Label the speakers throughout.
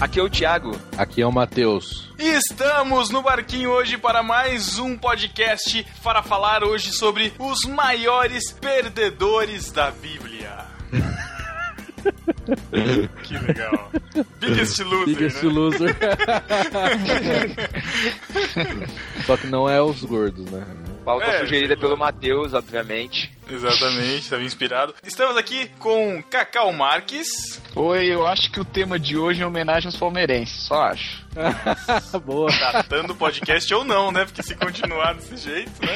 Speaker 1: Aqui é o Thiago.
Speaker 2: Aqui é o Matheus.
Speaker 1: E estamos no barquinho hoje para mais um podcast para falar hoje sobre os maiores perdedores da Bíblia. que legal. Biggest Loser.
Speaker 2: Biggest né? Loser. Só que não é os gordos, né?
Speaker 3: Pauta é, sugerida pelo Matheus, obviamente.
Speaker 1: Exatamente, estava inspirado. Estamos aqui com Cacau Marques.
Speaker 4: Oi, eu acho que o tema de hoje é homenagem aos palmeirenses, só acho.
Speaker 2: Boa.
Speaker 1: Tratando o podcast ou não, né? Porque se continuar desse jeito, né?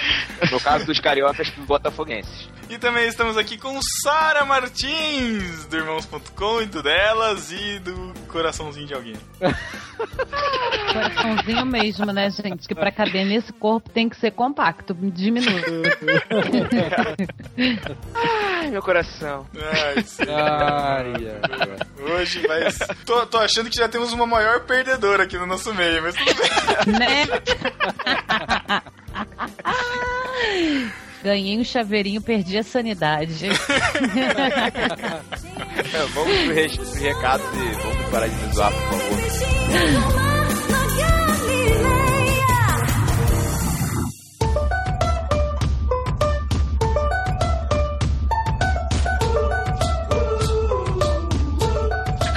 Speaker 3: No caso dos cariocas e botafoguenses.
Speaker 1: E também estamos aqui com Sara Martins, do Irmãos.com e do Delas e do Coraçãozinho de Alguém.
Speaker 5: Coraçãozinho mesmo, né, gente? Que pra caber nesse corpo tem que ser compacto, diminui.
Speaker 3: Ai, meu coração.
Speaker 1: Ai, Ai é. Hoje vai. Tô, tô, achando que já temos uma maior perdedora aqui no nosso meio, mas tudo bem.
Speaker 5: Né? Ganhei um chaveirinho, perdi a sanidade.
Speaker 3: é, vamos pro, re pro recado e vamos parar de me zoar, por favor.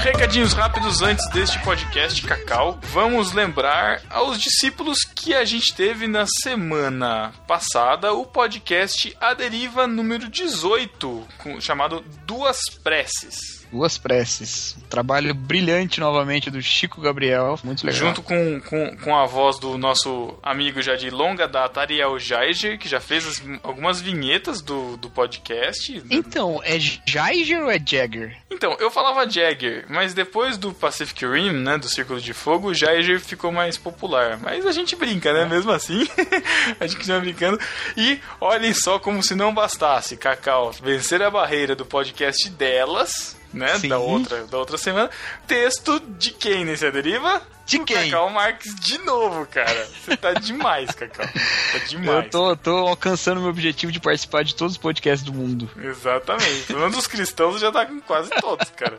Speaker 1: Recadinhos rápidos antes deste podcast Cacau. Vamos lembrar aos discípulos que a gente teve na semana passada o podcast A Deriva número 18, chamado Duas Preces
Speaker 4: duas preces. Um trabalho brilhante novamente do Chico Gabriel, muito legal.
Speaker 1: Junto com, com, com a voz do nosso amigo já de longa data, Ariel Jaiger, que já fez as, algumas vinhetas do, do podcast. né?
Speaker 4: Então, é Jaiger ou é Jagger?
Speaker 1: Então, eu falava Jagger, mas depois do Pacific Rim, né, do Círculo de Fogo, o Jaiger ficou mais popular. Mas a gente brinca,
Speaker 4: É.
Speaker 1: né, mesmo assim. a gente continua brincando. E olhem só como se não bastasse, Cacau, vencer a barreira do podcast delas, né? Da outra, da outra semana. Texto de quem nesse A Deriva?
Speaker 4: De
Speaker 1: o
Speaker 4: quem?
Speaker 1: Cacau Marques de novo, cara. Você tá demais, Cacau. Tá demais.
Speaker 4: Eu tô, tô alcançando meu objetivo de participar de todos os podcasts do mundo.
Speaker 1: Exatamente. Pelo menos os cristãos já tá com quase todos, cara.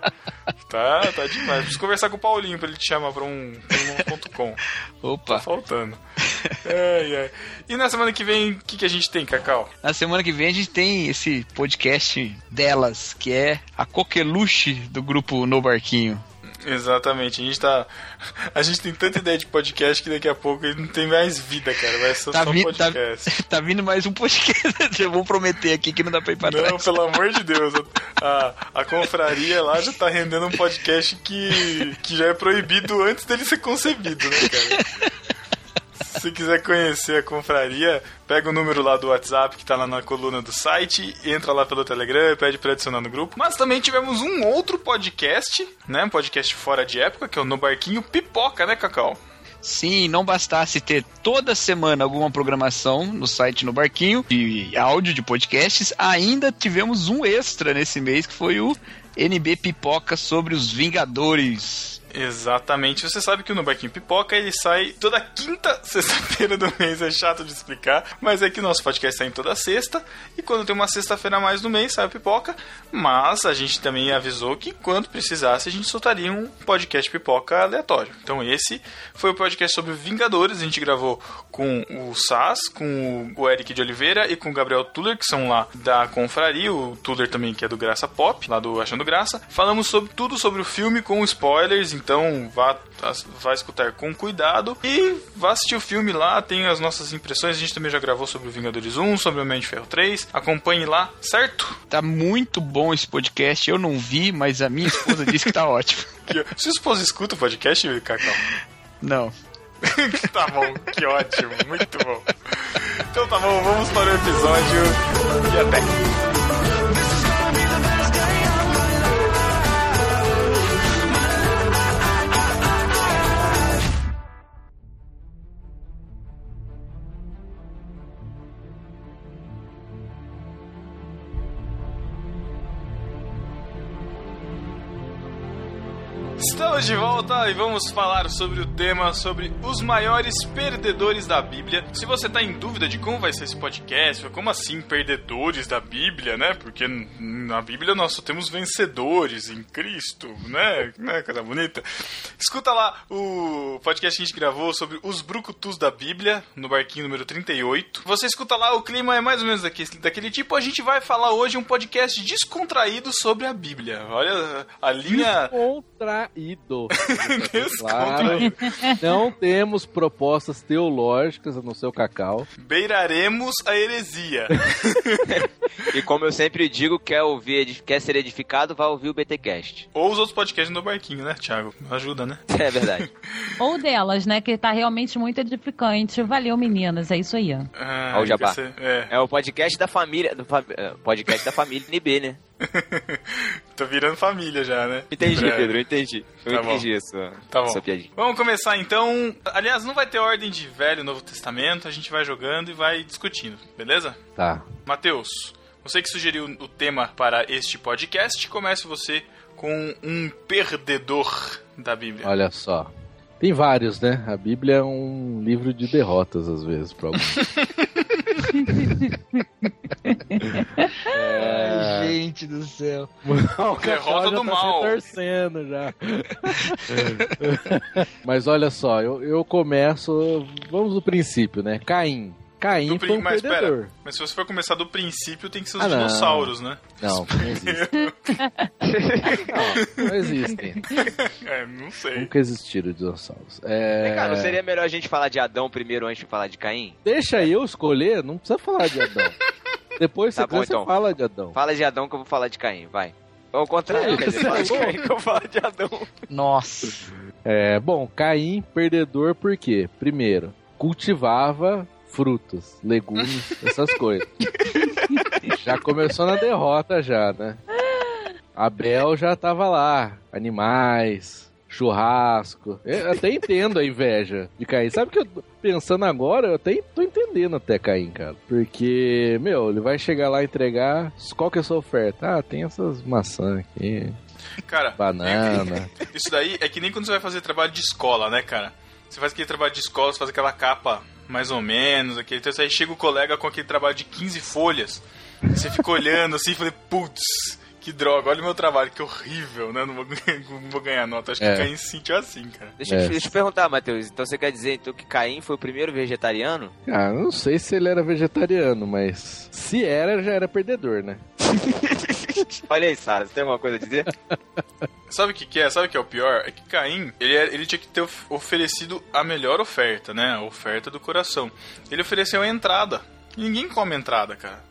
Speaker 1: Tá, tá demais. Preciso conversar com o Paulinho pra ele te chamar pra um, pra um
Speaker 4: Opa.
Speaker 1: Tá faltando. Ai, ai. E na semana que vem, o que, que a gente tem, Cacau?
Speaker 4: Na semana que vem a gente tem esse podcast delas, que é a coqueluche do grupo No Barquinho.
Speaker 1: Exatamente, a gente tá. A gente tem tanta ideia de podcast que daqui a pouco ele não tem mais vida, cara. Vai ser tá só vindo, podcast.
Speaker 4: Tá, tá, vindo mais um podcast. Eu vou prometer aqui que não dá pra ir pra
Speaker 1: não,
Speaker 4: trás.
Speaker 1: Não, pelo amor de Deus. A, a confraria lá já tá rendendo um podcast que, que já é proibido antes dele ser concebido, né, cara? Se quiser conhecer a confraria, pega o número lá do WhatsApp que tá lá na coluna do site, entra lá pelo Telegram e pede pra adicionar no grupo. Mas também tivemos um outro podcast, né? Um podcast fora de época, que é o No Barquinho Pipoca, né, Cacau?
Speaker 4: Sim, não bastasse ter toda semana alguma programação no site no Barquinho de áudio de podcasts, ainda tivemos um extra nesse mês que foi o NB Pipoca sobre os Vingadores.
Speaker 1: Exatamente. Você sabe que o No Barquinho Pipoca ele sai toda quinta, sexta-feira do mês. É chato de explicar, mas é que o nosso podcast sai toda sexta. E quando tem uma sexta-feira a mais no mês, sai a pipoca. Mas a gente também avisou que quando precisasse, a gente soltaria um podcast pipoca aleatório. Então, esse foi o podcast sobre Vingadores. A gente gravou com o Sass, com o Eric de Oliveira e com o Gabriel Tuller, que são lá da Confraria. O Tuller também, que é do Graça Pop, lá do Achando Graça. Falamos sobre tudo sobre o filme com spoilers então vá, vá escutar com cuidado e vá assistir o filme lá, tem as nossas impressões, a gente também já gravou sobre o Vingadores 1, sobre o Homem de Ferro 3, acompanhe lá, certo?
Speaker 4: Tá muito bom esse podcast, eu não vi, mas a minha esposa disse que tá ótimo.
Speaker 1: Sua esposa escuta o podcast, Cacau?
Speaker 4: Não.
Speaker 1: tá bom, que ótimo, muito bom. tá bom, vamos para o episódio e até. Estamos de volta e vamos falar sobre o tema sobre os maiores perdedores da Bíblia. Se você tá em dúvida de como vai ser esse podcast, como assim perdedores da Bíblia, né? Porque n- na Bíblia nós só temos vencedores em Cristo, né? né coisa bonita. Escuta lá o podcast que a gente gravou sobre os brucutus da Bíblia, no barquinho número 38. Você escuta lá, o clima é mais ou menos daquele, daquele tipo. A gente vai falar hoje um podcast descontraído sobre a Bíblia. Olha a linha...
Speaker 2: Contraído.
Speaker 1: Descontraído.
Speaker 2: Não temos propostas teológicas no seu cacau.
Speaker 1: Beiraremos a heresia.
Speaker 3: E como eu sempre digo, quer ouvir, edif- quer ser edificado, vai ouvir o BTcast.
Speaker 1: Ou os outros podcasts no barquinho, né, Thiago? Ajuda, né?
Speaker 3: É verdade.
Speaker 5: Ou delas, né? Que tá realmente muito edificante. Valeu, meninas. É isso aí. ó.
Speaker 1: Ah,
Speaker 3: Ó, o jabá.
Speaker 1: quer ser- É,
Speaker 3: É o podcast da família, do fam- é, podcast da família NB, né?
Speaker 1: tô virando família já, né?
Speaker 3: Entendi,
Speaker 1: É.
Speaker 3: Pedro, entendi. Eu
Speaker 1: Tá bom.
Speaker 3: entendi isso.
Speaker 1: Tá bom.
Speaker 3: Sua piadinha.
Speaker 1: Vamos começar então. Aliás, não vai ter ordem de Velho e Novo Testamento, a gente vai jogando e vai discutindo, beleza?
Speaker 2: Tá.
Speaker 1: Matheus, você que sugeriu o tema para este podcast, comece você com um perdedor da Bíblia.
Speaker 2: Olha só. Tem vários, né? A Bíblia é um livro de derrotas, às vezes, pra alguns.
Speaker 4: Ai, gente do céu.
Speaker 2: Não, o
Speaker 1: Derrota
Speaker 2: Cacau já
Speaker 1: do
Speaker 2: tá
Speaker 1: mal.
Speaker 2: se torcendo já. É. Mas olha só, eu, eu começo. Vamos do princípio, né? Caim. Caim
Speaker 1: Do
Speaker 2: foi
Speaker 1: prin-
Speaker 2: um
Speaker 1: mas pera.
Speaker 2: perdedor.
Speaker 1: Mas se você for começar do princípio, tem que ser os
Speaker 2: Ah, não.
Speaker 1: dinossauros, né?
Speaker 2: Não, não existe. não, não existem.
Speaker 1: É, não sei.
Speaker 2: Nunca existiram dinossauros. É,
Speaker 3: Vem cá, não seria melhor a gente falar de Adão primeiro antes de falar de Caim?
Speaker 2: Deixa eu escolher, não precisa falar de Adão. Depois
Speaker 3: Tá
Speaker 2: você
Speaker 3: bom,
Speaker 2: cansa,
Speaker 3: então.
Speaker 2: fala de Adão.
Speaker 3: Fala de Adão que eu vou falar de Caim, vai. Ou Ao contrário,
Speaker 2: É,
Speaker 3: quer dizer,
Speaker 2: tá
Speaker 3: fala de
Speaker 2: bom.
Speaker 3: Caim que eu falo de Adão.
Speaker 4: Nossa.
Speaker 2: É, bom, Caim, perdedor por quê? Primeiro, cultivava frutas, legumes, essas coisas. já começou na derrota já, né? Abel já tava lá, animais, churrasco. Eu até entendo a inveja de Caim. Sabe que eu tô pensando agora, eu até tô entendendo até Caim, cara. Porque, meu, ele vai chegar lá e entregar, qual que é a sua oferta? Ah, tem essas maçãs aqui,
Speaker 1: Cara,
Speaker 2: banana.
Speaker 1: Isso daí é que nem quando você vai fazer trabalho de escola, né, cara? Você faz aquele trabalho de escola, você faz aquela capa mais ou menos, aquele texto, aí chega o colega com aquele trabalho de 15 folhas, você fica olhando assim e falei, putz, que droga, olha o meu trabalho, que horrível, né? Não vou, ganhar- não vou ganhar nota. Acho que
Speaker 2: É.
Speaker 1: o Caim se sentiu assim, cara.
Speaker 3: Deixa,
Speaker 2: É.
Speaker 3: eu, deixa eu perguntar, Matheus. Então você quer dizer então, que Caim foi o primeiro vegetariano?
Speaker 2: Ah, eu não sei se ele era vegetariano, mas se era, já era perdedor, né?
Speaker 3: Olha aí, Sara, você tem alguma coisa a dizer?
Speaker 1: Sabe o que, que é? Sabe o que é o pior? É que Caim, ele, é- ele tinha que ter of- oferecido a melhor oferta, né? A oferta do coração. Ele ofereceu a entrada. E ninguém come entrada, cara.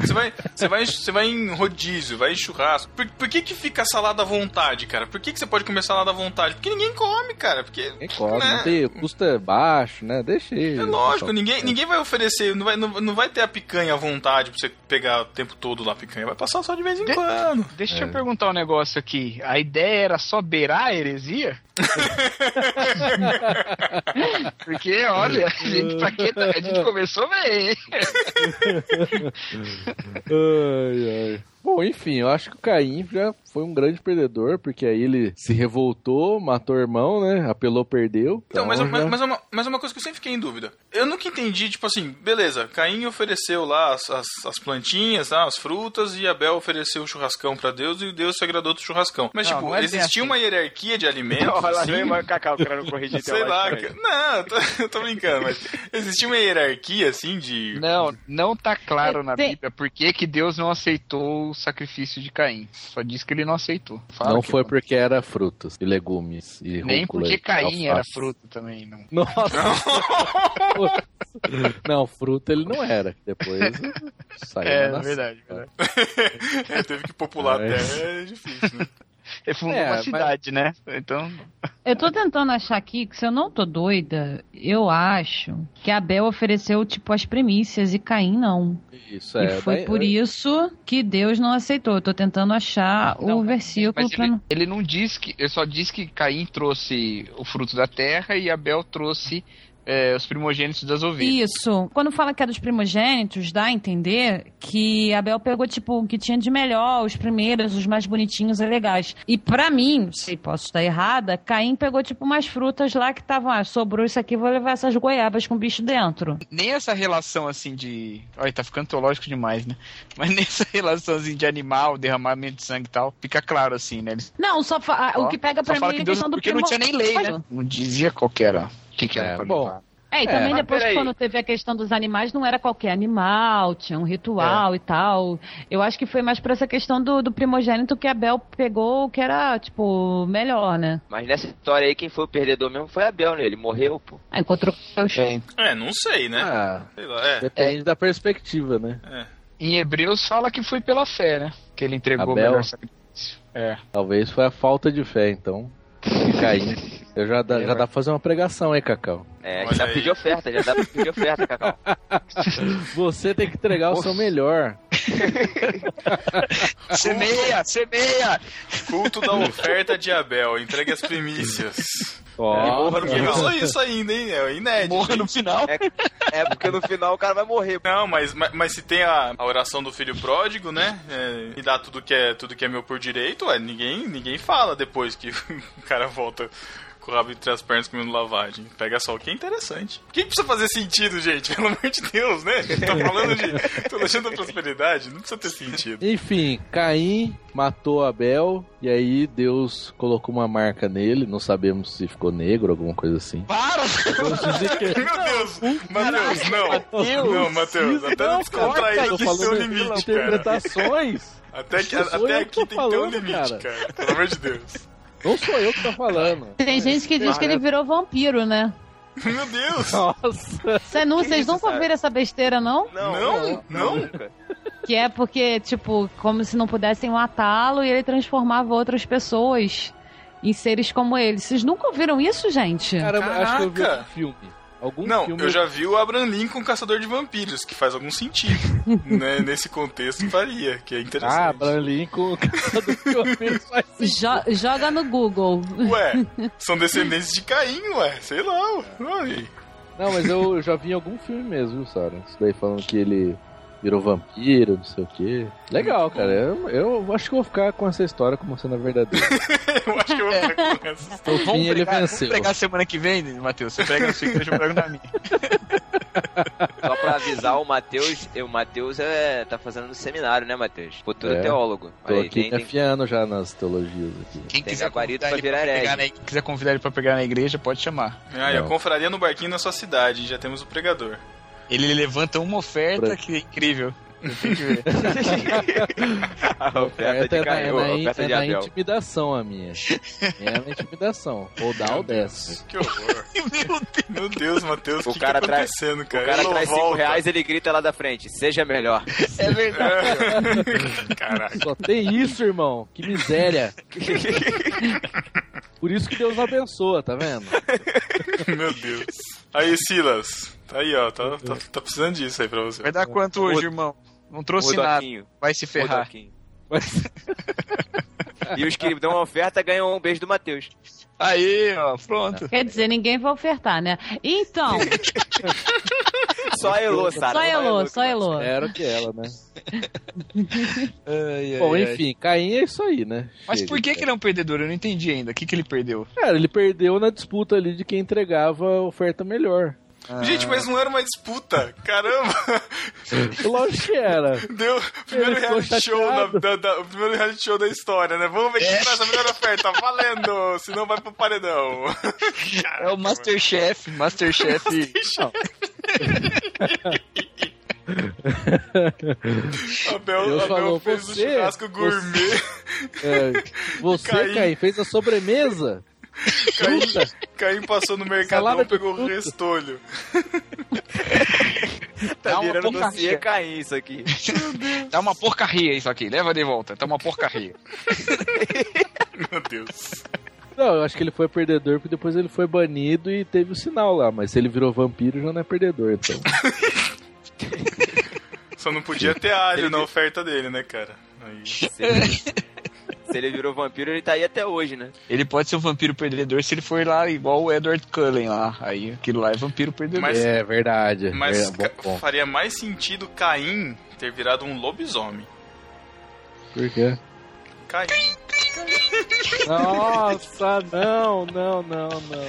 Speaker 1: Você vai, você, vai, você vai em rodízio, vai em churrasco. Por, por que, que fica salada à vontade, cara? Por que, que você pode comer salada à vontade? Porque ninguém come, cara. Porque.
Speaker 2: Quem come,
Speaker 1: né?
Speaker 2: não tem, o custo é baixo, né? Deixa ele.
Speaker 1: É lógico, ninguém, ninguém vai oferecer, não vai, não, não vai ter a picanha à vontade pra você pegar o tempo todo lá a picanha. Vai passar só de vez em
Speaker 4: De-
Speaker 1: quando.
Speaker 4: Deixa
Speaker 2: É.
Speaker 4: eu perguntar um negócio aqui. A ideia era só beirar a heresia? Porque, olha, a gente, pra que tá- a gente começou bem, hein?
Speaker 2: Ai, ai. Bom, enfim, eu acho que o Caim já foi um grande perdedor, porque aí ele se revoltou, matou o irmão, né? Apelou, perdeu.
Speaker 1: Então, mas,
Speaker 2: já...
Speaker 1: mas, mas, é uma, mas é uma coisa que eu sempre fiquei em dúvida. Eu nunca entendi, tipo assim, beleza, Caim ofereceu lá as, as, as plantinhas, tá, as frutas, e Abel ofereceu o churrascão pra Deus, e Deus se agradou do churrascão. Mas,
Speaker 4: Não,
Speaker 1: tipo,
Speaker 4: não é bem
Speaker 1: existia
Speaker 4: assim.
Speaker 1: uma hierarquia de alimentos, assim,
Speaker 3: Cacau querendo corrigir
Speaker 1: sei lá, cara.
Speaker 4: é.
Speaker 1: não, eu tô, eu tô brincando, mas existia uma hierarquia, assim, de...
Speaker 4: Não, não tá claro na
Speaker 5: Tem-
Speaker 4: Bíblia por que, que Deus não aceitou o sacrifício de Caim. Só diz que ele não aceitou. Fala
Speaker 2: Não
Speaker 4: que-
Speaker 2: foi porque era frutas e legumes e
Speaker 4: Nem
Speaker 2: rúcula
Speaker 4: porque
Speaker 2: e
Speaker 4: Caim era
Speaker 2: alface.
Speaker 4: fruto também, não.
Speaker 2: Nossa! não, fruta ele não era. Depois saiu
Speaker 4: É,
Speaker 2: na
Speaker 4: verdade, verdade.
Speaker 1: É, teve que popular
Speaker 2: É.
Speaker 1: até, é difícil, né?
Speaker 4: Ele fundou
Speaker 2: É,
Speaker 4: uma
Speaker 2: mas-
Speaker 4: cidade, né? Então,
Speaker 5: Eu tô tentando achar aqui que se eu não tô doida, eu acho que Abel ofereceu, tipo, as premissas e Caim não.
Speaker 2: Isso é.
Speaker 5: e foi
Speaker 2: daí-
Speaker 5: por isso que Deus não aceitou. Eu tô tentando achar
Speaker 4: Não,
Speaker 5: o versículo
Speaker 4: Mas
Speaker 5: pra
Speaker 4: ele,
Speaker 5: não-
Speaker 4: ele não diz que. Ele só diz que Caim trouxe o fruto da terra e Abel trouxe é, os primogênitos das ovelhas.
Speaker 5: Isso. Quando fala que é dos primogênitos, dá a entender que Abel pegou, tipo, o que tinha de melhor, os primeiros, os mais bonitinhos e legais. E pra mim, não sei, posso estar errada, Caim pegou, tipo, umas frutas lá que estavam, ah, sobrou isso aqui, vou levar essas goiabas com bicho dentro.
Speaker 4: Nem essa relação assim de. Olha, tá ficando teológico demais, né? Mas nessa relação assim de animal, derramamento de sangue e tal, fica claro assim, né? Eles
Speaker 5: Não, só fa- ah, o
Speaker 4: Ó,
Speaker 5: que pega
Speaker 4: só
Speaker 5: pra mim
Speaker 4: falam
Speaker 5: é
Speaker 4: que
Speaker 5: a
Speaker 4: Deus.
Speaker 5: questão do
Speaker 4: Porque não tinha nem lei, né? Não dizia qual que era. O que, que era
Speaker 2: É,
Speaker 4: pra
Speaker 2: bom.
Speaker 4: levar.
Speaker 5: É, e
Speaker 2: É,
Speaker 5: também
Speaker 2: mas
Speaker 5: depois
Speaker 3: peraí.
Speaker 5: quando teve a questão dos animais, não era qualquer animal, tinha um
Speaker 4: É.
Speaker 5: ritual e tal. Eu acho que foi mais pra essa questão do, do primogênito que Abel pegou, que era, tipo, melhor, né?
Speaker 3: Mas nessa história aí, quem foi o perdedor mesmo foi Abel, né? Ele morreu, pô.
Speaker 5: Ah, encontrou os...
Speaker 1: É, não sei, né?
Speaker 2: Ah,
Speaker 1: Sei lá, é.
Speaker 2: depende da perspectiva, né?
Speaker 4: Em Hebreus fala que foi pela fé, né? Que ele entregou o
Speaker 2: Abel.
Speaker 4: melhor sacrifício. É.
Speaker 2: Talvez foi a falta de fé, então. E Caim. Eu já dá, já dá pra fazer uma pregação, hein, Cacau?
Speaker 3: É,
Speaker 1: Olha
Speaker 3: já dá
Speaker 1: aí.
Speaker 3: pra pedir oferta, já dá pra pedir oferta, Cacau.
Speaker 2: Você tem que entregar o seu melhor.
Speaker 4: Semeia, semeia!
Speaker 1: Culto da oferta de Abel, entregue as primícias.
Speaker 2: Ó,
Speaker 1: Porra, ninguém falou isso ainda, hein? É inédito.
Speaker 4: Morra no final.
Speaker 3: É porque no final o cara vai morrer.
Speaker 1: Não, mas, mas, mas se tem a, a oração do filho pródigo, né? É, me dá tudo que é tudo que é meu por direito, ué, ninguém, ninguém fala depois que o cara volta com o rabo entre as pernas comendo lavagem. Pega só o que é interessante. O que que precisa fazer sentido, gente? Pelo amor de Deus, né? A gente tá falando de teologia da prosperidade, não precisa ter sentido.
Speaker 2: Enfim, Caim matou Abel e aí Deus colocou uma marca nele, não sabemos se ficou negro, alguma coisa assim.
Speaker 4: Para!
Speaker 2: Deus dizia que
Speaker 1: Meu Deus!
Speaker 2: um
Speaker 1: Matheus, não! Não, Matheus, até não descontrair
Speaker 2: tô
Speaker 1: aqui tem um
Speaker 2: falando
Speaker 1: limite, cara.
Speaker 2: interpretações.
Speaker 1: Até, que-
Speaker 2: Sou eu
Speaker 1: até
Speaker 2: que
Speaker 1: aqui tem que
Speaker 2: tô
Speaker 1: ter um
Speaker 2: falando,
Speaker 1: limite,
Speaker 2: cara.
Speaker 1: cara. Pelo amor de Deus.
Speaker 2: Não sou eu que tô falando.
Speaker 5: Tem gente que diz que ele virou vampiro, né?
Speaker 1: Meu Deus!
Speaker 2: Nossa.
Speaker 5: Cê não-
Speaker 3: Que
Speaker 5: Vocês
Speaker 3: isso,
Speaker 5: nunca
Speaker 3: cara?
Speaker 5: ouviram essa besteira, não?
Speaker 1: Não, não,
Speaker 3: nunca.
Speaker 5: Que é porque, tipo, como se não pudessem matá-lo e ele transformava outras pessoas em seres como ele. Vocês nunca ouviram isso, gente?
Speaker 3: É
Speaker 2: Caramba, acho que eu vi
Speaker 1: Caraca.
Speaker 2: um filme. Algum
Speaker 1: não,
Speaker 2: filme.
Speaker 1: eu já vi o Abraham Lincoln Caçador de Vampiros, que faz algum sentido. né? Nesse contexto faria, que é interessante.
Speaker 2: Ah, Abraham Lincoln, o caçador de vampiros faz
Speaker 3: assim.
Speaker 2: sentido.
Speaker 5: Jo- joga no Google.
Speaker 1: Ué, são descendentes de Caim, ué, sei lá. ué.
Speaker 2: Não, mas eu, eu já vi em algum filme mesmo, viu, Sara? Isso daí falando que ele virou vampiro, não sei o quê. Legal, cara. Eu, eu acho que eu vou ficar com essa história como sendo a verdadeira.
Speaker 1: Eu acho que eu vou ficar com essa.
Speaker 2: No fim, ele
Speaker 4: vamos
Speaker 2: venceu.
Speaker 4: pregar semana que vem, Matheus. Você prega na sua igreja, eu prego na minha.
Speaker 3: Só pra avisar o Matheus, o Matheus é, tá fazendo seminário, né, Matheus? Futuro
Speaker 2: É.
Speaker 3: teólogo.
Speaker 2: Tô
Speaker 3: Aí
Speaker 2: aqui
Speaker 3: tem,
Speaker 2: me
Speaker 3: tem,
Speaker 2: afiando já nas teologias aqui.
Speaker 4: Quem
Speaker 3: Tem
Speaker 4: quiser
Speaker 3: gabarito
Speaker 4: convidar
Speaker 3: pra
Speaker 4: ele
Speaker 3: virar
Speaker 4: pra pegar
Speaker 3: herege.
Speaker 4: na igreja- quiser convidar ele pra pegar na igreja, pode chamar.
Speaker 1: Ah, e a
Speaker 2: Não.
Speaker 1: confraria no barquinho na sua cidade, já temos o pregador.
Speaker 4: Ele levanta uma oferta
Speaker 2: Pra-
Speaker 4: que é incrível. Tem que ver.
Speaker 3: a
Speaker 2: Essa
Speaker 3: oferta
Speaker 2: é
Speaker 3: de
Speaker 2: na, é
Speaker 3: Caio,
Speaker 2: na
Speaker 3: a
Speaker 2: in-
Speaker 3: oferta
Speaker 2: é
Speaker 3: de
Speaker 2: na
Speaker 3: Abel.
Speaker 2: intimidação a minha. É na intimidação. Ou dá ou desce.
Speaker 1: Que horror.
Speaker 4: Meu Deus.
Speaker 1: Meu Deus, Matheus,
Speaker 3: O
Speaker 1: o que,
Speaker 3: cara
Speaker 1: que tá
Speaker 3: traz-
Speaker 1: acontecendo,
Speaker 3: O
Speaker 1: cara?
Speaker 3: cara
Speaker 1: Ele não
Speaker 3: traz 5
Speaker 1: volta.
Speaker 3: reais ele grita lá da frente, seja melhor.
Speaker 4: É verdade.
Speaker 1: É. Caraca.
Speaker 2: Só tem isso, irmão. Que miséria. Por isso que Deus abençoa, tá vendo?
Speaker 1: Meu Deus. Aí, Silas. Tá aí, ó. Tá, tá, tá precisando disso aí pra você.
Speaker 4: Vai dar quanto hoje, irmão? Não trouxe
Speaker 3: Ô,
Speaker 4: nada.
Speaker 3: Doquinho,
Speaker 4: Vai se
Speaker 3: ô,
Speaker 4: ferrar.
Speaker 3: Doquinho.
Speaker 2: Mas
Speaker 3: E os que dão a oferta ganham um beijo do Matheus.
Speaker 4: Aí, ó, pronto.
Speaker 5: Quer dizer, ninguém vai ofertar, né? Então,
Speaker 3: Só Elô, Sara.
Speaker 5: só Elô, só
Speaker 3: cara.
Speaker 5: Elô.
Speaker 2: era que ela, né?
Speaker 4: Ai,
Speaker 2: Tá.
Speaker 4: ai,
Speaker 2: Bom,
Speaker 4: ai.
Speaker 2: enfim, Caim é isso aí, né?
Speaker 4: Mas
Speaker 2: Chega,
Speaker 4: por que,
Speaker 2: cara.
Speaker 4: que ele é um perdedor? Eu não entendi ainda. O que, que ele perdeu?
Speaker 2: Cara, ele perdeu na disputa ali de quem entregava a oferta melhor.
Speaker 1: Gente, mas não era uma disputa. Caramba.
Speaker 2: Lógico que era.
Speaker 1: Deu o primeiro
Speaker 2: Ele ficou
Speaker 1: reality show da,
Speaker 2: chateado.
Speaker 1: da- da- o primeiro reality show da história, né? Vamos ver
Speaker 2: É.
Speaker 1: quem traz a melhor oferta. Valendo! Senão vai pro paredão.
Speaker 4: É o Masterchef. Masterchef.
Speaker 1: Abel,
Speaker 2: Deus
Speaker 1: Abel
Speaker 2: falou,
Speaker 1: fez
Speaker 2: você-
Speaker 1: o churrasco gourmet.
Speaker 2: É, você,
Speaker 1: Caim.
Speaker 2: Caim. fez a sobremesa? Fruta?
Speaker 1: Caim passou no mercadão,
Speaker 2: Salada de
Speaker 1: pegou o
Speaker 2: fruta.
Speaker 1: restolho.
Speaker 4: Dá
Speaker 3: Tá
Speaker 4: uma
Speaker 3: virando
Speaker 4: porcaria.
Speaker 3: dossiê Caim isso aqui.
Speaker 4: Tá uma porcaria isso aqui. Leva de volta. Tá uma porcaria.
Speaker 1: Meu Deus.
Speaker 2: Não, eu acho que ele foi perdedor porque depois ele foi banido e teve o sinal lá. Mas se ele virou vampiro, já não é perdedor, então.
Speaker 1: Só não podia ter alho na oferta dele, né, cara? Aí...
Speaker 3: Se ele, se ele virou vampiro, ele tá aí até hoje, né?
Speaker 4: Ele pode ser um vampiro perdedor se ele for lá igual o Edward Cullen lá. Aí aquilo lá é vampiro perdedor.
Speaker 1: Mas-
Speaker 2: é verdade.
Speaker 1: Mas
Speaker 2: é, bom,
Speaker 1: ca-
Speaker 2: bom.
Speaker 1: faria mais sentido Caim ter virado um lobisomem.
Speaker 2: Por quê?
Speaker 1: Caim.
Speaker 2: Nossa, não, não, não, não.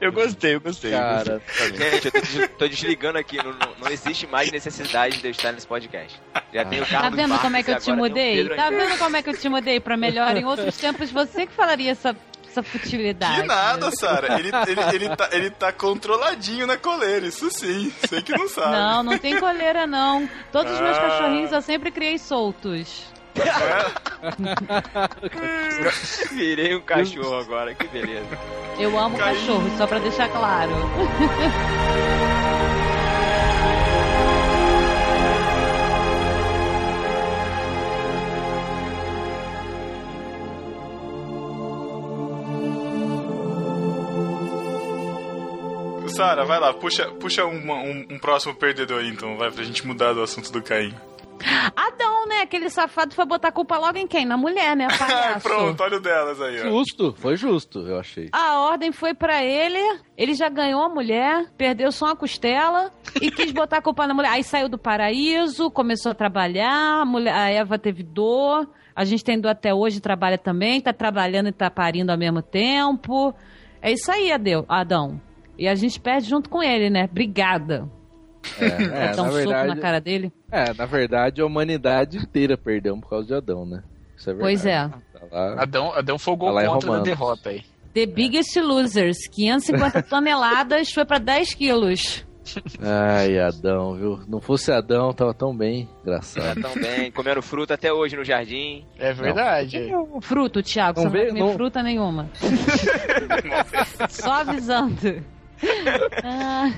Speaker 4: Eu gostei, eu gostei.
Speaker 2: Cara,
Speaker 3: Gente, eu tô, des- tô desligando aqui. Não, não, não existe mais necessidade de eu estar nesse podcast. Já tem o
Speaker 5: Tá
Speaker 3: Carlos
Speaker 5: vendo como é que eu
Speaker 3: Barros e
Speaker 5: te
Speaker 3: um agora tem o
Speaker 5: mudei?
Speaker 3: Pedro
Speaker 5: Tá
Speaker 3: Henrique.
Speaker 5: vendo como é que eu te mudei pra melhor? Em outros tempos, você que falaria essa, essa futilidade.
Speaker 1: Que nada, Sara. Ele, ele, ele, tá, ele tá controladinho na coleira, isso sim. Sei que não sabe.
Speaker 5: Não, não tem coleira, não. Todos os meus
Speaker 1: Ah.
Speaker 5: cachorrinhos eu sempre criei soltos.
Speaker 3: Virei um cachorro agora, que beleza.
Speaker 5: Eu amo
Speaker 1: Caí.
Speaker 5: cachorro, só pra deixar claro.
Speaker 1: Sara, vai lá, puxa, puxa uma- um, um próximo perdedor aí, então, vai pra gente mudar do assunto do Caim.
Speaker 5: Adão, né? Aquele safado foi botar a culpa logo em quem? Na mulher, né?
Speaker 1: Ah,
Speaker 5: Palhaço.
Speaker 1: pronto, olha o delas aí, ó.
Speaker 2: justo, foi justo, eu achei.
Speaker 5: A ordem foi pra ele, ele já ganhou a mulher, perdeu só uma costela e quis botar a culpa na mulher. Aí saiu do paraíso, começou a trabalhar, a, mulher- a Eva teve dor, a gente tem dor até hoje, trabalha também, tá trabalhando e tá parindo ao mesmo tempo. É isso aí, Adeu- Adão. E a gente perde junto com ele, né? Obrigada.
Speaker 2: É,
Speaker 5: É,
Speaker 2: é,
Speaker 5: dar um
Speaker 2: na
Speaker 5: soco na
Speaker 2: verdade,
Speaker 5: cara dele.
Speaker 2: é, na verdade, a humanidade inteira perdeu por causa de Adão, né? Isso é verdade.
Speaker 5: Pois é.
Speaker 2: Tá lá.
Speaker 4: Adão, Adão fogou
Speaker 2: Ela é
Speaker 4: contra da
Speaker 2: romano.
Speaker 4: derrota aí.
Speaker 5: The Biggest Losers, 550 toneladas, foi pra 10 quilos.
Speaker 2: Ai, Adão, viu? Não fosse Adão, tava tão bem.
Speaker 3: Já
Speaker 2: Engraçado.
Speaker 3: Tá tão bem, comendo fruta até hoje no jardim.
Speaker 4: É verdade.
Speaker 5: Fruto,
Speaker 2: Não
Speaker 5: Thiago, você não vai
Speaker 2: veio,
Speaker 5: comer
Speaker 2: não.
Speaker 5: fruta nenhuma. Só avisando. Ah,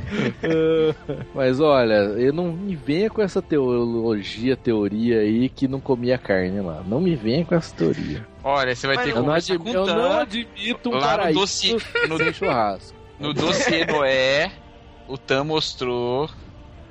Speaker 2: Mas olha, eu não me venha com essa teologia, teoria aí que não comia carne lá. Não me venha com essa teoria.
Speaker 4: Olha, você vai ter que
Speaker 2: Eu não,
Speaker 4: conversar
Speaker 2: admi-
Speaker 4: com
Speaker 2: eu
Speaker 4: o
Speaker 2: não
Speaker 4: Tan
Speaker 2: admito um
Speaker 4: tá lá no
Speaker 2: paraíso
Speaker 4: doce- no-
Speaker 2: sem churrasco.
Speaker 4: no dossiê Noé. O Tan mostrou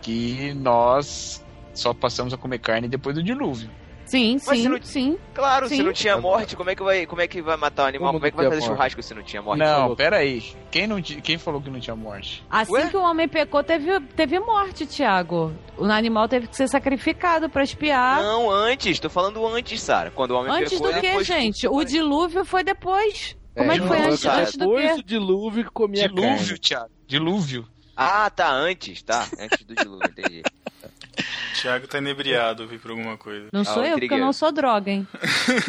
Speaker 4: que nós só passamos a comer carne depois do dilúvio.
Speaker 5: sim,
Speaker 3: Mas
Speaker 5: sim,
Speaker 3: você não-
Speaker 5: sim.
Speaker 3: Claro, se
Speaker 5: Sim.
Speaker 3: não tinha morte, como é que vai, como é que vai matar o animal?
Speaker 2: Como
Speaker 3: Como é que
Speaker 2: não
Speaker 3: vai
Speaker 2: tinha
Speaker 3: fazer
Speaker 2: morte?
Speaker 3: churrasco se não tinha morte? é
Speaker 4: não,
Speaker 2: falou.
Speaker 4: peraí. Quem, não, ti- quem falou que não tinha morte?
Speaker 5: Assim
Speaker 3: Ué?
Speaker 5: que o homem pecou, teve, teve morte, Thiago. O animal teve que ser sacrificado pra espiar.
Speaker 3: Não, antes, tô falando antes, Sara. Quando o homem é
Speaker 5: Antes
Speaker 3: pecou,
Speaker 5: do
Speaker 3: ele
Speaker 5: que,
Speaker 3: foi-
Speaker 5: gente? O dilúvio foi depois. Como é que
Speaker 3: não,
Speaker 5: foi
Speaker 3: não,
Speaker 5: antes,
Speaker 3: cara,
Speaker 5: antes do
Speaker 2: Depois
Speaker 5: quê?
Speaker 2: dilúvio que comia
Speaker 4: Dilúvio, Thiago. Dilúvio.
Speaker 3: Ah, tá, antes, tá. Antes do dilúvio, entendi.
Speaker 1: O Thiago tá inebriado, vi por alguma coisa.
Speaker 5: Não sou
Speaker 3: Ah,
Speaker 5: eu, porque eu
Speaker 3: intrigueiro.
Speaker 5: não sou droga, hein?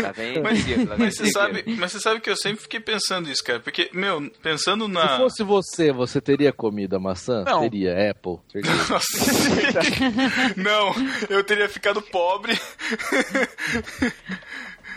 Speaker 3: Tá vendo?
Speaker 1: Mas-
Speaker 3: Tá vendo?
Speaker 1: Mas você, sabe, mas você sabe que eu sempre fiquei pensando isso, cara. Porque, meu, pensando
Speaker 2: carne. Se
Speaker 1: na.
Speaker 2: fosse você, você teria comido a maçã?
Speaker 4: Não.
Speaker 2: Teria, Apple. certeza.
Speaker 1: Nossa. não, eu teria ficado pobre.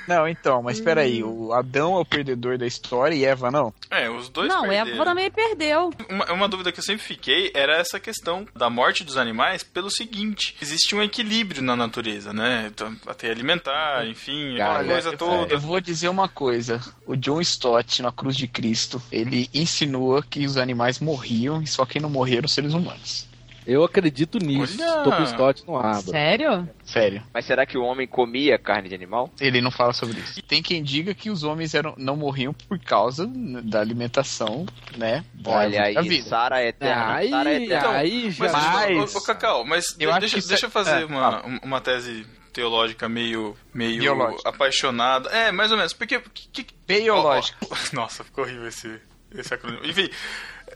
Speaker 4: Não, então, mas peraí. O Adão é o perdedor da história e Eva não?
Speaker 1: É, os dois
Speaker 5: Não,
Speaker 1: perderam.
Speaker 5: Eva também perdeu.
Speaker 1: Uma, uma dúvida que eu sempre fiquei era essa questão da morte dos animais pelo seguinte: existe um equilíbrio na natureza, né? Então, até
Speaker 4: Uhum.
Speaker 1: alimentar, enfim,
Speaker 2: Cara,
Speaker 1: aquela coisa
Speaker 4: é eu,
Speaker 1: toda.
Speaker 4: eu vou dizer uma coisa. O John Stott, na Cruz de Cristo, ele insinua que os animais morriam e só quem não morreram eram os seres humanos.
Speaker 2: Eu acredito nisso.
Speaker 1: Olha.
Speaker 2: Tô com o Stott no abra.
Speaker 5: Sério?
Speaker 4: Sério.
Speaker 3: Mas será que o homem comia carne de animal?
Speaker 4: Ele não fala sobre isso. Tem quem diga que os homens eram, não morriam por causa da alimentação, né? da
Speaker 3: Olha
Speaker 4: árvore da
Speaker 3: aí,
Speaker 4: vida.
Speaker 3: Sara é eterna.
Speaker 2: Aí,
Speaker 3: Sara é
Speaker 5: então.
Speaker 3: eterna.
Speaker 2: aí já.
Speaker 1: Mas,
Speaker 4: Mas-
Speaker 1: ô, ô, Cacau, mas
Speaker 4: Eu acho
Speaker 1: deixa,
Speaker 4: que isso
Speaker 1: deixa
Speaker 4: é-
Speaker 1: eu fazer
Speaker 4: é,
Speaker 1: uma, um, uma tese teológica meio, meio
Speaker 4: Biológica.
Speaker 1: apaixonada. É, mais ou menos. Porque. Que, que-
Speaker 4: Biológica.
Speaker 1: Ó, ó. Nossa, ficou horrível esse, esse acrônimo. Enfim,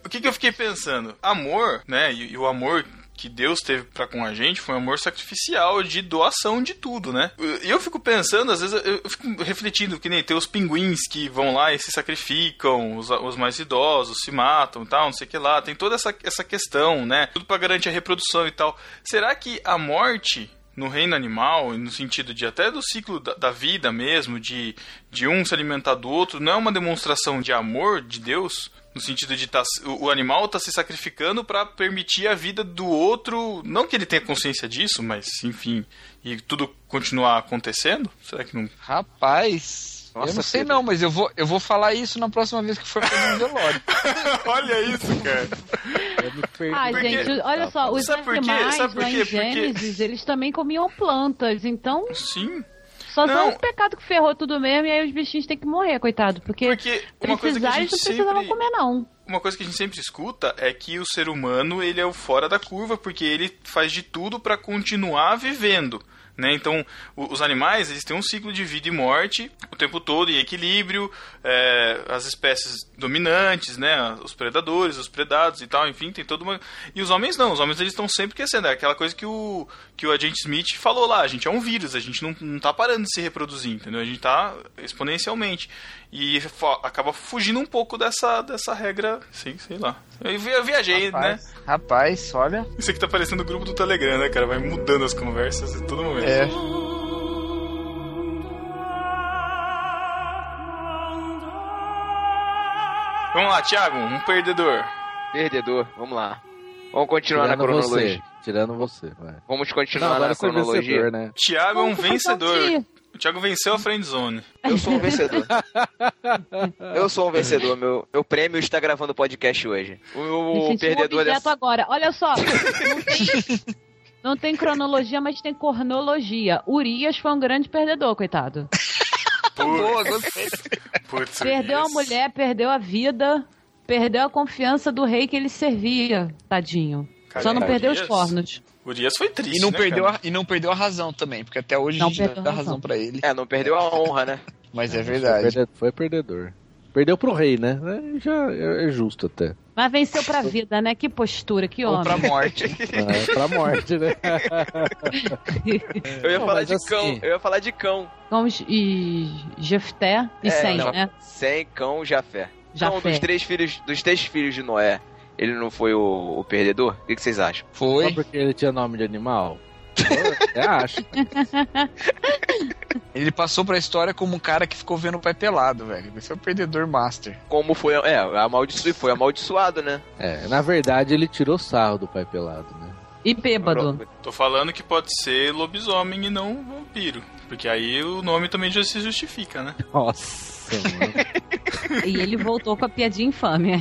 Speaker 1: o que, que eu fiquei pensando? Amor, né? E, e o amor que Deus teve para com a gente foi um amor sacrificial de doação de tudo, né? E eu fico pensando, às vezes eu eu fico refletindo que nem tem os pinguins que vão lá e se sacrificam, os, os mais idosos se matam, e tal, não sei o que lá. Tem toda essa, essa questão, né? Tudo para garantir a reprodução e tal. Será que a morte no reino animal, no sentido de até do ciclo da, da vida mesmo, de, de um se alimentar do outro, não é uma demonstração de amor de Deus? No sentido de tá, se- o o animal tá se sacrificando para permitir a vida do outro, não que ele tenha consciência disso, mas enfim, e tudo continuar acontecendo? Será que não.
Speaker 4: Rapaz, eu não sei não, mas eu vou, eu vou falar isso na próxima vez que for fazer um velório.
Speaker 1: Olha isso, cara.
Speaker 2: Eu me perdi.
Speaker 5: Ah,
Speaker 1: Porque-
Speaker 5: gente, olha só, os
Speaker 1: Sabe por quê?
Speaker 5: animais
Speaker 1: Sabe por
Speaker 5: lá
Speaker 1: quê?
Speaker 5: em
Speaker 1: Porque-
Speaker 5: Gênesis, eles também comiam plantas, então
Speaker 1: Sim.
Speaker 5: só
Speaker 1: Não.
Speaker 5: são um pecado que ferrou tudo mesmo e aí os bichinhos têm que morrer, coitado, porque,
Speaker 1: Porque uma coisa que a
Speaker 5: precisar
Speaker 1: gente
Speaker 5: eles não precisavam
Speaker 1: sempre.
Speaker 5: comer não.
Speaker 1: Uma coisa que a gente sempre escuta é que o ser humano ele é o fora da curva porque ele faz de tudo para continuar vivendo. Né? Então, o- os animais eles têm um ciclo de vida e morte o tempo todo, em equilíbrio, é, as espécies dominantes, né? os predadores, os predados e tal, enfim, tem toda uma. E os homens não, os homens eles estão sempre crescendo. É aquela coisa que o, que o agente Smith falou lá: a gente é um vírus, a gente não, não tá parando de se reproduzir, entendeu? A gente tá exponencialmente. E fa- acaba fugindo um pouco dessa, dessa regra, sim, sei lá. Eu vi- eu viajei, né?
Speaker 4: Rapaz, rapaz, olha.
Speaker 1: Isso aqui tá parecendo o grupo do Telegram, né, cara? Vai mudando as conversas a todo momento.
Speaker 4: É.
Speaker 1: Vamos lá, Thiago, um perdedor.
Speaker 3: Perdedor, vamos lá. Vamos continuar na
Speaker 2: Tirando
Speaker 3: cronologia.
Speaker 2: você. Tirando você, vai.
Speaker 3: Vamos
Speaker 2: Não,
Speaker 3: continuar
Speaker 2: agora
Speaker 3: na
Speaker 2: você é
Speaker 3: cronologia.
Speaker 2: vencedor, né?
Speaker 1: Thiago é um
Speaker 5: Vamos começar
Speaker 1: vencedor.
Speaker 5: aqui.
Speaker 1: O Thiago venceu a friend zone.
Speaker 3: Eu sou um vencedor. Eu sou um vencedor. Meu, meu prêmio está gravando o podcast hoje. O
Speaker 5: Me
Speaker 3: meu
Speaker 5: senti um
Speaker 3: perdedor
Speaker 1: é
Speaker 5: objeto
Speaker 3: dessa.
Speaker 5: agora. Olha só, não tem, não tem cronologia, mas tem cornologia. Urias foi um grande perdedor, coitado.
Speaker 4: Boa, gostei.
Speaker 1: Putz,
Speaker 5: Perdeu a
Speaker 1: isso.
Speaker 5: mulher, perdeu a vida, perdeu a confiança do rei que ele servia, tadinho.
Speaker 1: Cara,
Speaker 5: Só não
Speaker 1: o
Speaker 5: perdeu os
Speaker 1: Urias-
Speaker 5: cornos.
Speaker 1: O Urias foi triste,
Speaker 4: E não,
Speaker 1: né,
Speaker 4: perdeu
Speaker 1: cara?
Speaker 4: a, e não perdeu a razão também, porque até hoje
Speaker 5: Não
Speaker 4: a gente dá
Speaker 5: perdeu a
Speaker 4: razão,
Speaker 5: razão.
Speaker 4: pra ele.
Speaker 3: É, não perdeu a honra, né?
Speaker 4: Mas é
Speaker 2: Foi
Speaker 4: verdade.
Speaker 2: perde- Foi perdedor. Perdeu pro rei, né? É, Já é é justo até.
Speaker 5: Mas venceu pra vida, né? Que postura, que
Speaker 4: Ou pra
Speaker 5: homem.
Speaker 4: morte.
Speaker 2: É, pra morte, né?
Speaker 3: Eu ia
Speaker 2: Não,
Speaker 3: falar
Speaker 2: mas
Speaker 3: de
Speaker 2: assim-
Speaker 3: cão. Eu ia falar de cão.
Speaker 5: Vamos e Jefté e
Speaker 3: É,
Speaker 5: Sem,
Speaker 3: não.
Speaker 5: né?
Speaker 3: Sem cão, Jafé. Cão
Speaker 5: Jafé.
Speaker 3: dos três filhos, dos três filhos de Noé. Ele não foi o, o perdedor? O que que vocês acham?
Speaker 2: Só
Speaker 4: Foi.
Speaker 2: porque ele tinha nome de animal? Eu até acho.
Speaker 4: Ele passou pra história como um cara que ficou vendo o pai pelado, velho. Esse é o perdedor master.
Speaker 3: Como foi. É, amaldiçoado, foi amaldiçoado, né?
Speaker 2: É, na verdade, ele tirou sarro do pai pelado, né?
Speaker 5: E bêbado.
Speaker 1: Tô falando que pode ser lobisomem e não vampiro. Porque aí o nome também já se justifica, né?
Speaker 2: Nossa, mano.
Speaker 5: E ele voltou com a piadinha infame.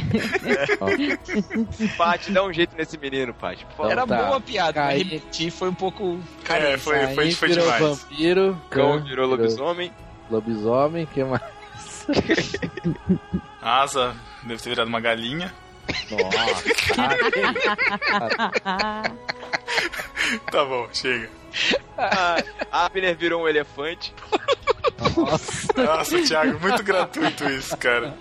Speaker 3: Paty, dá um jeito nesse menino, Paty. Por favor.
Speaker 2: Então
Speaker 4: Era
Speaker 2: tá.
Speaker 4: boa a piada,
Speaker 2: Caí.
Speaker 4: mas repetir foi um pouco.
Speaker 1: é, foi, foi,
Speaker 2: Aí
Speaker 1: foi
Speaker 2: virou
Speaker 1: demais.
Speaker 2: vampiro,
Speaker 3: Cão virou lobisomem.
Speaker 2: Lobisomem, que mais?
Speaker 1: A Asa deve ter virado uma galinha.
Speaker 2: Nossa.
Speaker 1: Tá bom, chega.
Speaker 3: A a Ah, Abner virou um elefante.
Speaker 2: Nossa.
Speaker 1: Nossa, Thiago, muito gratuito isso, cara.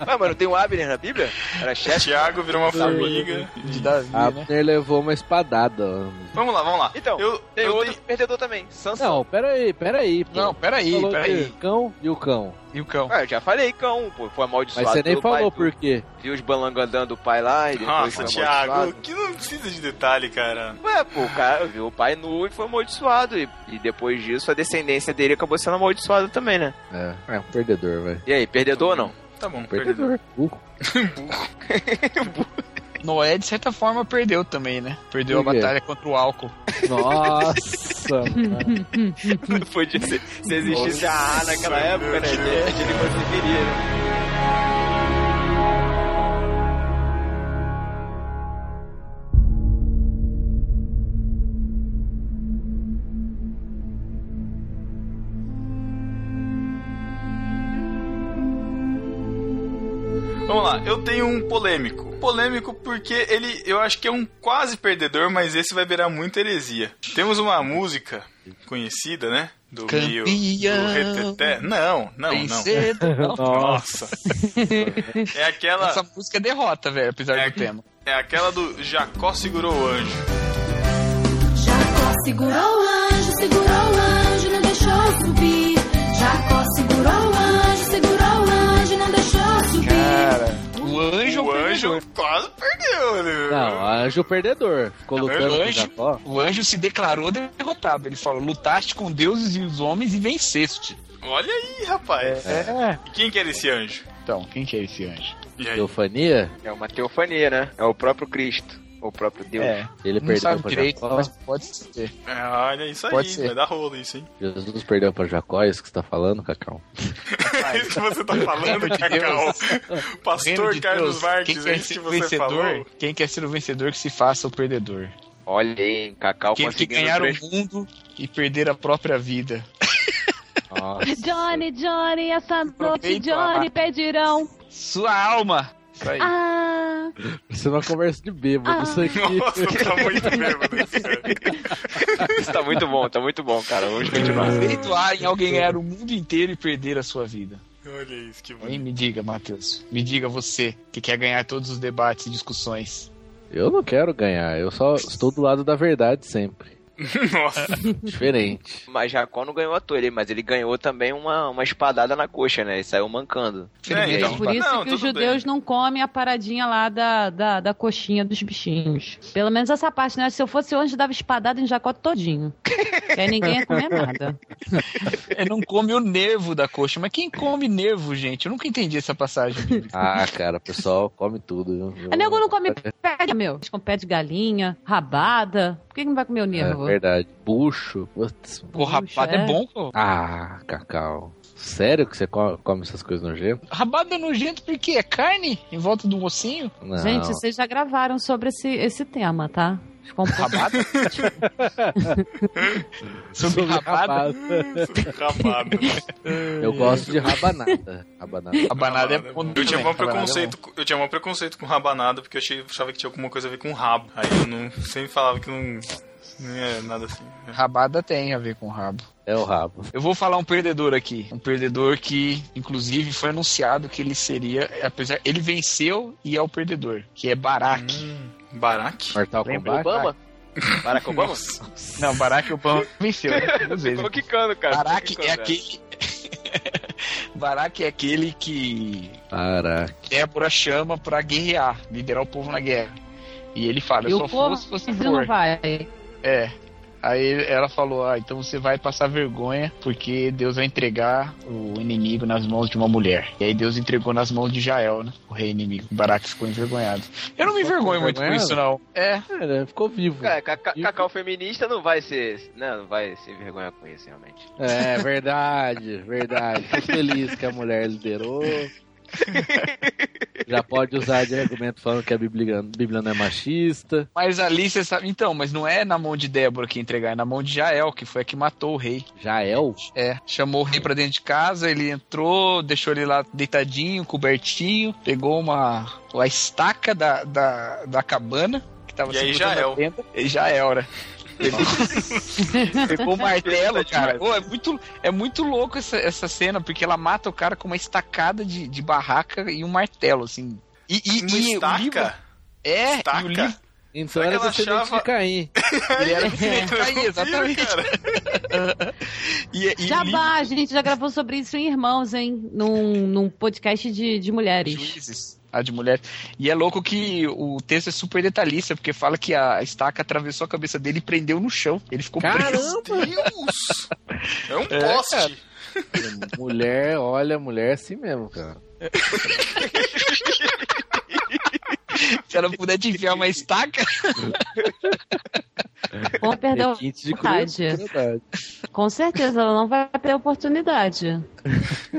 Speaker 3: Ah, mano, tem um Abner na Bíblia? Era chefe?
Speaker 1: Thiago virou uma formiga.
Speaker 4: De Davi, né?
Speaker 2: Abner levou uma espadada. mano.
Speaker 1: Vamos lá, vamos lá.
Speaker 3: Então,
Speaker 1: eu,
Speaker 3: Tem
Speaker 1: eu
Speaker 3: outro
Speaker 1: tenho-
Speaker 3: perdedor também, Sansão.
Speaker 2: Não, peraí, peraí. pô.
Speaker 4: Não, peraí,
Speaker 2: Falou
Speaker 4: peraí.
Speaker 2: de Cão e o cão.
Speaker 4: E o cão?
Speaker 3: Ah, eu já falei, cão, pô. Foi amaldiçoado.
Speaker 2: Mas você nem
Speaker 3: pelo pai
Speaker 2: falou
Speaker 3: do-
Speaker 2: por quê.
Speaker 3: Viu os balangandando do pai lá e depois
Speaker 1: Nossa,
Speaker 3: foi
Speaker 1: Thiago,
Speaker 3: amaldiçoado.
Speaker 1: que não precisa de detalhe, cara.
Speaker 3: Ué, pô, o cara viu o pai nu e foi amaldiçoado. E, e depois disso, a descendência dele acabou sendo amaldiçoada também, né?
Speaker 2: É, é um perdedor, velho.
Speaker 3: E aí, perdedor ou não?
Speaker 1: Tá bom, perdedor.
Speaker 2: Perdedor. Uh. Burro.
Speaker 4: Noé, de certa forma, perdeu também, né? Perdeu a
Speaker 2: Por quê?
Speaker 4: batalha contra o álcool.
Speaker 2: Nossa. mano.
Speaker 3: Não podia ser. Se existisse a A naquela
Speaker 1: Nossa,
Speaker 3: época, né?
Speaker 1: meu
Speaker 3: Ele,
Speaker 1: Deus.
Speaker 3: ele conseguiria, né?
Speaker 1: Vamos lá, eu tenho um polêmico. Polêmico porque ele, eu acho que é um quase perdedor, mas esse vai beirar muita heresia. Temos uma música conhecida, né? Do Rio. Do
Speaker 4: Campeão.
Speaker 1: Reteté. Não, não, não.
Speaker 4: Vencedor.
Speaker 1: Nossa. É aquela.
Speaker 4: Essa música é derrota, velho, apesar
Speaker 1: É.
Speaker 4: do tema.
Speaker 1: É aquela do Jacó segurou o anjo.
Speaker 6: Jacó segurou o anjo, segurou o anjo, não deixou subir. Jacó segurou o anjo, segurou o anjo, não deixou subir.
Speaker 4: O anjo, é
Speaker 1: o
Speaker 4: um
Speaker 1: anjo
Speaker 4: perdedor.
Speaker 1: quase perdeu, né?
Speaker 2: Não, anjo perdedor. Ficou
Speaker 1: Não,
Speaker 2: lutando com o
Speaker 4: anjo.
Speaker 2: Jacó.
Speaker 4: O anjo se declarou derrotado. Ele falou: lutaste com deuses e os homens e venceste.
Speaker 1: Olha aí, rapaz.
Speaker 4: É.
Speaker 1: E quem que era esse anjo?
Speaker 4: Então, quem que é esse anjo?
Speaker 1: E aí?
Speaker 2: Teofania?
Speaker 3: É uma teofania, né? É o próprio Cristo. o próprio Deus.
Speaker 4: É,
Speaker 2: Ele
Speaker 4: não
Speaker 2: perdeu
Speaker 4: sabe
Speaker 2: pra
Speaker 4: direito, né?
Speaker 2: Jacó.
Speaker 4: mas pode ser.
Speaker 1: É, olha isso aí,
Speaker 4: Pode ser.
Speaker 1: vai dar rolo isso, hein?
Speaker 2: Jesus perdeu pra Jacó, é isso que você tá falando, Cacau?
Speaker 1: É isso que você tá falando,
Speaker 4: Reino de
Speaker 1: Cacau.
Speaker 4: Reino
Speaker 1: Pastor
Speaker 4: de
Speaker 1: Carlos
Speaker 4: Deus,
Speaker 1: Marques, é
Speaker 4: quem quer
Speaker 1: isso que
Speaker 4: ser o
Speaker 1: você falou.
Speaker 4: vencedor, quem quer ser o vencedor que se faça o perdedor.
Speaker 3: Olha aí, Cacau
Speaker 4: Aqueles que um.
Speaker 3: conseguindo
Speaker 4: ganharam
Speaker 3: três-
Speaker 4: o mundo e perderam a própria vida.
Speaker 3: Tá
Speaker 2: Nossa.
Speaker 5: Johnny, Johnny, essa noite,
Speaker 4: Aproveita.
Speaker 5: Johnny, pedirão.
Speaker 4: Sua alma! Isso aí.
Speaker 5: Ah,
Speaker 2: Isso é uma conversa de bêbado, isso aqui.
Speaker 1: Nossa, tá muito bêbado isso, cara.
Speaker 3: Isso tá muito bom, tá muito bom, cara. Vamos continuar.
Speaker 4: Perdoar em alguém ganhar o mundo inteiro e perder a sua vida.
Speaker 1: Olha isso, que
Speaker 4: Hein,
Speaker 1: bonito.
Speaker 4: me diga, Matheus. Me diga você, que quer ganhar todos os debates e discussões.
Speaker 2: Eu não quero ganhar, eu só estou do lado da verdade sempre.
Speaker 1: Nossa,
Speaker 2: Diferente.
Speaker 3: Mas Jacó não ganhou à toa, ele, mas ele ganhou também uma, uma espadada na coxa, né? E saiu mancando.
Speaker 1: É, então.
Speaker 5: por isso
Speaker 1: Não,
Speaker 5: que os
Speaker 1: tudo
Speaker 5: judeus não comem a paradinha lá da, da, da coxinha dos bichinhos. Pelo menos essa parte, né? Se eu fosse hoje, dava espadada em Jacó todinho. que aí ninguém ia comer nada.
Speaker 4: É, não come o nervo da coxa. Mas quem come nervo, gente? Eu nunca entendi essa passagem bíblica.
Speaker 2: Ah, cara, o pessoal come tudo. Viu?
Speaker 5: A nego É, não come pé de meu. Eles comem pé de galinha, rabada. Por que que não vai comer o
Speaker 2: É
Speaker 5: nervo?
Speaker 2: verdade. Bucho. Putz.
Speaker 4: O rabado é.
Speaker 5: é.
Speaker 4: bom, pô.
Speaker 2: Ah, Cacau. Sério que você co- come essas coisas nojento?
Speaker 4: Rabado é nojento porque é carne em volta do mocinho.
Speaker 2: Não.
Speaker 5: Gente, vocês já gravaram sobre esse, esse tema, tá? Ficou um pouco...
Speaker 4: Rabado? Sobre
Speaker 2: Sobre
Speaker 4: rabado.
Speaker 2: rabada.
Speaker 1: rapado.
Speaker 2: Eu
Speaker 5: é
Speaker 2: gosto de rabanada. Rabanada.
Speaker 4: Rabanada é bom
Speaker 1: Eu tinha,
Speaker 4: também,
Speaker 1: um preconceito, com- eu tinha um preconceito com rabanada, porque eu achei- achava que tinha alguma coisa a ver com rabo. Aí eu não, sempre falava que não, não é nada assim.
Speaker 4: rabado é bom. Rabada tem a ver com rabo.
Speaker 2: É o rabo.
Speaker 4: Eu vou falar um perdedor aqui. Um perdedor que, inclusive, foi anunciado que ele seria. Apesar, ele venceu e é o perdedor, que é Barack.
Speaker 1: Hum, Baraque?
Speaker 2: Mortal
Speaker 4: Lembra?
Speaker 2: Kombat.
Speaker 3: Obama? Barack Obama?
Speaker 1: Nossa.
Speaker 4: Não, Barack Obama venceu, né? Duas vezes.
Speaker 3: Ficou quicando, cara.
Speaker 4: Barack
Speaker 3: Ficou
Speaker 4: é
Speaker 3: quicando,
Speaker 4: aquele. Barack é aquele que
Speaker 2: Caraca.
Speaker 4: Débora chama pra guerrear, liderar o povo na guerra. E ele fala, eu,
Speaker 5: E
Speaker 4: só
Speaker 5: o
Speaker 4: for
Speaker 5: povo
Speaker 4: se você
Speaker 5: não
Speaker 4: for.
Speaker 5: vai.
Speaker 4: É. Aí ela falou, ah, então você vai passar vergonha, porque Deus vai entregar o inimigo nas mãos de uma mulher. E aí Deus entregou nas mãos de Jael, né? O rei inimigo. Baraque ficou envergonhado. Eu não me
Speaker 2: Ficou
Speaker 4: envergonho muito com
Speaker 2: envergonhado?
Speaker 4: isso, não. É.
Speaker 2: Cara, ficou vivo.
Speaker 3: Cara, Cacau, Cacau feminista não vai ser. né, Não, não vai se envergonhar com isso, realmente.
Speaker 2: É, verdade, verdade. Tô feliz que a mulher liderou. Já pode usar de argumento falando que a Bíblia, Bíblia não é machista.
Speaker 4: Mas ali você sabe. Então, mas não é na mão de Débora que entregar, é na mão de Jael, que foi a que matou o rei.
Speaker 2: Jael?
Speaker 4: É, chamou o rei pra dentro de casa, ele entrou, deixou ele lá deitadinho, cobertinho, pegou uma a estaca da, da, da cabana que tava
Speaker 1: E aí é,
Speaker 4: segurando
Speaker 1: Jael.
Speaker 4: a tenda, e já era. Pegou o martelo,
Speaker 1: Tá
Speaker 4: cara. Ô, é, muito, é muito louco essa, essa cena, porque ela mata o cara com uma estacada de, de barraca e um martelo, assim. E,
Speaker 1: Uma
Speaker 4: e, e o livro,
Speaker 1: estaca?
Speaker 4: é, e o livro
Speaker 1: Estaca?
Speaker 2: Então
Speaker 1: Será
Speaker 2: era
Speaker 1: que ela
Speaker 2: descendente
Speaker 1: achava-
Speaker 2: de Caim.
Speaker 4: ele era Aí,
Speaker 1: Eu não vi,
Speaker 4: exatamente.
Speaker 1: cara.
Speaker 4: E, e o livro
Speaker 5: Jabá, a gente já gravou sobre isso em Irmãos, hein? Num, num podcast de, de mulheres.
Speaker 4: juízes, a de mulher. E é louco que o texto é super detalhista, porque fala que a estaca atravessou a cabeça dele e prendeu no chão. Ele ficou preso.
Speaker 2: Caramba!
Speaker 1: Deus! É um
Speaker 4: É,
Speaker 1: poste.
Speaker 2: Mulher, olha, mulher é assim mesmo, cara.
Speaker 4: Se ela puder te enfiar uma estaca,
Speaker 5: Bom, perdão.
Speaker 2: Requinte de
Speaker 5: Verdade.
Speaker 2: crueldade.
Speaker 5: Com certeza, ela não vai ter oportunidade.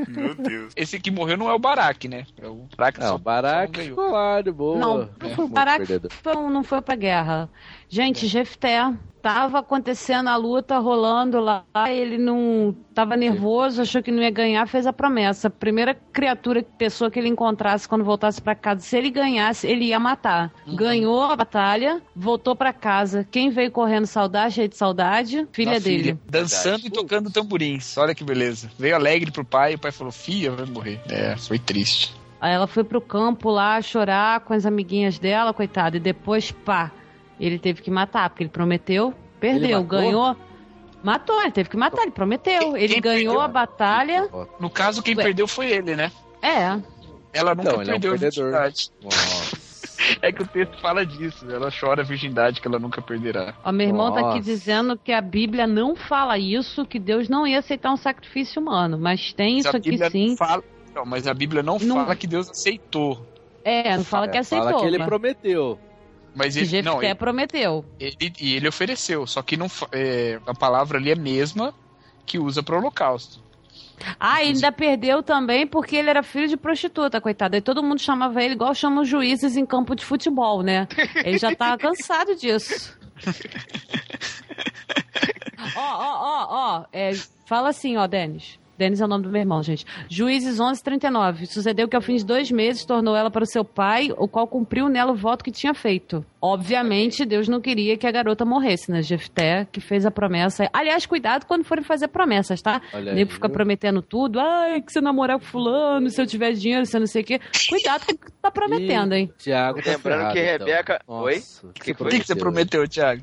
Speaker 1: Meu Deus.
Speaker 4: esse que morreu não é o Baraque, né? É o Baraque
Speaker 2: Não,
Speaker 4: só.
Speaker 2: o Barack
Speaker 4: ganhou.
Speaker 2: ficou lá de boa.
Speaker 5: Não,
Speaker 2: foi
Speaker 5: o
Speaker 2: muito
Speaker 5: Barack
Speaker 2: perdedor.
Speaker 5: foi um- não foi pra guerra. Gente, Jefté tava acontecendo a luta, rolando lá. Ele não tava nervoso, achou que não ia ganhar, fez a promessa. Primeira criatura, pessoa que ele encontrasse quando voltasse pra casa, se ele ganhasse, ele ia matar.
Speaker 4: Uhum.
Speaker 5: Ganhou a batalha, voltou pra casa. Quem veio correndo saudade, cheio de saudade, filha
Speaker 4: Da
Speaker 5: dele.
Speaker 4: Dançando e tocando tamborins. Olha que beleza. Veio alegre pro pai, o pai falou: Filha, vai morrer. É, foi triste.
Speaker 5: Aí ela foi pro campo lá chorar com as amiguinhas dela, coitada. E depois, pá, ele teve que matar, porque ele prometeu, perdeu,
Speaker 2: matou?
Speaker 5: ganhou. Matou, ele teve que matar, ele prometeu.
Speaker 4: Quem-
Speaker 5: Ele
Speaker 4: quem
Speaker 5: ganhou
Speaker 4: perdeu?
Speaker 5: a batalha.
Speaker 4: No caso, quem
Speaker 5: Ué.
Speaker 4: perdeu foi ele, né?
Speaker 5: É.
Speaker 4: Ela nunca
Speaker 2: Então, ele é um
Speaker 4: perdeu a
Speaker 2: perdedor.
Speaker 4: virgindade.
Speaker 2: Nossa.
Speaker 4: É que o texto fala disso. Ela chora a virgindade que ela nunca perderá.
Speaker 5: Ó, meu irmão tá
Speaker 2: Nossa.
Speaker 5: aqui dizendo que a Bíblia não fala isso, que Deus não ia aceitar um sacrifício humano. Mas tem
Speaker 4: Mas
Speaker 5: isso
Speaker 4: a
Speaker 5: aqui
Speaker 4: Bíblia
Speaker 5: sim.
Speaker 4: Não fala, não, mas a Bíblia não,
Speaker 5: Não-
Speaker 4: fala que Deus aceitou.
Speaker 5: É, não fala que
Speaker 2: É,
Speaker 5: aceitou.
Speaker 2: Fala que ele
Speaker 5: mas-
Speaker 2: prometeu.
Speaker 4: Mas
Speaker 5: Que
Speaker 4: ele, não,
Speaker 5: Jefté prometeu.
Speaker 4: ele, e ele ofereceu, só que não, fa- é, a palavra ali é a mesma que usa para holocausto.
Speaker 5: Ah, ele ainda perdeu também porque ele era filho de prostituta, coitado. E todo mundo chamava ele igual chamam os juízes em campo de futebol, né? Ele já tava cansado disso. Ó, ó, ó, ó. é, Fala assim, ó, Denis. Denis é o nome do meu irmão, gente. Juízes 1139. Sucedeu que ao fim de dois meses tornou ela para o seu pai, o qual cumpriu nela o voto que tinha feito. Obviamente, Deus não queria que a garota morresse, né? Jefté, que fez a promessa. Aliás, cuidado quando forem fazer promessas, tá?
Speaker 2: Olha
Speaker 5: O nego
Speaker 2: aí,
Speaker 5: fica
Speaker 2: viu?
Speaker 5: prometendo tudo. Ai, que se eu namorar com fulano, se eu tiver dinheiro, se eu não sei o quê. Cuidado com o que tá prometendo, hein?
Speaker 2: Tiago tá
Speaker 3: Lembrando que
Speaker 2: ferrado,
Speaker 3: Rebeca-
Speaker 2: Então.
Speaker 3: Oi?
Speaker 2: Nossa,
Speaker 3: Que que
Speaker 4: O que, que você prometeu, Thiago?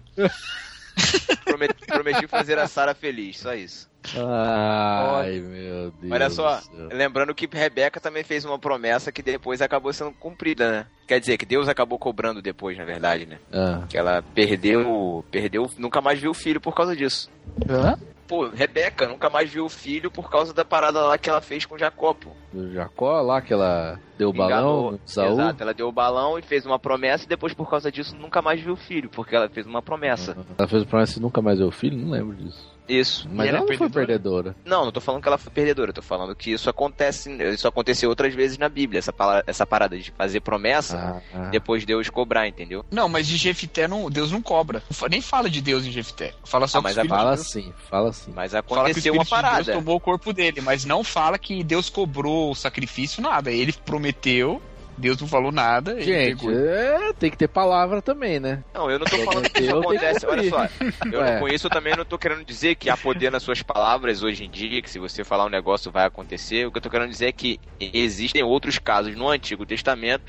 Speaker 3: Prometi, prometi fazer a Sara feliz, só isso.
Speaker 2: né? Ai, meu Deus.
Speaker 3: Olha só,
Speaker 2: do céu.
Speaker 3: lembrando que Rebeca também fez uma promessa que depois acabou sendo cumprida, né? Quer dizer, que Deus acabou cobrando depois, na verdade, né?
Speaker 2: Ah,
Speaker 3: Que ela perdeu, perdeu, nunca mais viu o filho por causa disso.
Speaker 4: Hã?
Speaker 3: Pô, Rebeca nunca mais viu o filho por causa da parada lá que ela fez com Jacó, pô.
Speaker 2: do Jacó lá que ela deu o balão
Speaker 3: Enganou.
Speaker 2: no Saúl.
Speaker 3: Exato, ela deu o balão e fez uma promessa e depois por causa disso nunca mais viu o filho, porque ela fez uma promessa.
Speaker 2: Ela fez promessa de nunca mais ver o filho, não lembro disso.
Speaker 3: Isso.
Speaker 2: Mas
Speaker 4: E ela
Speaker 2: ela,
Speaker 4: é
Speaker 2: não foi perdedora.
Speaker 3: Não, não tô falando que ela foi perdedora, eu tô falando que isso acontece, isso aconteceu outras vezes na Bíblia, essa, pala- essa parada de fazer promessa,
Speaker 2: Ah,
Speaker 3: depois Deus cobrar, entendeu?
Speaker 4: Não, mas de Jefité não, Deus não cobra. Não fa- Nem fala de Deus em Jefité. Fala só
Speaker 3: Ah,
Speaker 4: que os
Speaker 3: mas a
Speaker 4: filhos de
Speaker 2: fala
Speaker 4: Deus-
Speaker 2: assim, fala assim.
Speaker 3: Mas
Speaker 4: Fala que o
Speaker 3: aconteceu
Speaker 4: Espírito
Speaker 3: uma
Speaker 4: de Deus
Speaker 3: parada.
Speaker 4: tomou o corpo dele, mas não fala que Deus cobrou o sacrifício, nada. Ele prometeu, Deus não falou nada. ele
Speaker 2: Gente,
Speaker 4: pegou.
Speaker 2: é, tem que ter palavra também, né?
Speaker 3: Não, eu não tô falando que isso
Speaker 2: Eu tenho que
Speaker 3: acontece,
Speaker 2: cumprir.
Speaker 3: olha só. Eu
Speaker 2: Ué.
Speaker 3: não conheço, eu também não tô querendo dizer que há poder nas suas palavras hoje em dia, que se você falar um negócio vai acontecer. O que eu tô querendo dizer é que existem outros casos no Antigo Testamento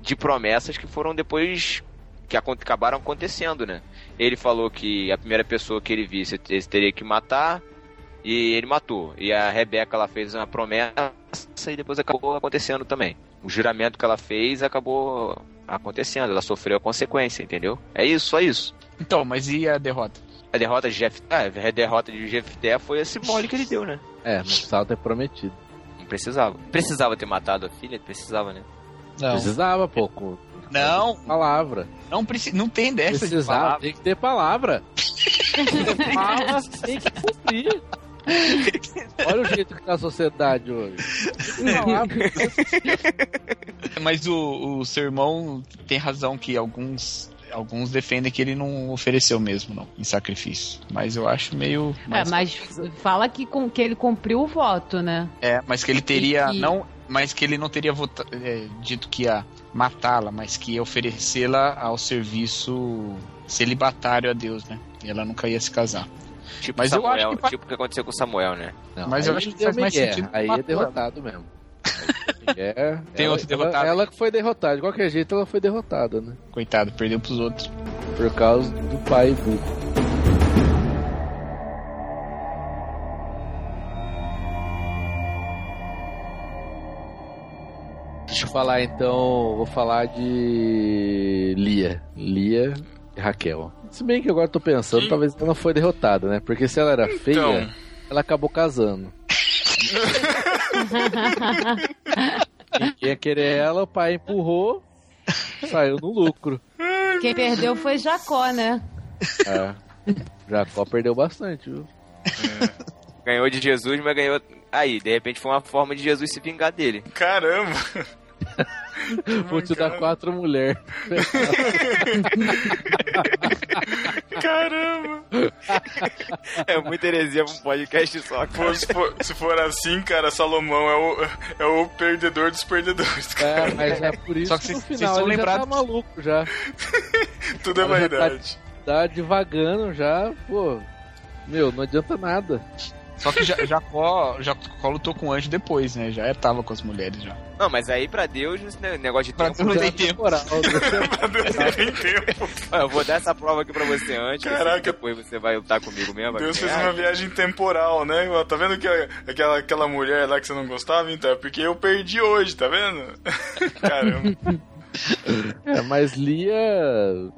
Speaker 3: de promessas que foram depois que acon- acabaram acontecendo, né? Ele falou que a primeira pessoa que ele visse ele teria que matar e ele matou. E a Rebeca ela fez uma promessa e depois acabou acontecendo também. O juramento que ela fez acabou acontecendo, ela sofreu a consequência, entendeu? É isso, só isso.
Speaker 4: Então, mas e a derrota?
Speaker 3: A derrota de Jeff, ah, a derrota de Jefté foi a simbólica que ele deu, né?
Speaker 2: É, não precisava ter prometido.
Speaker 3: Não precisava. Precisava ter matado a filha, precisava, né?
Speaker 4: Não,
Speaker 2: Precisava, pô. com-
Speaker 4: não,
Speaker 2: Palavra.
Speaker 4: não, preci- não tem dessa de
Speaker 2: Precisava,
Speaker 4: palavra.
Speaker 2: tem que ter palavra. Fala, tem que cumprir. Olha o jeito que tá a sociedade hoje. Palavra.
Speaker 4: Mas o, o seu irmão tem razão que alguns alguns defendem que ele não ofereceu mesmo, não, em sacrifício. Mas eu acho meio...
Speaker 5: É, mas fala que, com, que ele cumpriu o voto, né?
Speaker 4: É, mas que ele teria
Speaker 5: E que-
Speaker 4: não, mas que ele não teria vota- é, dito que ia matá-la, mas que ia oferecê-la ao serviço celibatário a Deus, né? E ela nunca ia se casar.
Speaker 3: Tipo
Speaker 4: Mas eu
Speaker 3: Samuel,
Speaker 4: acho que pa-
Speaker 3: tipo o que aconteceu com Samuel, né?
Speaker 2: Não,
Speaker 4: Mas eu
Speaker 2: aí
Speaker 4: acho que
Speaker 2: deu
Speaker 4: faz mais
Speaker 2: migué,
Speaker 4: sentido
Speaker 2: Aí
Speaker 4: matar
Speaker 2: é derrotado mesmo. É,
Speaker 4: Tem
Speaker 2: ela-
Speaker 4: outro derrotado?
Speaker 2: Ela, ela que foi derrotada. De qualquer jeito, ela foi derrotada, né?
Speaker 4: Coitado, perdeu pros outros.
Speaker 2: Por causa do pai burro. Deixa eu falar então, vou falar de Lia. Lia e Raquel. Se bem que agora eu tô pensando,
Speaker 1: Quem?
Speaker 2: talvez ela não foi derrotada, né? Porque se ela era feia,
Speaker 1: Então.
Speaker 2: ela acabou casando. Ninguém ia querer ela, o pai empurrou, saiu no lucro.
Speaker 5: Quem perdeu foi Jacó, né?
Speaker 2: É. Jacó perdeu bastante, viu?
Speaker 3: Ganhou de Jesus, mas ganhou. Aí, de repente foi uma forma de Jesus se vingar dele.
Speaker 1: Caramba! Que
Speaker 2: Vou te dar
Speaker 1: mancada.
Speaker 2: quatro mulheres.
Speaker 1: Caramba!
Speaker 3: É muita heresia pra um podcast só,
Speaker 1: Pô, se, for, se for assim, cara, Salomão é o, é o perdedor dos perdedores. cara.
Speaker 2: É, mas é por isso
Speaker 4: Só
Speaker 2: que,
Speaker 4: que
Speaker 2: no
Speaker 4: vocês- vocês
Speaker 2: final
Speaker 4: são
Speaker 2: ele já tá
Speaker 4: lembrados.
Speaker 2: maluco já.
Speaker 1: Tudo é
Speaker 2: Ela já tá-
Speaker 1: vaidade.
Speaker 2: Tá divagando já, pô. Meu, não adianta nada.
Speaker 4: Só que Ja- Jacó, Jacó lutou com o anjo depois, né? Já tava com as mulheres já.
Speaker 3: Não, mas aí pra Deus, esse ne- negócio de
Speaker 4: Pra
Speaker 3: tempo.
Speaker 4: Deus não
Speaker 2: Já
Speaker 4: tem
Speaker 2: tá
Speaker 4: tempo.
Speaker 2: moral, né?
Speaker 1: Pra Deus não tem tempo.
Speaker 3: Olha, eu vou dar essa prova aqui pra você antes.
Speaker 1: Caraca.
Speaker 3: e Depois você vai lutar comigo mesmo. assim,
Speaker 1: Deus
Speaker 3: vai
Speaker 1: fez
Speaker 3: ganhar.
Speaker 1: uma viagem temporal, né? Ó, Tá vendo que a- aquela, aquela mulher lá que você não gostava? Então, é porque eu perdi hoje, tá vendo? Caramba.
Speaker 2: É, mas Lia,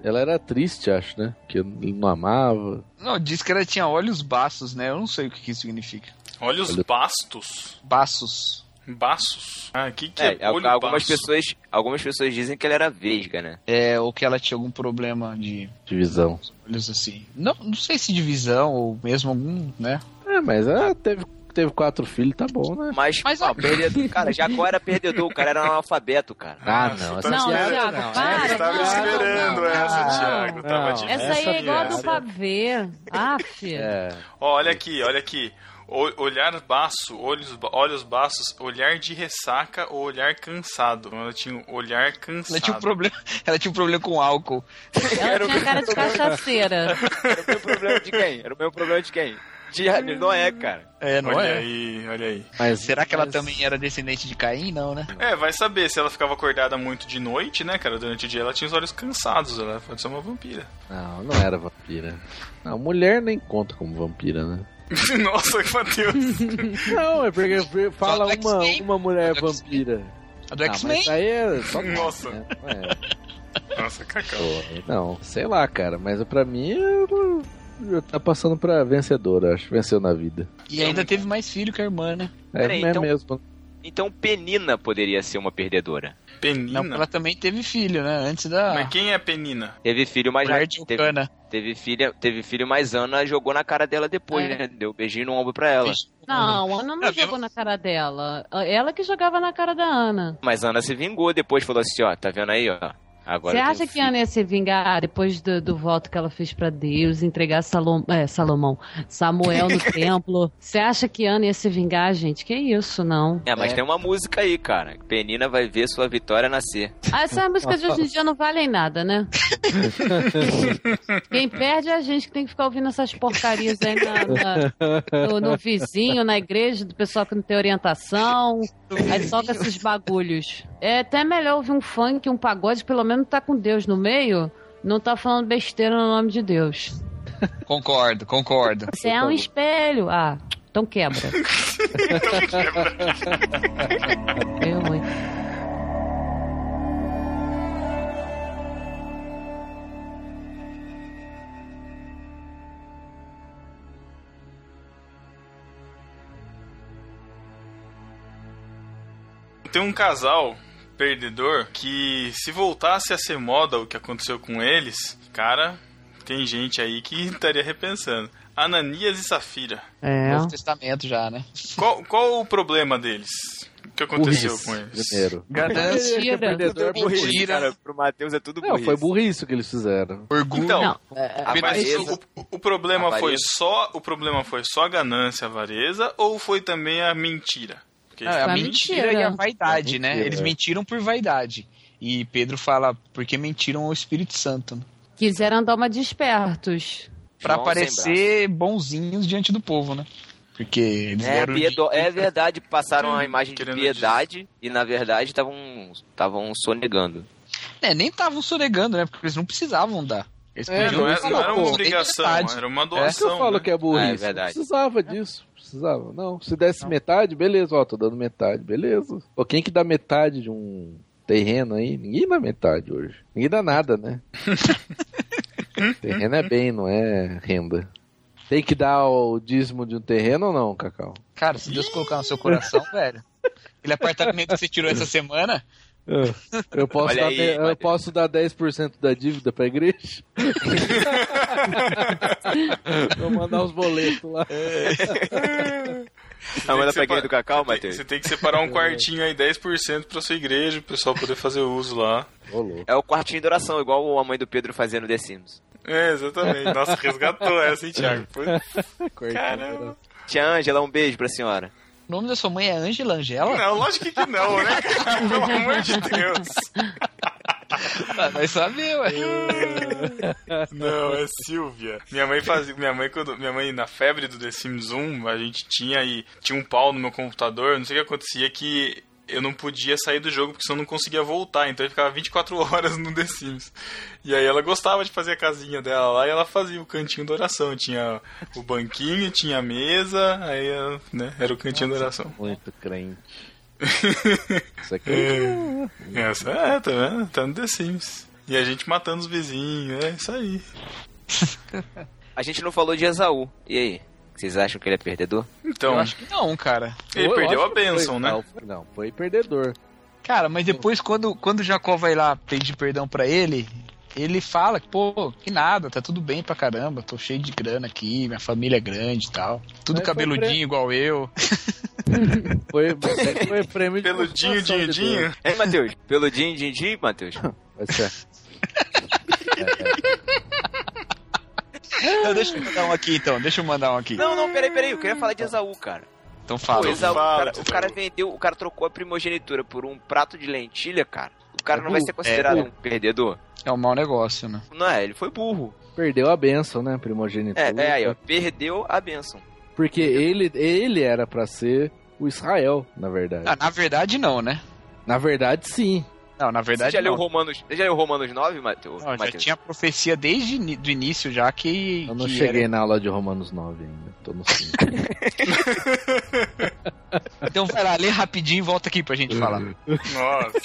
Speaker 2: ela era triste, acho, né? Porque ele não amava.
Speaker 4: Não, diz que ela tinha olhos baços, né? Eu não sei o que, que isso significa.
Speaker 1: Olha os
Speaker 2: Olha-
Speaker 1: bastos.
Speaker 4: Baços.
Speaker 1: Baços? Ah, o que, que é,
Speaker 3: É, al-
Speaker 1: olho
Speaker 3: algumas,
Speaker 1: baço?
Speaker 3: pessoas, algumas pessoas dizem que ela era vesga, né?
Speaker 4: É, ou que ela tinha algum problema de
Speaker 2: Divisão.
Speaker 4: olhos assim. Não, não sei se divisão ou mesmo algum, né?
Speaker 2: É, mas ela teve, teve quatro filhos, tá bom, né?
Speaker 3: Mas,
Speaker 4: Mas,
Speaker 3: ó,
Speaker 4: ó.
Speaker 3: perdedor, cara, Jacó era perdedor, o cara era um analfabeto, cara.
Speaker 2: Ah,
Speaker 1: não,
Speaker 2: não.
Speaker 1: essa
Speaker 2: Essa
Speaker 4: tá
Speaker 1: Não, piada-
Speaker 5: Thiago,
Speaker 2: não,
Speaker 5: para,
Speaker 1: Eu tava
Speaker 5: não,
Speaker 1: esperando
Speaker 5: não,
Speaker 1: essa,
Speaker 2: não,
Speaker 1: Thiago. eu tava
Speaker 2: não.
Speaker 1: te-
Speaker 5: Essa, aí
Speaker 2: Essa
Speaker 5: é igual a do
Speaker 2: piada.
Speaker 5: pavê. Aff.
Speaker 2: É.
Speaker 1: Ó, olha aqui, olha aqui. O- olhar baço, olhos, ba- olhos baços, olhar de ressaca ou olhar cansado. Então, Ela tinha um olhar cansado.
Speaker 4: Ela tinha, um problema, ela tinha um problema com álcool.
Speaker 5: Ela tinha cara de cachaceira.
Speaker 3: Era o meu problema de quem? Era o meu problema de quem? De Noé, cara.
Speaker 4: É, não
Speaker 1: Olha
Speaker 4: é?
Speaker 1: aí, olha aí.
Speaker 2: Mas,
Speaker 4: Será que ela
Speaker 2: mas-
Speaker 4: também era descendente de Caim? Não, né?
Speaker 1: É, vai saber se ela ficava acordada muito de noite, né, cara? Durante o dia ela tinha os olhos cansados, ela pode ser uma vampira.
Speaker 2: Não, não era vampira. Não, mulher nem conta como vampira, né?
Speaker 1: Nossa, Matheus.
Speaker 2: Não, é porque fala
Speaker 4: do
Speaker 2: uma,
Speaker 4: X-Men.
Speaker 2: uma mulher
Speaker 4: Só do X-Men.
Speaker 2: vampira.
Speaker 4: A do
Speaker 2: Ah, mas
Speaker 4: X-Men?
Speaker 2: aí é só nada,
Speaker 1: Nossa.
Speaker 2: né? Não é,
Speaker 1: Nossa, Cacau.
Speaker 2: pô, não, sei lá, cara, mas pra mim eu- eu tá passando pra vencedora, acho. Venceu na vida.
Speaker 4: E ainda teve mais filho que a irmã, né?
Speaker 2: É,
Speaker 3: Peraí,
Speaker 2: é
Speaker 3: então-
Speaker 2: mesmo.
Speaker 3: Então Penina poderia ser uma perdedora.
Speaker 1: Penina?
Speaker 4: Não, ela também teve filho, né? Antes da
Speaker 1: Mas quem é Penina?
Speaker 3: Teve filho mais
Speaker 4: mulher de
Speaker 3: teve,
Speaker 4: Ucana.
Speaker 3: teve filha, teve filho mais Ana, jogou na cara dela depois,
Speaker 5: É.
Speaker 3: né? Deu beijinho no ombro pra ela.
Speaker 5: Não, Ana não
Speaker 4: É, viu?
Speaker 5: jogou na cara dela. Ela que jogava na cara da Ana.
Speaker 3: Mas Ana se vingou depois, falou assim, ó, tá vendo aí, ó. Agora
Speaker 5: Você
Speaker 3: eu tenho
Speaker 5: acha que
Speaker 3: filho.
Speaker 5: a Ana ia se vingar depois do, do voto que ela fez pra Deus, entregar Salom, é, Salomão, Samuel no templo? Você acha que a Ana ia se vingar, gente? Que isso, não.
Speaker 3: É, mas
Speaker 4: É.
Speaker 3: tem uma música aí, cara. Penina vai ver sua vitória nascer.
Speaker 5: Ah, essas músicas de hoje em dia não valem nada, né? Quem perde é a gente que tem que ficar ouvindo essas porcarias aí na- na- no, no vizinho, na igreja, do pessoal que não tem orientação. Aí toca esses bagulhos. É até melhor ouvir um funk, um pagode, pelo menos tá com Deus no meio, não tá falando besteira no nome de Deus.
Speaker 4: Concordo, concordo.
Speaker 5: Você é um espelho. Ah, então quebra. Meu, mãe.
Speaker 1: Tem um casal perdedor que se voltasse a ser moda o que aconteceu com eles, cara, tem gente aí que estaria repensando. Ananias e Safira.
Speaker 5: É.
Speaker 4: Novo Testamento já, né?
Speaker 1: Qual, qual o problema deles? O que aconteceu
Speaker 2: burrice,
Speaker 1: com eles?
Speaker 2: Primeiro.
Speaker 4: Ganância,
Speaker 2: Ele é
Speaker 5: Mentira.
Speaker 2: perdedor,
Speaker 4: Tudo burrice.
Speaker 2: burrice.
Speaker 4: Mentira.
Speaker 3: pro Matheus é tudo
Speaker 2: Não, foi burrice o que eles fizeram.
Speaker 4: orgulho.
Speaker 1: Então,
Speaker 5: Não,
Speaker 3: É,
Speaker 1: mas
Speaker 3: avareza.
Speaker 1: o, o problema
Speaker 3: Avareza.
Speaker 1: foi só o problema foi só a ganância, a avareza ou foi também a mentira? Porque
Speaker 4: Não, é a
Speaker 5: Foi a
Speaker 4: mentira,
Speaker 5: mentira.
Speaker 4: e a vaidade,
Speaker 2: É a
Speaker 4: né?
Speaker 2: mentira,
Speaker 4: Eles
Speaker 2: é.
Speaker 4: mentiram por vaidade. E Pedro fala, porque mentiram ao Espírito Santo. né?
Speaker 5: Quiseram dar uma despertos.
Speaker 4: Pra
Speaker 3: João sem
Speaker 4: parecer bonzinhos diante do povo, né? Porque eles
Speaker 3: É,
Speaker 4: deram
Speaker 3: piedo- é verdade, passaram a imagem de
Speaker 1: Querendo
Speaker 3: piedade e na verdade estavam estavam sonegando.
Speaker 4: É, nem estavam sonegando, né? Porque eles não precisavam dar. Eles
Speaker 2: É,
Speaker 1: não era,
Speaker 4: falar,
Speaker 1: não era
Speaker 4: pô,
Speaker 1: uma
Speaker 4: tem
Speaker 1: obrigação,
Speaker 4: metade.
Speaker 1: era uma
Speaker 2: É isso que
Speaker 1: doação.
Speaker 2: eu falo
Speaker 1: né?
Speaker 2: que é
Speaker 3: Ah, é
Speaker 2: burrice. não
Speaker 3: verdade.
Speaker 2: precisava disso. Precisava, não. Se desse metade, beleza. Ó, tô dando metade, beleza. Pô, quem que dá metade de um terreno aí? Ninguém dá metade hoje. Ninguém dá nada, né? terreno é bem, não é renda. Tem que dar o dízimo de um terreno ou não, Cacau?
Speaker 4: Cara, se Deus colocar no seu coração, velho. Aquele apartamento que você tirou essa semana,
Speaker 2: Eu posso,
Speaker 3: Olha
Speaker 2: dar,
Speaker 3: aí,
Speaker 2: de- eu
Speaker 3: Matheus.
Speaker 2: posso dar 10% da dívida pra igreja? Vou mandar os boletos lá.
Speaker 3: É.
Speaker 1: Tem que separar-
Speaker 3: Cacau,
Speaker 1: tem- Você tem que separar um quartinho aí, 10% pra sua igreja, o pessoal poder fazer uso lá.
Speaker 2: Ô, louco.
Speaker 3: É o quartinho de oração, igual a mãe do Pedro fazendo The Sims.
Speaker 1: É, exatamente. Nossa, resgatou essa, hein, Thiago? Pô, Caramba.
Speaker 3: Tia Ângela, um beijo pra senhora.
Speaker 4: o nome da sua mãe é Ângela Angela?
Speaker 1: Não, lógico que não, né, cara? Pelo amor de Deus.
Speaker 4: Vai saber, ué.
Speaker 1: Não, é Silvia. Minha mãe fazia. Minha mãe, quando, minha mãe, na febre do The Sims 1, a gente tinha aí. Tinha um pau no meu computador, não sei o que acontecia que. Eu não podia sair do jogo porque senão eu não conseguia voltar, então eu ficava 24 horas no The Sims. E aí ela gostava de fazer a casinha dela lá e ela fazia o cantinho da oração. Tinha o banquinho, tinha a mesa, aí ela, né, era o cantinho da oração.
Speaker 2: Muito crente. Isso aqui um
Speaker 1: É, Essa é, tá vendo? Tá no The Sims. E a gente matando os vizinhos, é isso aí.
Speaker 3: A gente não falou de Esaú. E aí? O que Vocês acham que ele é perdedor?
Speaker 1: Então,
Speaker 4: Eu acho que não, cara.
Speaker 1: ele
Speaker 2: Eu
Speaker 1: perdeu
Speaker 2: acho
Speaker 1: a
Speaker 2: que foi-
Speaker 1: bênção, né?
Speaker 2: Não, foi- não, foi perdedor.
Speaker 4: Cara, mas depois quando, quando Jacó vai lá pedir perdão pra ele, ele fala que, pô, que nada, tá tudo bem pra caramba, tô cheio de grana aqui, minha família é grande e tal. Tudo
Speaker 2: Mas foi
Speaker 4: cabeludinho igual eu.
Speaker 2: Foi, foi prêmio de
Speaker 1: Peludinho,
Speaker 2: consolação
Speaker 1: dinho,
Speaker 2: de
Speaker 1: dinho.
Speaker 2: Deus.
Speaker 3: Hein, Matheus? Pelo din din din, Matheus?
Speaker 2: Vai ser.
Speaker 4: Não, deixa eu mandar um aqui então, deixa eu mandar um aqui.
Speaker 3: Não, não, peraí, peraí. Eu queria falar de Esaú, cara.
Speaker 4: Então
Speaker 3: Pô,
Speaker 4: fala.
Speaker 1: Pois. é.
Speaker 3: Esaú,
Speaker 1: fala,
Speaker 3: cara, o
Speaker 1: Esaú.
Speaker 3: cara vendeu, o cara trocou a primogenitura por um prato de lentilha, cara. O cara não vai ser considerado
Speaker 2: É.
Speaker 3: um perdedor.
Speaker 4: É um mau negócio, né?
Speaker 3: Não é, ele foi burro.
Speaker 2: Perdeu a benção, né, primogenitura.
Speaker 3: É, é aí, ó. Perdeu a bênção.
Speaker 2: Porque ele, ele era pra ser o Israel, na verdade.
Speaker 4: Ah, na verdade não, né?
Speaker 2: Na verdade, sim.
Speaker 4: Não, na
Speaker 3: Você
Speaker 4: verdade
Speaker 3: já leu
Speaker 4: não.
Speaker 3: Romanos, você já leu Romanos 9, Matheus?
Speaker 4: Não, já
Speaker 3: Matheus?
Speaker 4: tinha profecia desde o início já que...
Speaker 2: Eu não
Speaker 4: que
Speaker 2: cheguei né? na aula de Romanos 9 ainda. Tô no 5.
Speaker 4: era- Então vai lá, lê rapidinho e volta aqui pra gente
Speaker 2: Hum,
Speaker 4: falar.
Speaker 1: Nossa.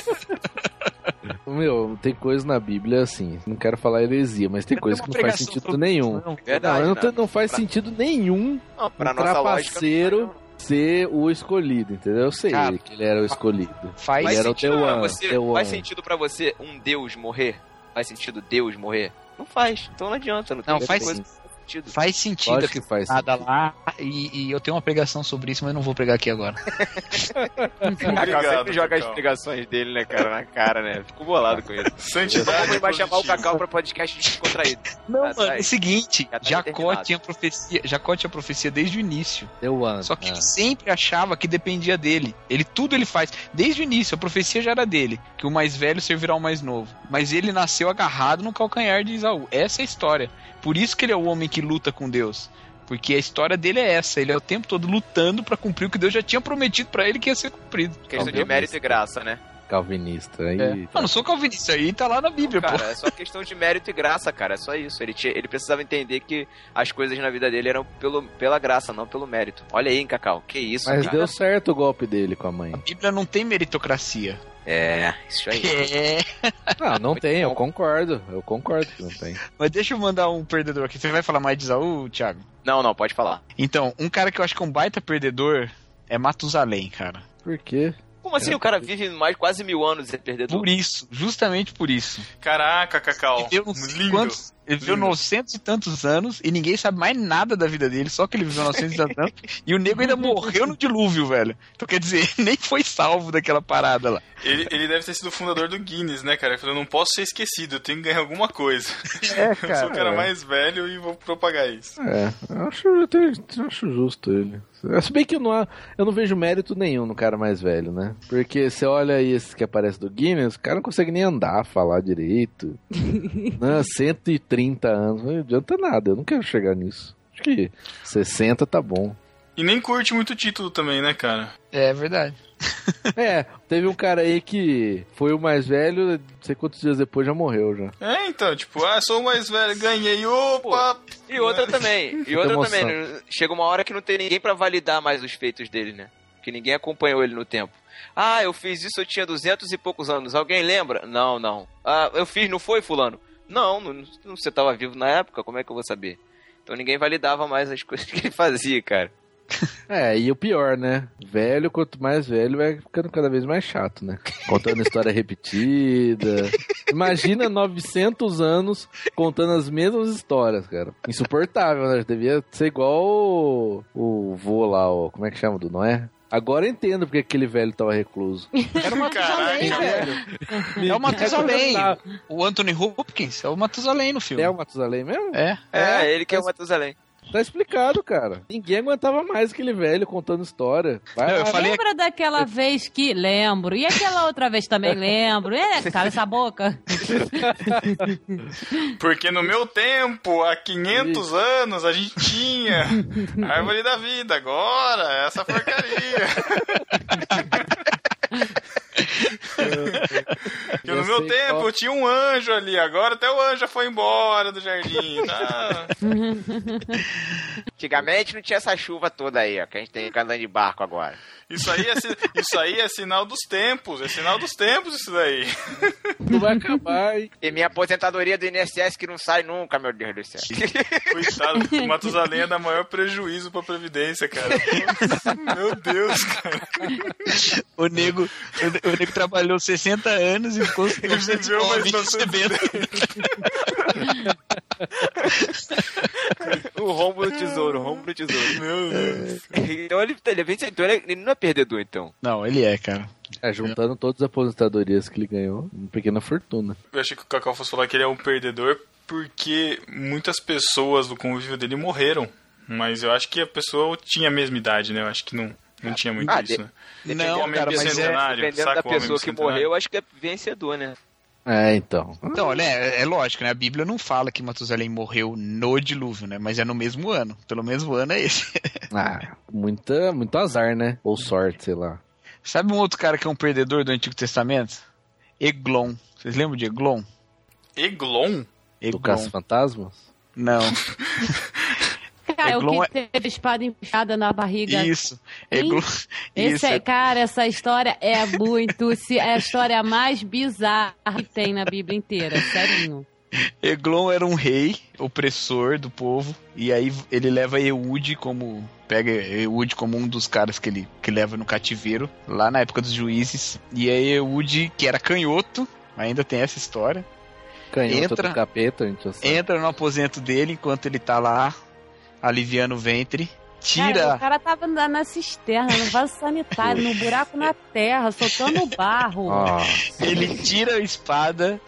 Speaker 2: Meu, tem coisas na Bíblia assim. Não quero falar heresia, mas tem coisas que não faz sentido nenhum.
Speaker 3: Verdade,
Speaker 2: Não, não,
Speaker 3: né?
Speaker 2: tem- não faz
Speaker 3: Pra-
Speaker 2: sentido nenhum
Speaker 3: Não, pra
Speaker 2: um
Speaker 3: nossa lógica.
Speaker 2: trapaceiro ser o escolhido, entendeu? Eu sei
Speaker 4: Cara,
Speaker 2: que ele era o escolhido.
Speaker 4: Faz
Speaker 2: Ele
Speaker 3: Faz
Speaker 2: era o
Speaker 3: sentido,
Speaker 2: The
Speaker 3: pra
Speaker 2: One,
Speaker 3: você,
Speaker 2: The One.
Speaker 3: faz sentido pra você um deus morrer? Faz sentido Deus morrer? Não faz, então não adianta. Não, tem
Speaker 4: Não, faz
Speaker 2: sim.
Speaker 3: coisa que faz sentido.
Speaker 4: Faz sentido
Speaker 2: Lógico que faz sentido.
Speaker 4: nada lá e, e eu tenho uma pregação sobre isso, mas eu não vou pregar aqui agora.
Speaker 3: Cacau sempre
Speaker 1: Obrigado,
Speaker 3: joga as
Speaker 1: Cacau.
Speaker 3: explicações dele, né, cara, na cara, né? Fico bolado com ele.
Speaker 1: Santidade.
Speaker 3: Ele vai chamar o
Speaker 1: positiva.
Speaker 3: Cacau pra podcast descontraído.
Speaker 4: Não,
Speaker 3: mano,
Speaker 4: É o seguinte,
Speaker 3: Já tá
Speaker 4: Jacó
Speaker 3: determinado.
Speaker 4: tinha profecia, Jacó tinha profecia desde o início.
Speaker 2: The One.
Speaker 4: Só que
Speaker 2: ah.
Speaker 4: ele sempre achava que dependia dele. Ele tudo ele faz desde o início. A profecia já era dele, que o mais velho servirá ao mais novo. Mas ele nasceu agarrado no calcanhar de Isaú. Essa é a história. Por isso que ele é o homem que luta com Deus. Porque a história dele é essa, ele é o tempo todo lutando pra cumprir o que Deus já tinha prometido pra ele que ia ser cumprido.
Speaker 3: Questão é de
Speaker 2: Talvez.
Speaker 3: mérito e graça, né?
Speaker 2: Calvinista. Aí,
Speaker 4: É. Mano, não sou calvinista aí, tá lá na Bíblia, pô.
Speaker 3: Cara, é só questão de mérito e graça, cara. É só isso. Ele, tinha- ele precisava entender que as coisas na vida dele eram pelo, pela graça, não pelo mérito. Olha aí, hein, Cacau. Que isso,
Speaker 2: Mas
Speaker 3: cara.
Speaker 2: deu certo o golpe dele com a mãe.
Speaker 4: A Bíblia não tem meritocracia.
Speaker 3: É, isso aí.
Speaker 4: É.
Speaker 2: Não, não tem, eu concordo. Eu concordo que não tem.
Speaker 4: Mas deixa eu mandar um perdedor aqui. Você vai falar mais de Isaú, Thiago?
Speaker 3: Não, não, pode falar.
Speaker 4: Então, um cara que eu acho que é um baita perdedor é Matusalém, cara.
Speaker 2: Por quê?
Speaker 3: Como assim o cara vive mais quase mil anos e é perdedor?
Speaker 4: Por isso, justamente por isso.
Speaker 1: Caraca, Cacau.
Speaker 4: Ele viveu, não sei
Speaker 1: Lindo.
Speaker 4: quantos- ele viveu
Speaker 1: Lindo.
Speaker 4: 900 e tantos anos e ninguém sabe mais nada da vida dele, só que ele viveu 900 e tantos anos e o nego ainda morreu no dilúvio, velho. Então quer dizer, nem foi salvo daquela parada lá.
Speaker 1: Ele, ele deve ter sido o fundador do Guinness, né, cara? Ele falou, não posso ser esquecido, eu tenho que ganhar alguma coisa.
Speaker 2: É,
Speaker 1: Eu sou o cara
Speaker 2: é.
Speaker 1: mais velho e vou propagar isso.
Speaker 2: É, eu acho, eu até- eu acho justo ele. É, Se bem que eu não, há- eu não vejo mérito nenhum no cara mais velho, né? Porque você olha aí esse que aparece do Guinness, o cara não consegue nem andar, falar direito. né? 130 anos, não adianta nada, eu não quero chegar nisso. Acho que 60 tá bom.
Speaker 1: E nem curte muito o título também, né, cara?
Speaker 4: É verdade.
Speaker 2: É, teve um cara aí que foi o mais velho, não sei quantos dias depois já morreu já.
Speaker 1: É, então, tipo, ah, sou o mais velho, ganhei, opa!
Speaker 3: E outra também. E outra
Speaker 2: emoção.
Speaker 3: também. né? Chega uma hora que não tem ninguém pra validar mais os feitos dele, né? Que ninguém acompanhou ele no tempo. Ah, eu fiz isso, eu tinha duzentos e poucos anos. Alguém lembra? Não, não. Ah, eu fiz, não foi, fulano? Não, não, não- você tava vivo na época, como é que eu vou saber? Então ninguém validava mais as coisas que ele fazia, cara.
Speaker 2: É, e o pior, né? Velho, quanto mais velho, vai ficando cada vez mais chato, né? Contando história repetida. Imagina 900 anos contando as mesmas histórias, cara. Insuportável, né? Devia ser igual o, o vô lá, o, como é que chama do Noé? Agora eu entendo porque aquele velho tava recluso.
Speaker 4: Era uma
Speaker 1: Caraca.
Speaker 2: Me-
Speaker 4: É o Matusalém.
Speaker 2: É
Speaker 4: O Anthony Hopkins é o Matusalém no filme.
Speaker 2: o Matusalém mesmo?
Speaker 4: É.
Speaker 3: É, ele que é o Matusalém.
Speaker 2: Tá explicado, cara. Ninguém aguentava mais aquele velho contando história. Vai
Speaker 4: Não,
Speaker 2: lá.
Speaker 4: eu falei-
Speaker 5: Lembra daquela
Speaker 4: É.
Speaker 5: vez que. Lembro. E aquela outra vez também lembro. É, cala essa boca.
Speaker 1: Porque no meu tempo, há 500 anos, a gente tinha a árvore da vida, agora é essa porcaria. Porque no
Speaker 2: Eu
Speaker 1: meu
Speaker 2: sei
Speaker 1: tempo
Speaker 2: qual.
Speaker 1: eu tinha um anjo ali, agora até o anjo já foi embora do jardim. tá?
Speaker 3: Antigamente não tinha essa chuva toda aí, ó, que a gente tem andando de barco agora.
Speaker 1: Isso, aí é, si- isso aí é sinal dos tempos, é sinal dos tempos isso daí.
Speaker 2: Não vai acabar, hein?
Speaker 3: E minha aposentadoria do INSS que não sai nunca, meu Deus do céu.
Speaker 1: Coitado, o Matusalém é da maior prejuízo pra Previdência, cara. Meu Deus, cara.
Speaker 4: O nego, o, o nego trabalhou 60 anos e ficou
Speaker 1: Ele viveu mais 900
Speaker 3: O rombo do tesouro, o rombo do tesouro.
Speaker 1: Meu Deus.
Speaker 3: Então ele, ele, é vencedor, então ele, ele não é perdedor, então.
Speaker 4: Não, ele é, cara.
Speaker 2: É, juntando todas as aposentadorias que ele ganhou, uma pequena fortuna.
Speaker 1: Eu achei que o Cacau fosse falar que ele é um perdedor porque muitas pessoas do convívio dele morreram. Mas eu acho que a pessoa tinha a mesma idade, né? Eu acho que não, não tinha muito
Speaker 3: Ah,
Speaker 1: isso,
Speaker 3: de-
Speaker 1: né?
Speaker 4: Não,
Speaker 1: homem
Speaker 4: cara, mas é.
Speaker 1: bicentenário,
Speaker 3: Dependendo
Speaker 1: saca o
Speaker 3: da
Speaker 1: homem
Speaker 3: pessoa que
Speaker 1: bicentenário?
Speaker 3: morreu, acho que é vencedor, né?
Speaker 2: É, então.
Speaker 4: Então, olha, é, é lógico, né? A Bíblia não fala que Matusalém morreu no dilúvio, né? Mas é no mesmo ano. Pelo mesmo ano é esse.
Speaker 2: Ah, muita, muito azar, né? Ou sorte, sei lá.
Speaker 4: Sabe um outro cara que é um perdedor do Antigo Testamento? Eglon. Vocês lembram de Eglon?
Speaker 1: Eglon?
Speaker 2: Do Caça-Fantasmas?
Speaker 4: Não.
Speaker 7: Cara, é
Speaker 4: Eglon
Speaker 7: o que teve espada enfiada na barriga.
Speaker 4: Isso. Eglon. Isso.
Speaker 7: Esse é, cara, essa história é muito. se- É a história mais bizarra que tem na Bíblia inteira, sério.
Speaker 4: Eglon era um rei opressor do povo. E aí ele leva Eude como. Pega Eude como um dos caras que ele que leva no cativeiro, lá na época dos juízes. E aí Eude, que era canhoto, ainda tem essa história.
Speaker 2: Canhota
Speaker 4: Entra-
Speaker 2: do capeta, a gente já sabe.
Speaker 4: entra no aposento dele enquanto ele tá lá aliviando o ventre,
Speaker 7: Cara,
Speaker 4: tira.
Speaker 7: o cara tava na, na cisterna, no vaso sanitário, no buraco na terra, soltando barro.
Speaker 4: Ah,
Speaker 2: Nossa.
Speaker 4: ele tira a espada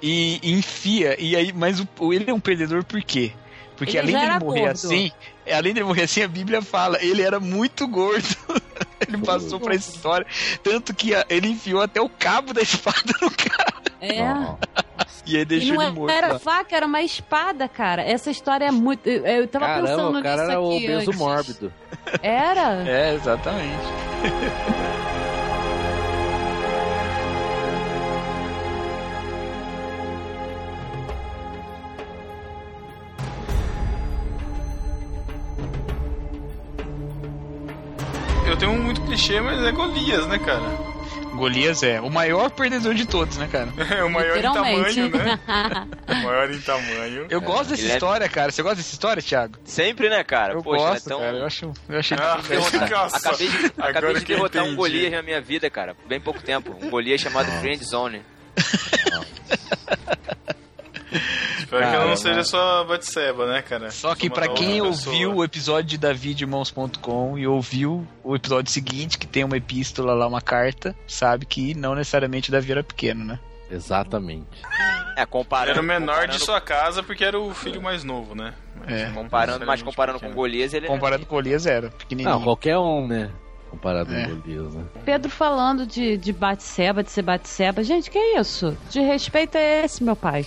Speaker 4: e enfia. E aí, mas o- o- ele é um perdedor por quê? Porque
Speaker 7: Ele
Speaker 4: além
Speaker 7: já
Speaker 4: dele
Speaker 7: era
Speaker 4: morrer
Speaker 7: gordo.
Speaker 4: assim, é, além dele morrer assim, a Bíblia fala, ele era muito gordo. ele passou pra essa história. Tanto que a- ele enfiou até o cabo da espada no cara.
Speaker 7: é.
Speaker 2: Nossa.
Speaker 4: E aí
Speaker 7: E
Speaker 4: deixou ele
Speaker 7: não
Speaker 4: morto.
Speaker 7: era
Speaker 4: lá.
Speaker 7: faca, era uma espada, cara. Essa história é muito. Eu, eu tava
Speaker 2: Caramba,
Speaker 7: pensando
Speaker 2: o cara
Speaker 7: nisso
Speaker 2: era
Speaker 7: aqui.
Speaker 2: obeso
Speaker 7: antes.
Speaker 2: mórbido.
Speaker 7: Era?
Speaker 4: É, exatamente.
Speaker 1: Eu tenho um muito clichê, mas é Golias, né, cara?
Speaker 4: Golias é o maior perdedor de todos, né, cara?
Speaker 1: É o maior em
Speaker 7: Literalmente.
Speaker 1: tamanho, né? O maior em tamanho.
Speaker 4: Eu gosto dessa
Speaker 3: Ele é-
Speaker 4: história, cara. Você gosta dessa história, Thiago?
Speaker 3: Sempre, né, cara?
Speaker 4: Eu
Speaker 3: Poxa,
Speaker 4: gosto,
Speaker 3: é tão...
Speaker 4: cara. Eu, acho, eu achei
Speaker 1: Ah,
Speaker 4: tão legal.
Speaker 1: nossa,
Speaker 3: Acabei de,
Speaker 1: agora
Speaker 3: acabei de
Speaker 1: que eu
Speaker 3: derrotar um
Speaker 1: entendi.
Speaker 3: Golias na minha vida, cara. Bem pouco tempo. Um Golias chamado Friend Zone.
Speaker 1: Espero que ela não
Speaker 4: Cara,
Speaker 1: seja só Batseba, né, cara?
Speaker 4: Só que
Speaker 1: Só
Speaker 4: pra
Speaker 1: uma
Speaker 4: quem
Speaker 1: outra
Speaker 4: ouviu
Speaker 1: pessoa.
Speaker 4: o episódio de davidirmãos.com e ouviu o episódio seguinte, que tem uma epístola lá, uma carta, sabe que não necessariamente Davi era pequeno, né?
Speaker 2: Exatamente.
Speaker 3: É, comparando.
Speaker 1: Era o menor
Speaker 3: comparando,
Speaker 1: de sua casa porque era o filho mais novo, né?
Speaker 4: É.
Speaker 3: Comparando, mas comparando com Golias, ele é-
Speaker 4: Comparado com o Elias, era
Speaker 2: Não,
Speaker 4: pequenininho.
Speaker 2: qualquer um, né? Comparado
Speaker 4: É.
Speaker 2: com Golias, né?
Speaker 7: Pedro falando de, de Batseba, de ser Batseba. Gente, que isso? De respeito é esse, meu pai.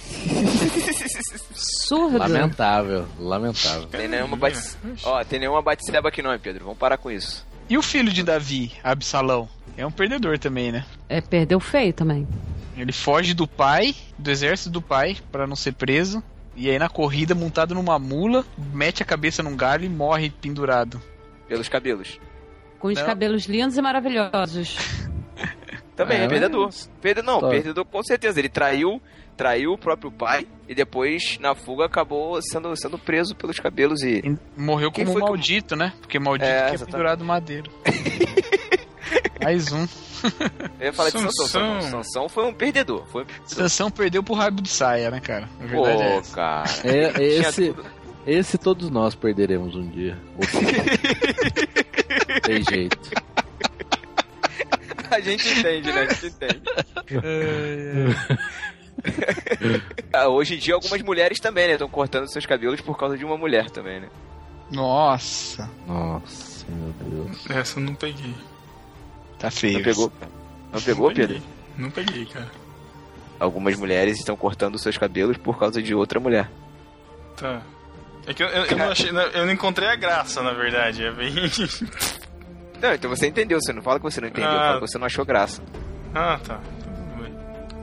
Speaker 7: Surdo.
Speaker 2: Lamentável, lamentável.
Speaker 3: Tem nenhuma bate... Ó, tem nenhuma baticeba aqui não, hein, Pedro? Vamos parar com isso.
Speaker 4: E o filho de Davi, Absalão, é um perdedor também, né?
Speaker 7: É, perdeu feio também.
Speaker 4: Ele foge do pai, do exército do pai, pra não ser preso. E aí na corrida, montado numa mula, mete a cabeça num galho e morre pendurado.
Speaker 3: Pelos cabelos.
Speaker 7: Com os
Speaker 4: Não.
Speaker 7: cabelos lindos e maravilhosos.
Speaker 3: Também,
Speaker 2: É,
Speaker 3: é, perdedor. Perde... Não,
Speaker 2: Tá.
Speaker 3: perdedor com certeza. Ele traiu, traiu o próprio pai e depois, na fuga, acabou sendo, sendo preso pelos cabelos e...
Speaker 4: E morreu
Speaker 3: Quem
Speaker 4: como
Speaker 3: foi que-
Speaker 4: maldito, né? Porque maldito
Speaker 3: É,
Speaker 4: que é
Speaker 3: exatamente.
Speaker 4: pendurado madeiro. Mais um.
Speaker 3: Eu ia falar de Sansão.
Speaker 1: Sansão.
Speaker 3: Sansão, Sansão foi um perdedor. Foi um perdedor.
Speaker 4: Sansão perdeu pro rabo de saia, né, cara? Na
Speaker 3: Pô,
Speaker 4: verdade é essa.
Speaker 3: cara.
Speaker 2: É,
Speaker 3: Tinha
Speaker 2: esse,
Speaker 3: tudo.
Speaker 2: esse todos nós perderemos um dia. Ou- Tem jeito.
Speaker 3: A gente entende, né? A gente entende. é. Ah, Hoje em dia, algumas mulheres também, né? Estão cortando seus cabelos por causa de uma mulher também, né?
Speaker 4: Nossa,
Speaker 2: Nossa, meu Deus.
Speaker 1: Essa eu não peguei.
Speaker 4: tá
Speaker 3: Não
Speaker 4: feio.
Speaker 3: pegou? Não pegou,
Speaker 1: não peguei.
Speaker 3: Pedro?
Speaker 1: Não peguei, cara.
Speaker 3: Algumas mulheres estão cortando seus cabelos por causa de outra mulher.
Speaker 1: Tá. É que eu, eu- eu não achei, eu não encontrei a graça, na verdade. É bem.
Speaker 3: Não, então você entendeu. Você não fala que você não entendeu.
Speaker 1: Ah.
Speaker 3: Fala que você não achou graça.
Speaker 1: Ah, tá. Tudo bem.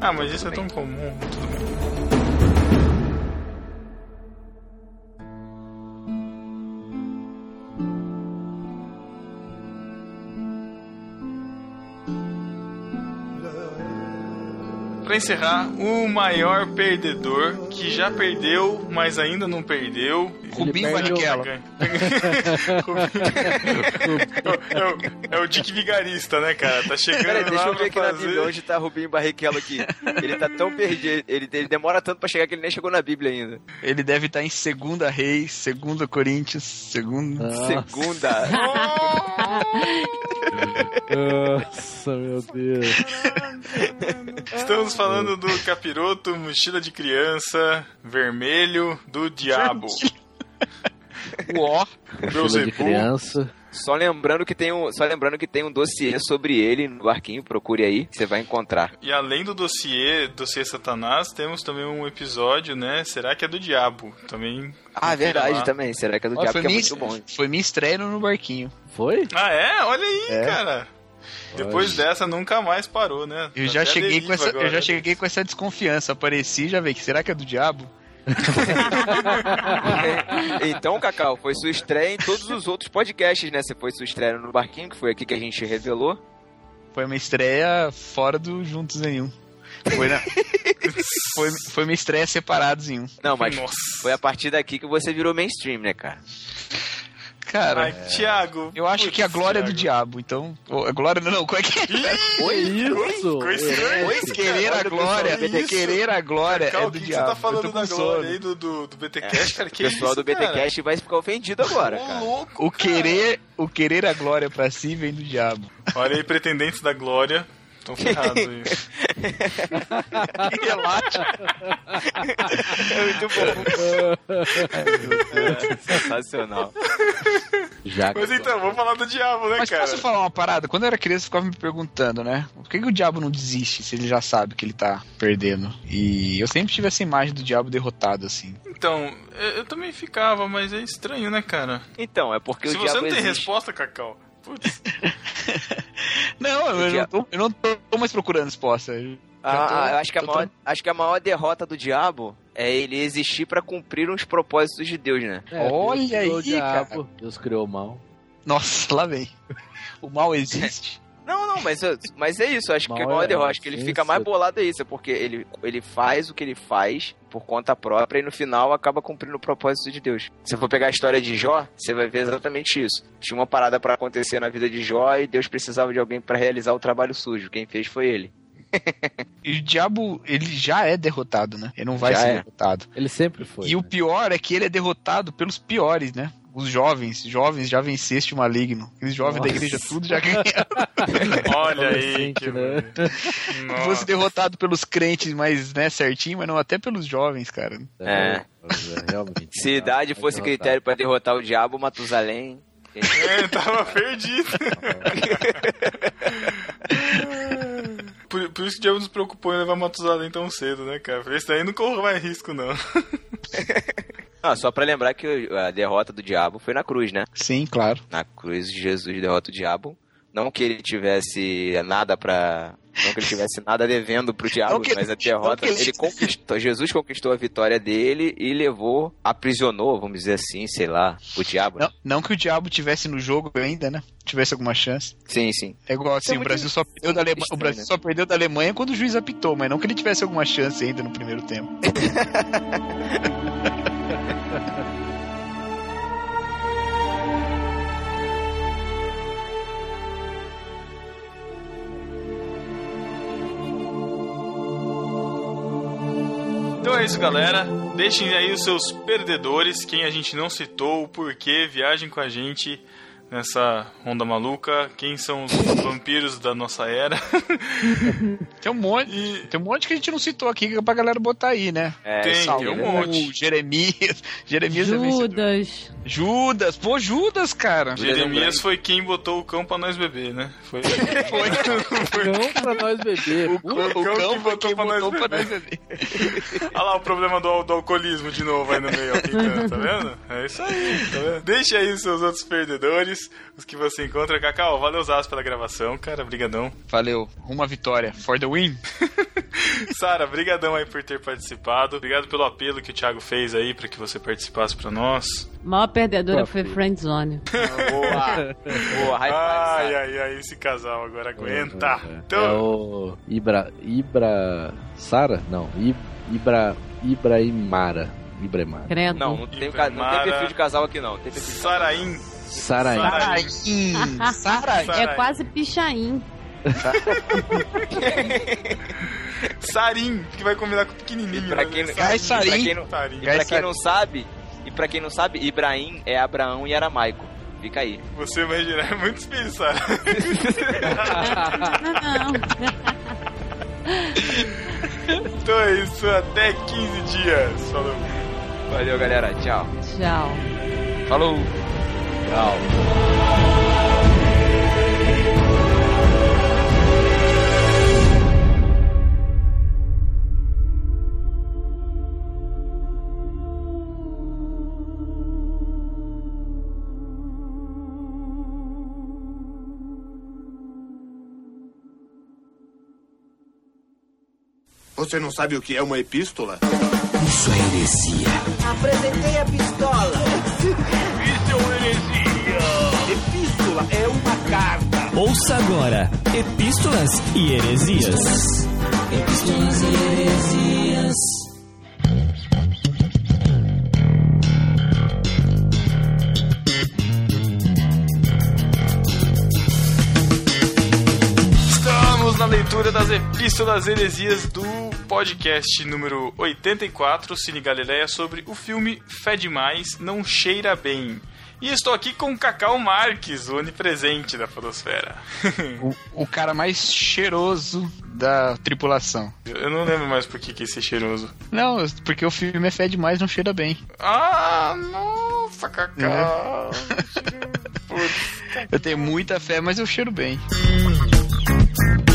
Speaker 1: Ah, mas isso é tão comum. Tudo bem. Pra encerrar, o maior perdedor que já perdeu, mas ainda não perdeu.
Speaker 4: Rubinho
Speaker 2: perdeu-
Speaker 4: Barrichello.
Speaker 3: né,
Speaker 1: É o- é o Dick Vigarista, né, cara? Tá chegando
Speaker 3: Peraí,
Speaker 1: lá
Speaker 3: deixa eu ver
Speaker 1: pra
Speaker 3: aqui na
Speaker 1: fazer...
Speaker 3: Bíblia onde tá Rubinho Barrichello aqui. Ele tá tão perdido, ele, ele demora tanto pra chegar que ele nem chegou na Bíblia ainda.
Speaker 4: Ele deve estar em segunda Reis, segunda Corinthians, segunda.
Speaker 3: Ah.
Speaker 2: Nossa,
Speaker 3: Segunda.
Speaker 2: nossa, meu Deus.
Speaker 1: Estamos falando do capiroto, mochila de criança, vermelho, do diabo.
Speaker 4: Ó,
Speaker 2: Mochila de
Speaker 1: Beuzebu.
Speaker 2: criança.
Speaker 3: Só lembrando que tem um, só lembrando que tem um dossiê sobre ele no barquinho, procure aí, você vai encontrar.
Speaker 1: E além do dossiê, dossiê Satanás, temos também um episódio, né? Será que é do diabo? Também.
Speaker 3: Ah, verdade
Speaker 1: lá.
Speaker 3: também. Será que é do
Speaker 4: ó,
Speaker 3: diabo
Speaker 4: foi,
Speaker 3: que é
Speaker 4: minha,
Speaker 3: muito bom?
Speaker 4: foi minha estreia no barquinho.
Speaker 2: Foi?
Speaker 1: Ah, é? Olha aí,
Speaker 2: É.
Speaker 1: cara. Depois dessa, nunca mais parou, né?
Speaker 4: Eu
Speaker 1: Tá
Speaker 4: já,
Speaker 1: até a
Speaker 4: cheguei com
Speaker 1: deriva
Speaker 4: essa, eu
Speaker 1: agora. né?
Speaker 4: já cheguei com essa desconfiança. Apareci já veio que será que é do diabo?
Speaker 3: então, Cacau, foi sua estreia em todos os outros podcasts, né? Você foi sua estreia no barquinho, que foi aqui que a gente revelou.
Speaker 4: Foi uma estreia fora do Juntos em Um. Foi, na- foi, foi uma estreia separados em um.
Speaker 3: Não, mas
Speaker 1: Nossa.
Speaker 3: foi a partir daqui que você virou mainstream, né, cara?
Speaker 4: Cara,
Speaker 1: Ai, Thiago.
Speaker 4: eu acho
Speaker 1: putz,
Speaker 4: que a glória é do
Speaker 1: Thiago.
Speaker 4: diabo, então. Ô, A glória não, como é que é?
Speaker 2: Foi isso?
Speaker 1: Foi isso,
Speaker 2: Herege.
Speaker 1: Esse
Speaker 3: cara,
Speaker 4: Querer a
Speaker 3: olha o
Speaker 4: glória,
Speaker 3: pessoal do BTQ.
Speaker 4: querer a glória
Speaker 1: Cacau,
Speaker 4: é
Speaker 1: o
Speaker 4: do
Speaker 1: que, que você
Speaker 4: diabo.
Speaker 1: tá
Speaker 4: Eu
Speaker 1: falando
Speaker 4: tô com
Speaker 1: da
Speaker 4: sono.
Speaker 1: glória aí do, do, do BTcast, cara?
Speaker 3: O
Speaker 1: Que
Speaker 3: pessoal
Speaker 1: isso,
Speaker 3: do BTcast vai ficar ofendido agora,
Speaker 1: cara?
Speaker 3: cara.
Speaker 1: Ô, louco,
Speaker 4: O
Speaker 1: cara.
Speaker 4: querer, o querer a glória pra si vem do diabo.
Speaker 1: Olha aí, pretendentes da glória. Estão ferrados aí.
Speaker 3: É muito bom. Sensacional.
Speaker 2: É, Já
Speaker 1: Mas então, vamos falar do diabo, né,
Speaker 4: Mas
Speaker 1: cara?
Speaker 4: posso falar uma parada? Quando eu era criança, eu ficava me perguntando, né? Por que, que o diabo não desiste se ele já sabe que ele tá perdendo? E eu sempre tive essa imagem do diabo derrotado, assim.
Speaker 1: Então, eu, eu também ficava, mas é estranho, né, cara?
Speaker 3: Então, é porque
Speaker 1: Se
Speaker 3: o
Speaker 1: você
Speaker 3: diabo
Speaker 1: não tem
Speaker 3: existe.
Speaker 1: resposta, Cacau. Putz,
Speaker 4: Não, eu,
Speaker 3: dia-
Speaker 4: não, tô, eu não tô mais procurando resposta. Eu já tô-
Speaker 3: Ah, eu acho que, a
Speaker 4: tô
Speaker 3: maior, acho que a maior derrota do diabo é ele existir pra cumprir uns propósitos de Deus, né?
Speaker 2: É, Deus
Speaker 4: Olha
Speaker 2: criou o
Speaker 4: aí,
Speaker 2: diabo, Deus criou o mal.
Speaker 4: tão- Nossa, lá vem. O mal existe.
Speaker 3: Não, não, mas, eu- mas é isso. eu Acho que
Speaker 2: Mal
Speaker 3: a maior
Speaker 2: é,
Speaker 3: derrota. Acho que ele
Speaker 2: sim,
Speaker 3: fica mais
Speaker 2: sim.
Speaker 3: bolado é isso. É porque ele, ele faz o que ele faz por conta própria e no final acaba cumprindo o propósito de Deus. Se você for pegar a história de Jó, você vai ver exatamente isso. Tinha uma parada pra acontecer na vida de Jó e Deus precisava de alguém pra realizar o trabalho sujo. Quem fez foi ele.
Speaker 4: E o diabo, ele já é derrotado, né? Ele não vai
Speaker 3: Já
Speaker 4: ser
Speaker 3: é.
Speaker 4: derrotado.
Speaker 2: Ele sempre foi.
Speaker 4: e o
Speaker 2: né?
Speaker 4: pior é que ele é derrotado pelos piores, né? Os jovens, jovens, já venceste o maligno. Aqueles jovens da
Speaker 2: Nossa.
Speaker 4: igreja, tudo já ganharam.
Speaker 1: olha aí.
Speaker 2: Adolescente,
Speaker 1: Que...
Speaker 2: né?
Speaker 1: Nossa.
Speaker 4: fosse derrotado pelos crentes mais, né, certinho, mas não até pelos jovens, cara.
Speaker 3: É.
Speaker 2: Então, realmente. tá
Speaker 3: Se idade
Speaker 2: Vai
Speaker 3: fosse
Speaker 2: derrotar.
Speaker 3: critério pra derrotar o diabo, Matusalém.
Speaker 1: É, tava perdido. Por, por isso que o diabo nos preocupou em levar Matusalém tão cedo, né, cara? Por isso daí não corro mais risco, não.
Speaker 3: Ah, só pra lembrar que a derrota do diabo foi na cruz, né?
Speaker 4: Sim, claro.
Speaker 3: Na cruz Jesus derrota o diabo. Não que ele tivesse nada pra. não que ele tivesse nada devendo pro diabo,
Speaker 4: Não que-
Speaker 3: mas a
Speaker 4: não
Speaker 3: derrota
Speaker 4: que ele-
Speaker 3: ele conquistou, Jesus conquistou a vitória dele e levou, aprisionou, vamos dizer assim, sei lá, o diabo. né?
Speaker 4: Não, não que o diabo tivesse no jogo ainda, né? Tivesse alguma chance.
Speaker 3: Sim, sim.
Speaker 4: É igual assim,
Speaker 3: é
Speaker 4: o
Speaker 3: muito
Speaker 4: Brasil só perdeu da Alemanha, o
Speaker 3: estranho,
Speaker 4: Brasil
Speaker 3: né?
Speaker 4: só perdeu da Alemanha quando o juiz apitou, mas não que ele tivesse alguma chance ainda no primeiro tempo.
Speaker 1: Então é isso, galera. Deixem aí os seus perdedores, quem a gente não citou, o porquê, viajem com a gente nessa onda maluca, quem são os vampiros da nossa era.
Speaker 4: Tem um monte,
Speaker 1: E
Speaker 4: tem um monte que a gente não citou aqui que é pra galera botar aí, né?
Speaker 3: É,
Speaker 1: Tem,
Speaker 3: isso
Speaker 1: tem
Speaker 3: aí,
Speaker 1: um
Speaker 3: né?
Speaker 1: monte.
Speaker 4: O Jeremias, Jeremias é vencedor.
Speaker 7: Judas.
Speaker 4: Judas, pô, Judas, cara.
Speaker 3: Judas é um
Speaker 1: Jeremias
Speaker 3: grande.
Speaker 1: foi quem botou o cão pra nós beber, né? Foi.
Speaker 4: Foi.
Speaker 2: Não pra nós beber.
Speaker 4: O, o
Speaker 1: cão que
Speaker 4: cão foi
Speaker 1: botou
Speaker 4: quem
Speaker 1: pra nós
Speaker 4: botou pra
Speaker 1: beber.
Speaker 4: nós beber.
Speaker 1: Olha lá o problema do, al- do alcoolismo de novo aí no meio, ó, pintando, tá vendo? É isso aí, tá vendo? Deixa aí os seus outros perdedores, os que você encontra. Cacau, valeu Zaz pela gravação, cara, brigadão.
Speaker 4: Valeu, uma vitória. For the win.
Speaker 1: Sara, brigadão aí por ter participado. Obrigado pelo apelo que o Thiago fez aí pra que você participasse pra nós.
Speaker 7: maior perdedora
Speaker 2: Pô,
Speaker 7: foi
Speaker 2: filho.
Speaker 7: Friendzone.
Speaker 3: Boa! Boa,
Speaker 1: Ai,
Speaker 3: high five, Sara.
Speaker 1: ai, ai, esse casal agora aguenta.
Speaker 2: É, é. É
Speaker 1: Então,
Speaker 2: o Ibra... Ibra... Sara? Não. I- Ibra... Ibrahimara. Ibrahimara.
Speaker 7: Credo.
Speaker 3: Não, não tem, ca- não tem perfil de casal aqui, não. Tem perfil de casal.
Speaker 1: Saraim,
Speaker 2: Saraí.
Speaker 1: Saraí.
Speaker 4: Saraim! Saraim!
Speaker 7: É quase pichain.
Speaker 1: Sarim, que vai combinar com o pequenininho.
Speaker 3: E pra
Speaker 1: né?
Speaker 3: quem, e pra
Speaker 4: Ai, Sarim.
Speaker 3: quem não,
Speaker 1: Sarim.
Speaker 3: e pra quem não sabe, e pra quem não sabe, Ibrahim é Abraão e Aramaico. Fica aí.
Speaker 1: Você vai gerar muitos filhos, Sara.
Speaker 7: Não,
Speaker 1: Então é isso, até 15 dias. Falou.
Speaker 3: Valeu, galera. Tchau.
Speaker 7: tchau.
Speaker 3: Falou.
Speaker 2: Tchau.
Speaker 8: Você não sabe o que é uma epístola?
Speaker 9: Apresentei a pistola.
Speaker 8: Epístola é uma carta.
Speaker 10: Ouça agora Epístolas e Heresias. Epístolas e Heresias.
Speaker 1: Estamos na leitura das epístolas heresias do podcast número 84, Cine Galileia, sobre o filme Fé Demais, Não Cheira Bem. E estou aqui com Cacau Marques, o onipresente da Podosfera.
Speaker 4: O, o cara mais cheiroso da tripulação.
Speaker 1: Eu não lembro mais por que que esse é cheiroso.
Speaker 4: Não, porque o filme é fé demais, não cheira bem.
Speaker 1: Ah, nossa, Cacau. Putz.
Speaker 4: Eu tenho muita fé, mas eu cheiro bem.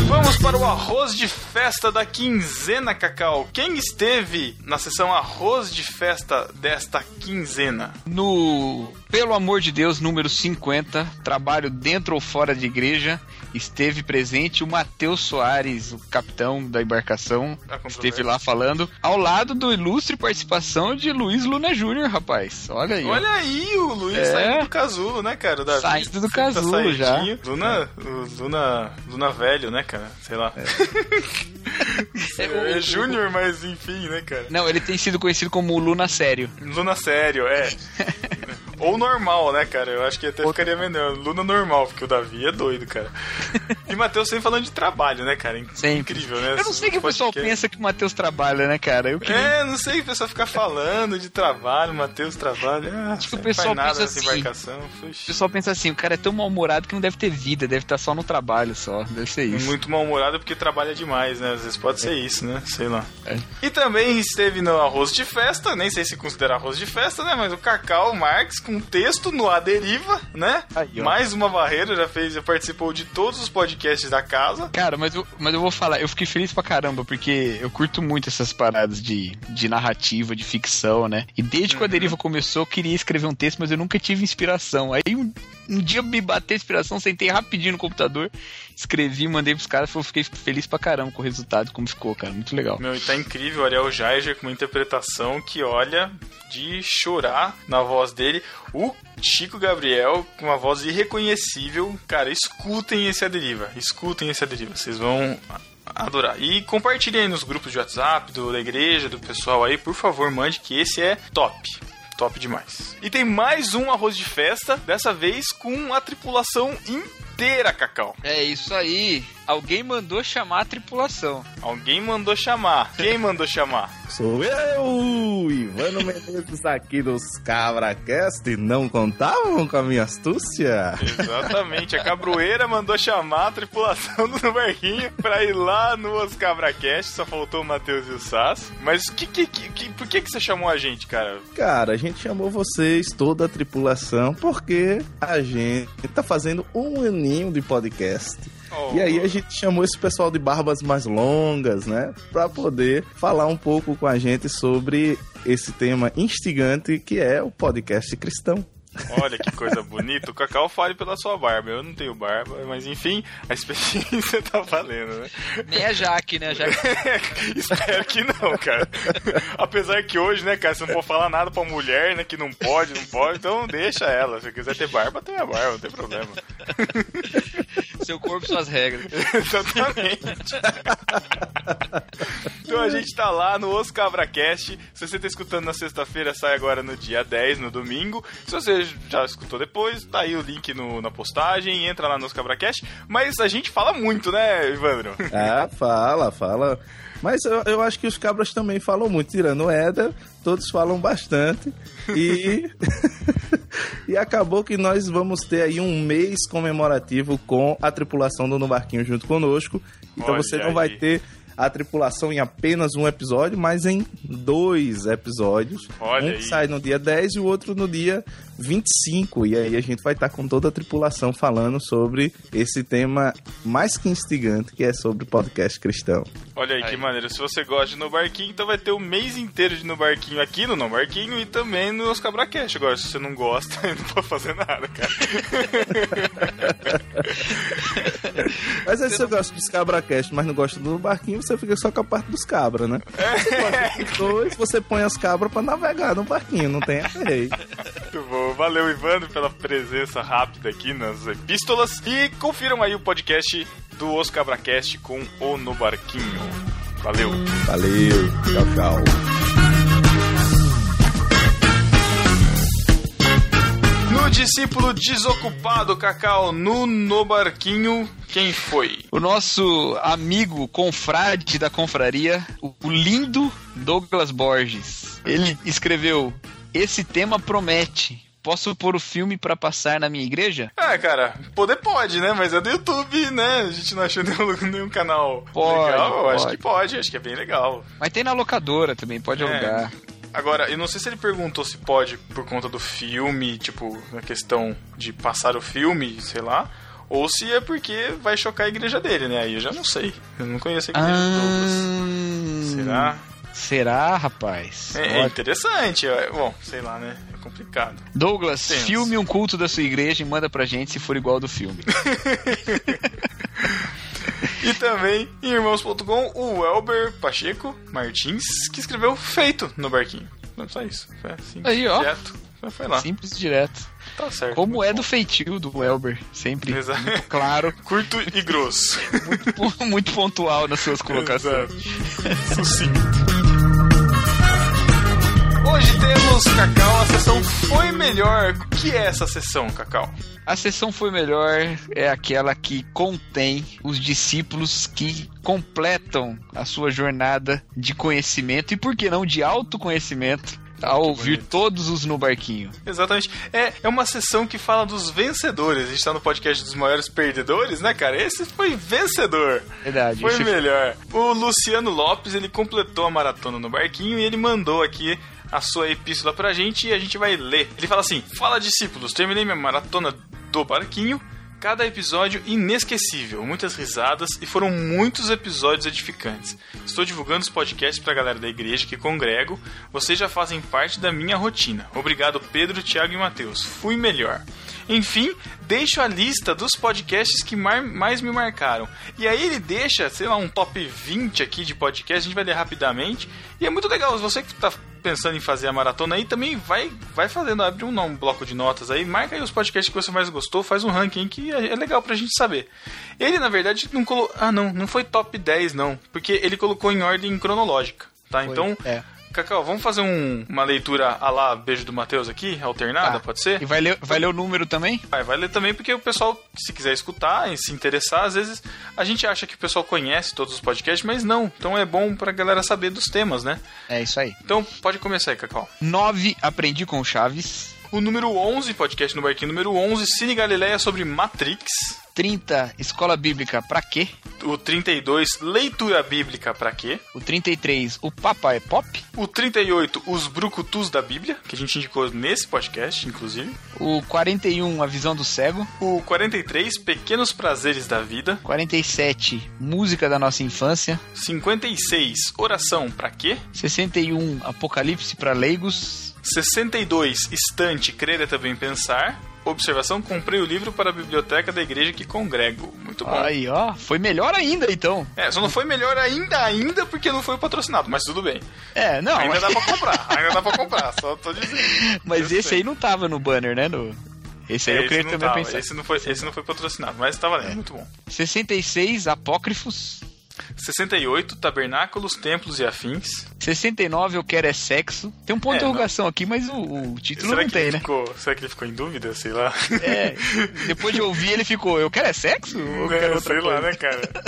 Speaker 1: Vamos para o arroz de festa da quinzena, Cacau. Quem esteve na sessão arroz de festa desta quinzena?
Speaker 4: No Pelo Amor de Deus, número 50, trabalho dentro ou fora de igreja, esteve presente o Matheus Soares, o capitão da embarcação,
Speaker 1: A controvérsia.
Speaker 4: esteve lá falando, ao lado do ilustre participação de Luiz Luna Júnior, rapaz. Olha aí.
Speaker 1: Olha aí o Luiz
Speaker 4: É.
Speaker 1: saindo do casulo, né, cara? O Davi
Speaker 4: Saindo do
Speaker 1: tá
Speaker 4: casulo É.
Speaker 1: saidinho. Luna, o Luna, Luna velho, né, cara? Sei lá. É, Júnior, mas enfim, né, cara?
Speaker 4: Não, ele tem sido conhecido como o Luna Sério.
Speaker 1: Luna sério, é. Ou normal, né, cara? Eu acho que até ficaria melhor. Luna normal, porque o Davi é doido, cara. E Matheus sempre falando de trabalho, né, cara? Inc-
Speaker 4: Sempre.
Speaker 1: Incrível, né?
Speaker 4: Eu não sei o que o pessoal
Speaker 1: Podcast.
Speaker 4: pensa que o Matheus trabalha, né, cara? Eu queria
Speaker 1: É, não sei, o pessoal fica falando de trabalho, Matheus trabalha. Ah,
Speaker 4: Acho que o
Speaker 1: não
Speaker 4: pessoal
Speaker 1: faz nada
Speaker 4: pensa
Speaker 1: nessa
Speaker 4: assim.
Speaker 1: embarcação. Puxa.
Speaker 4: O pessoal pensa assim, o cara é tão mal-humorado que não deve ter vida, deve estar só no trabalho só, deve ser
Speaker 1: E
Speaker 4: isso.
Speaker 1: Muito mal-humorado porque trabalha demais, né? Às vezes pode ser isso, né? Sei lá.
Speaker 4: É.
Speaker 1: E também esteve no arroz de festa, nem sei se considera arroz de festa, né? Mas o Cacau Marx com texto no A Deriva, né?
Speaker 4: Aí, ó.
Speaker 1: Mais uma barreira, já fez, já participou de todos os podcasts da casa.
Speaker 4: Cara, mas eu, mas eu vou falar, eu fiquei feliz pra caramba, porque eu curto muito essas paradas de, de narrativa, de ficção, né? E desde que a Deriva começou, eu queria escrever um texto, mas eu nunca tive inspiração. Aí um, um dia me bateu a inspiração, sentei rapidinho no computador, escrevi, mandei pros caras, eu fiquei feliz pra caramba com o resultado, como ficou, cara, muito legal.
Speaker 1: Meu, e tá incrível, o Ariel Jaeger com uma interpretação que olha de chorar na voz dele. O Chico Gabriel com uma voz irreconhecível. Cara, escutem esse A Deriva. Escutem esse A Deriva. Vocês vão a- adorar. E compartilhem aí nos grupos de WhatsApp, do, da igreja, do pessoal aí. Por favor, mande que esse é top. Top demais. E tem mais um arroz de festa, dessa vez com a tripulação inteira, Cacau.
Speaker 4: É isso aí, alguém mandou chamar a tripulação.
Speaker 1: Alguém mandou chamar. Quem mandou chamar?
Speaker 11: Sou eu, Ivano Menezes aqui dos CabraCast. Não contavam com a minha astúcia?
Speaker 1: Exatamente, a Cabroeira mandou chamar a tripulação do barquinho pra ir lá no Os Cabracast, só faltou o Matheus e o Sass. Mas que, que, que- que- por que, que você chamou a gente, cara?
Speaker 11: Cara, a gente chamou vocês, toda a tripulação, porque a gente tá fazendo um aninho de podcast.
Speaker 1: Oh,
Speaker 11: E aí a gente chamou esse pessoal de barbas mais longas, né? Pra poder falar um pouco com a gente sobre esse tema instigante que é o podcast cristão.
Speaker 1: Olha que coisa bonita. O Cacau fale pela sua barba. Eu não tenho barba, mas enfim, a experiência tá valendo, né?
Speaker 4: Nem a Jaque, né? A Jaque.
Speaker 1: Espero que não, cara. Apesar que hoje, né, cara, você não pode falar nada pra mulher, né, que não pode, não pode, então deixa ela. Se quiser ter barba, tem a barba, não tem problema.
Speaker 4: Seu corpo, suas regras.
Speaker 1: Exatamente. então a gente tá lá no Os Cabracast. Se você tá escutando na sexta-feira, sai agora no dia 10, no domingo. Se você já escutou depois, tá aí o link no- na postagem, entra lá no Os Cabracast. Mas a gente fala muito, né, Ivandro?
Speaker 11: Ah, fala, fala. Mas eu, eu acho que os cabras também falam muito, tirando o Éder, todos falam bastante. E. e acabou que nós vamos ter aí um mês comemorativo com a tripulação do No Barquinho junto conosco. Então
Speaker 1: Olha
Speaker 11: você não vai
Speaker 1: aí.
Speaker 11: ter a tripulação em apenas um episódio, mas em dois episódios.
Speaker 1: Olha
Speaker 11: um
Speaker 1: aí.
Speaker 11: que sai no dia 10 e o outro no dia 25. E aí a gente vai estar com toda a tripulação falando sobre esse tema mais que instigante, que é sobre podcast cristão.
Speaker 1: Olha aí, que maneiro. Se você gosta de No Barquinho, então vai ter o mês inteiro de No Barquinho aqui no No Barquinho e também no Os Cabracast. Agora, se você não gosta, não pode fazer nada, cara.
Speaker 11: Mas aí se você gosta dos cabracast, mas não gosta do barquinho, você fica só com a parte dos cabras, né?
Speaker 1: É.
Speaker 11: Você gosta dos dois, você põe as cabras pra navegar no barquinho, não tem errei.
Speaker 1: Muito bom. Valeu, Ivandro, pela presença rápida aqui nas epístolas. E confiram aí o podcast do Os Cabracast com o No Barquinho. Valeu.
Speaker 11: Valeu, tchau, tchau.
Speaker 1: No discípulo desocupado, Cacau, no No Barquinho, quem foi?
Speaker 4: O nosso amigo confrade da confraria, o o lindo Douglas Borges. Ele escreveu: Esse tema promete. Posso pôr o filme pra passar na minha igreja?
Speaker 1: Ah, cara, poder pode, né? Mas é do YouTube, né? A gente não achou nenhum, nenhum canal
Speaker 4: Pode,
Speaker 1: legal. Eu Acho
Speaker 4: pode.
Speaker 1: que pode, acho que é bem legal.
Speaker 4: Mas tem na locadora também, pode
Speaker 1: É.
Speaker 4: alugar.
Speaker 1: Agora, eu não sei se ele perguntou se pode por conta do filme, tipo, na questão de passar o filme, sei lá. Ou se é porque vai chocar a igreja dele, né? Aí eu já não sei. Eu não conheço a igreja do Douglas.
Speaker 4: Hum,
Speaker 1: Será?
Speaker 4: Ah. Será, rapaz?
Speaker 1: É, é
Speaker 4: Olha,
Speaker 1: interessante. é- Bom, sei lá, né? É complicado.
Speaker 4: Douglas,
Speaker 1: Tenso.
Speaker 4: filme um culto da sua igreja e manda pra gente se for igual ao do filme.
Speaker 1: E também, em irmãos.com, o Elber Pacheco Martins, que escreveu feito no barquinho. Não só isso. Foi assim.
Speaker 4: Aí, ó.
Speaker 1: Direto. Mas Foi lá.
Speaker 4: Simples e direto.
Speaker 1: Tá certo.
Speaker 4: Como é do feitio do Elber, sempre
Speaker 1: Exato.
Speaker 4: claro,
Speaker 1: Curto e grosso.
Speaker 4: muito pontual nas suas colocações.
Speaker 1: Exato. Sucinto. Hoje temos, Cacau, a sessão Foi Melhor. O que é essa sessão, Cacau?
Speaker 4: A sessão foi melhor é aquela que contém os discípulos que completam a sua jornada de conhecimento e por que não de autoconhecimento ao ouvir todos os no barquinho.
Speaker 1: Exatamente. É, é uma sessão que fala dos vencedores. A gente tá no podcast dos maiores perdedores, né, cara? Esse foi vencedor.
Speaker 4: Verdade.
Speaker 1: Foi
Speaker 4: esse-
Speaker 1: melhor. O Luciano Lopes, ele completou a maratona no barquinho e ele mandou aqui a sua epístola pra gente e a gente vai ler. Ele fala assim: Fala discípulos, terminei minha maratona do barquinho. Cada episódio inesquecível, muitas risadas e foram muitos episódios edificantes. Estou divulgando os podcasts pra galera da igreja que congrego. Vocês já fazem parte da minha rotina. Obrigado, Pedro, Thiago e Matheus. Fui melhor. Enfim, deixo a lista dos podcasts que mar- mais me marcaram. E aí ele deixa, sei lá, um top 20 aqui de podcast, a gente vai ler rapidamente. E é muito legal, você que tá pensando em fazer a maratona aí, também vai vai fazendo, abre um, um bloco de notas aí, marca aí os podcasts que você mais gostou, faz um ranking que é, é legal pra gente saber. Ele, na verdade, não colocou... Ah, não, não foi top 10, não. Porque ele colocou em ordem cronológica, tá? Então...
Speaker 4: é.
Speaker 1: Cacau, vamos fazer um- uma leitura a lá, beijo do Matheus aqui, alternada,
Speaker 4: Tá.
Speaker 1: pode ser?
Speaker 4: E vai ler, vai ler o número também?
Speaker 1: Vai, vai ler também, porque o pessoal, se quiser escutar e se interessar, às vezes a gente acha que o pessoal conhece todos os podcasts, mas não. Então é bom pra galera saber dos temas, né?
Speaker 4: É isso aí.
Speaker 1: Então pode começar aí, Cacau.
Speaker 4: 9, aprendi com o Chaves.
Speaker 1: O número 11, podcast no barquinho número 11, Cine Galileia sobre Matrix.
Speaker 4: 30, escola bíblica pra quê?
Speaker 1: O 32, Leitura Bíblica pra quê?
Speaker 4: O 33, o Papa é pop?
Speaker 1: O 38, Os Brucutus da Bíblia, que a gente indicou nesse podcast, inclusive.
Speaker 4: O 41, a visão do cego?
Speaker 1: O 43, Pequenos Prazeres da Vida.
Speaker 4: 47, música da nossa infância?
Speaker 1: 56, Oração pra quê?
Speaker 4: 61, Apocalipse para um, leigos.
Speaker 1: 62, estante, crer é também pensar. Observação, comprei o livro para a biblioteca da igreja que congrego. Muito bom.
Speaker 4: Aí, ó, foi melhor ainda então.
Speaker 1: É, só não foi melhor ainda, ainda porque não foi o patrocinado, mas tudo bem.
Speaker 4: É, não.
Speaker 1: Ainda dá pra comprar, ainda dá pra comprar, só tô dizendo.
Speaker 4: Mas
Speaker 1: Eu
Speaker 4: esse
Speaker 1: sei.
Speaker 4: aí não tava no banner, né? No... Esse aí
Speaker 1: É,
Speaker 4: eu creio
Speaker 1: não
Speaker 4: que também
Speaker 1: tava,
Speaker 4: pensar. É.
Speaker 1: Esse não, foi, esse não foi patrocinado, mas tava lendo, muito bom.
Speaker 4: 66 apócrifos.
Speaker 1: 68, tabernáculos, templos e afins.
Speaker 4: 69 eu quero é sexo. Tem um ponto
Speaker 1: É,
Speaker 4: de interrogação aqui, mas o, o título
Speaker 1: Será
Speaker 4: não
Speaker 1: que
Speaker 4: tem,
Speaker 1: ele
Speaker 4: né?
Speaker 1: ficou, será que ele ficou em dúvida, sei lá?
Speaker 4: É, depois de ouvir ele ficou, eu quero é sexo? Ou eu quero
Speaker 1: É, sei
Speaker 4: outra
Speaker 1: lá,
Speaker 4: coisa?
Speaker 1: né, cara?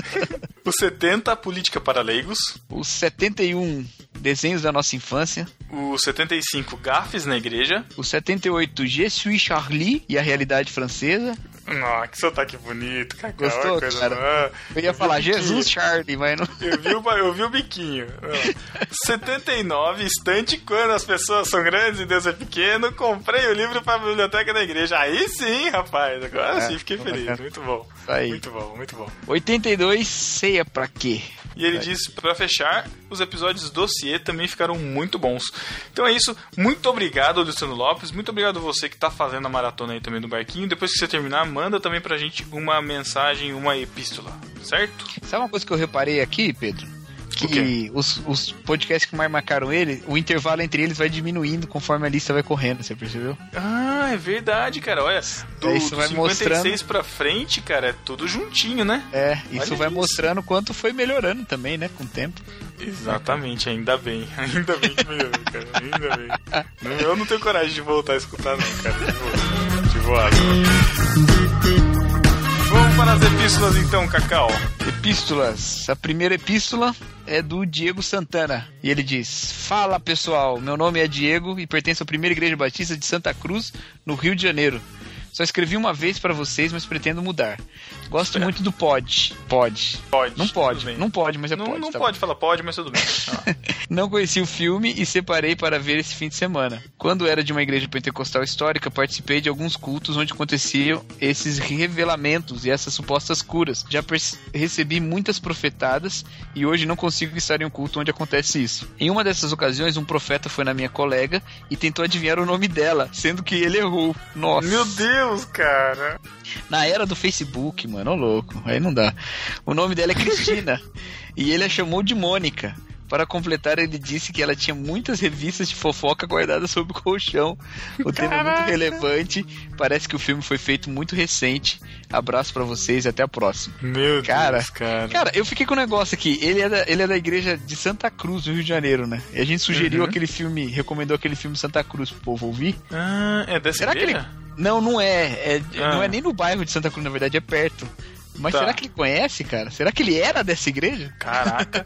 Speaker 1: O 70, política para leigos.
Speaker 4: O 71, desenhos da nossa infância.
Speaker 1: O 75, gafes na igreja.
Speaker 4: O 78, Je suis Charlie e a realidade francesa.
Speaker 1: Nossa, Ah, que sotaque bonito, cara.
Speaker 4: Gostou,
Speaker 1: Olha coisa
Speaker 4: cara?
Speaker 1: boa.
Speaker 4: Eu ia falar
Speaker 1: vi que-
Speaker 4: Jesus Charlie, mas não...
Speaker 1: Eu vi, o, ba- eu vi o biquinho. Ó. 79, estante quando as pessoas são grandes e Deus é pequeno. Comprei o livro para a biblioteca da igreja. Aí sim, rapaz. Agora
Speaker 4: É,
Speaker 1: sim, fiquei
Speaker 4: bacana.
Speaker 1: feliz. Muito bom.
Speaker 4: Isso aí.
Speaker 1: Muito bom, muito bom.
Speaker 4: 82, ceia pra quê?
Speaker 1: E ele diz, pra fechar, os episódios do CIE também ficaram muito bons. Então é isso. Muito obrigado, Luciano Lopes. Muito obrigado você que tá fazendo a maratona aí também do barquinho. Depois que você terminar, manda também pra gente uma mensagem, uma epístola, certo?
Speaker 4: Sabe uma coisa que eu reparei aqui, Pedro?
Speaker 1: O quê?
Speaker 4: Que os, os podcasts que mais marcaram ele, o intervalo entre eles vai diminuindo conforme a lista vai correndo, você percebeu?
Speaker 1: Ah, é verdade, cara. Olha, do,
Speaker 4: Aí você
Speaker 1: do
Speaker 4: É, vai
Speaker 1: 56
Speaker 4: mostrando.
Speaker 1: pra frente, cara, é tudo juntinho, né?
Speaker 4: É, isso
Speaker 1: Olha
Speaker 4: vai
Speaker 1: isso.
Speaker 4: mostrando quanto foi melhorando também, né, com o tempo.
Speaker 1: Exatamente, ainda bem. Ainda bem que melhorou, cara. Ainda bem. Não, Eu não tenho coragem de voltar a escutar, não, cara. De boa. De boa. Vamos para as epístolas então, Cacau.
Speaker 4: Epístolas. A primeira epístola é do Diego Santana. E ele diz: Fala pessoal, meu nome é Diego e pertenço à primeira igreja batista de Santa Cruz, no Rio de Janeiro. Só escrevi uma vez pra vocês, mas pretendo mudar. Gosto
Speaker 1: É.
Speaker 4: muito do pod. Pod.
Speaker 1: Pode.
Speaker 4: Não
Speaker 1: tudo
Speaker 4: pode,
Speaker 1: bem.
Speaker 4: não pode, mas é
Speaker 1: Não,
Speaker 4: pode.
Speaker 1: não
Speaker 4: tá bom.
Speaker 1: pode falar pode, mas tudo bem. Ah,
Speaker 4: Não conheci o filme e separei para ver esse fim de semana. Quando era de uma igreja pentecostal histórica, participei de alguns cultos onde aconteciam esses revelamentos e essas supostas curas. Já perce- recebi muitas profetadas e hoje não consigo estar em um culto onde acontece isso. Em uma dessas ocasiões, um profeta foi na minha colega e tentou adivinhar o nome dela, sendo que ele errou. Nossa.
Speaker 1: Meu Deus, cara.
Speaker 4: Na era do Facebook, mano, ô louco, aí não dá. O nome dela é Cristina e ele a chamou de Mônica. Para completar, ele disse que ela tinha muitas revistas de fofoca guardadas sob o colchão. O tema é muito relevante. Parece que o filme foi feito muito recente. Abraço pra vocês e até a próxima.
Speaker 1: Meu
Speaker 4: Cara,
Speaker 1: Deus, cara.
Speaker 4: Cara, eu fiquei com um negócio aqui. Ele é da, ele é da igreja de Santa Cruz, no Rio de Janeiro, né? E a gente sugeriu
Speaker 1: Uhum.
Speaker 4: aquele filme, recomendou aquele filme Santa Cruz pro povo ouvir.
Speaker 1: Ah, é dessa
Speaker 4: Será que
Speaker 1: igreja?
Speaker 4: Não, não é. É-
Speaker 1: Ah.
Speaker 4: Não é nem no bairro de Santa Cruz, na verdade, é perto. Mas
Speaker 1: Tá.
Speaker 4: será que ele conhece, cara? Será que ele era dessa igreja?
Speaker 1: Caraca.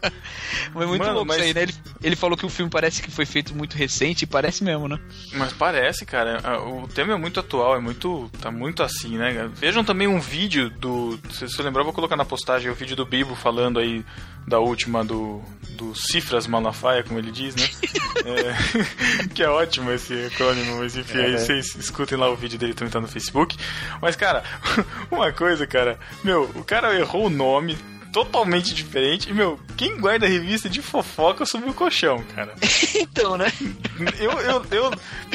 Speaker 4: Mas é muito
Speaker 1: Mano,
Speaker 4: louco
Speaker 1: mas-
Speaker 4: isso aí, né? Ele, ele falou que o filme parece que foi feito muito recente e parece mesmo, né?
Speaker 1: Mas parece, cara, a- o tema é muito atual, é muito. tá muito assim, né? cara? Vejam também um vídeo do. Se você lembrar, eu vou colocar na postagem o vídeo do Bibo falando aí da última do. do Cifras Malafaia, como ele diz, né? É, que é ótimo esse acrônimo, mas enfim, aí vocês escutem lá o vídeo dele também tá no Facebook. Mas, cara, uma coisa, cara, meu, o cara errou o nome. Totalmente diferente. E, meu, quem guarda revista de fofoca sobre o colchão, cara?
Speaker 4: Então, né?
Speaker 1: Eu, eu, eu,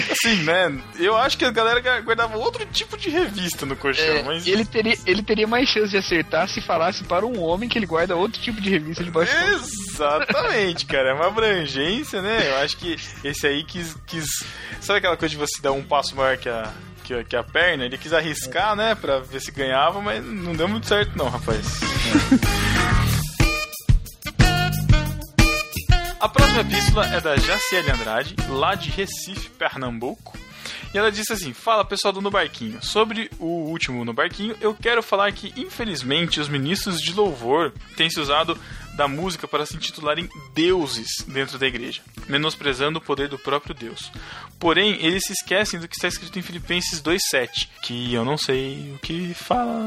Speaker 1: assim, né? Eu acho que a galera guardava outro tipo de revista no colchão, mas.
Speaker 4: É, ele, teria, ele teria mais chance de acertar se falasse para um homem que ele guarda outro tipo de revista de
Speaker 1: É.
Speaker 4: baixo.
Speaker 1: Exatamente, cara. É uma abrangência, né? Eu acho que esse aí quis. quis... Sabe aquela coisa de você dar um passo maior que a, que, a- que a perna? Ele quis arriscar, né? Pra ver se ganhava, mas não deu muito certo, não, rapaz. A próxima epístola é da Jaciele Andrade, lá de Recife, Pernambuco. E ela disse assim: Fala pessoal do No Barquinho. Sobre o último No Barquinho, eu quero falar que, infelizmente, os ministros de louvor têm se usado da música para se intitularem deuses dentro da igreja, menosprezando o poder do próprio Deus. Porém, eles se esquecem do que está escrito em Filipenses 2,7, que eu não sei o que fala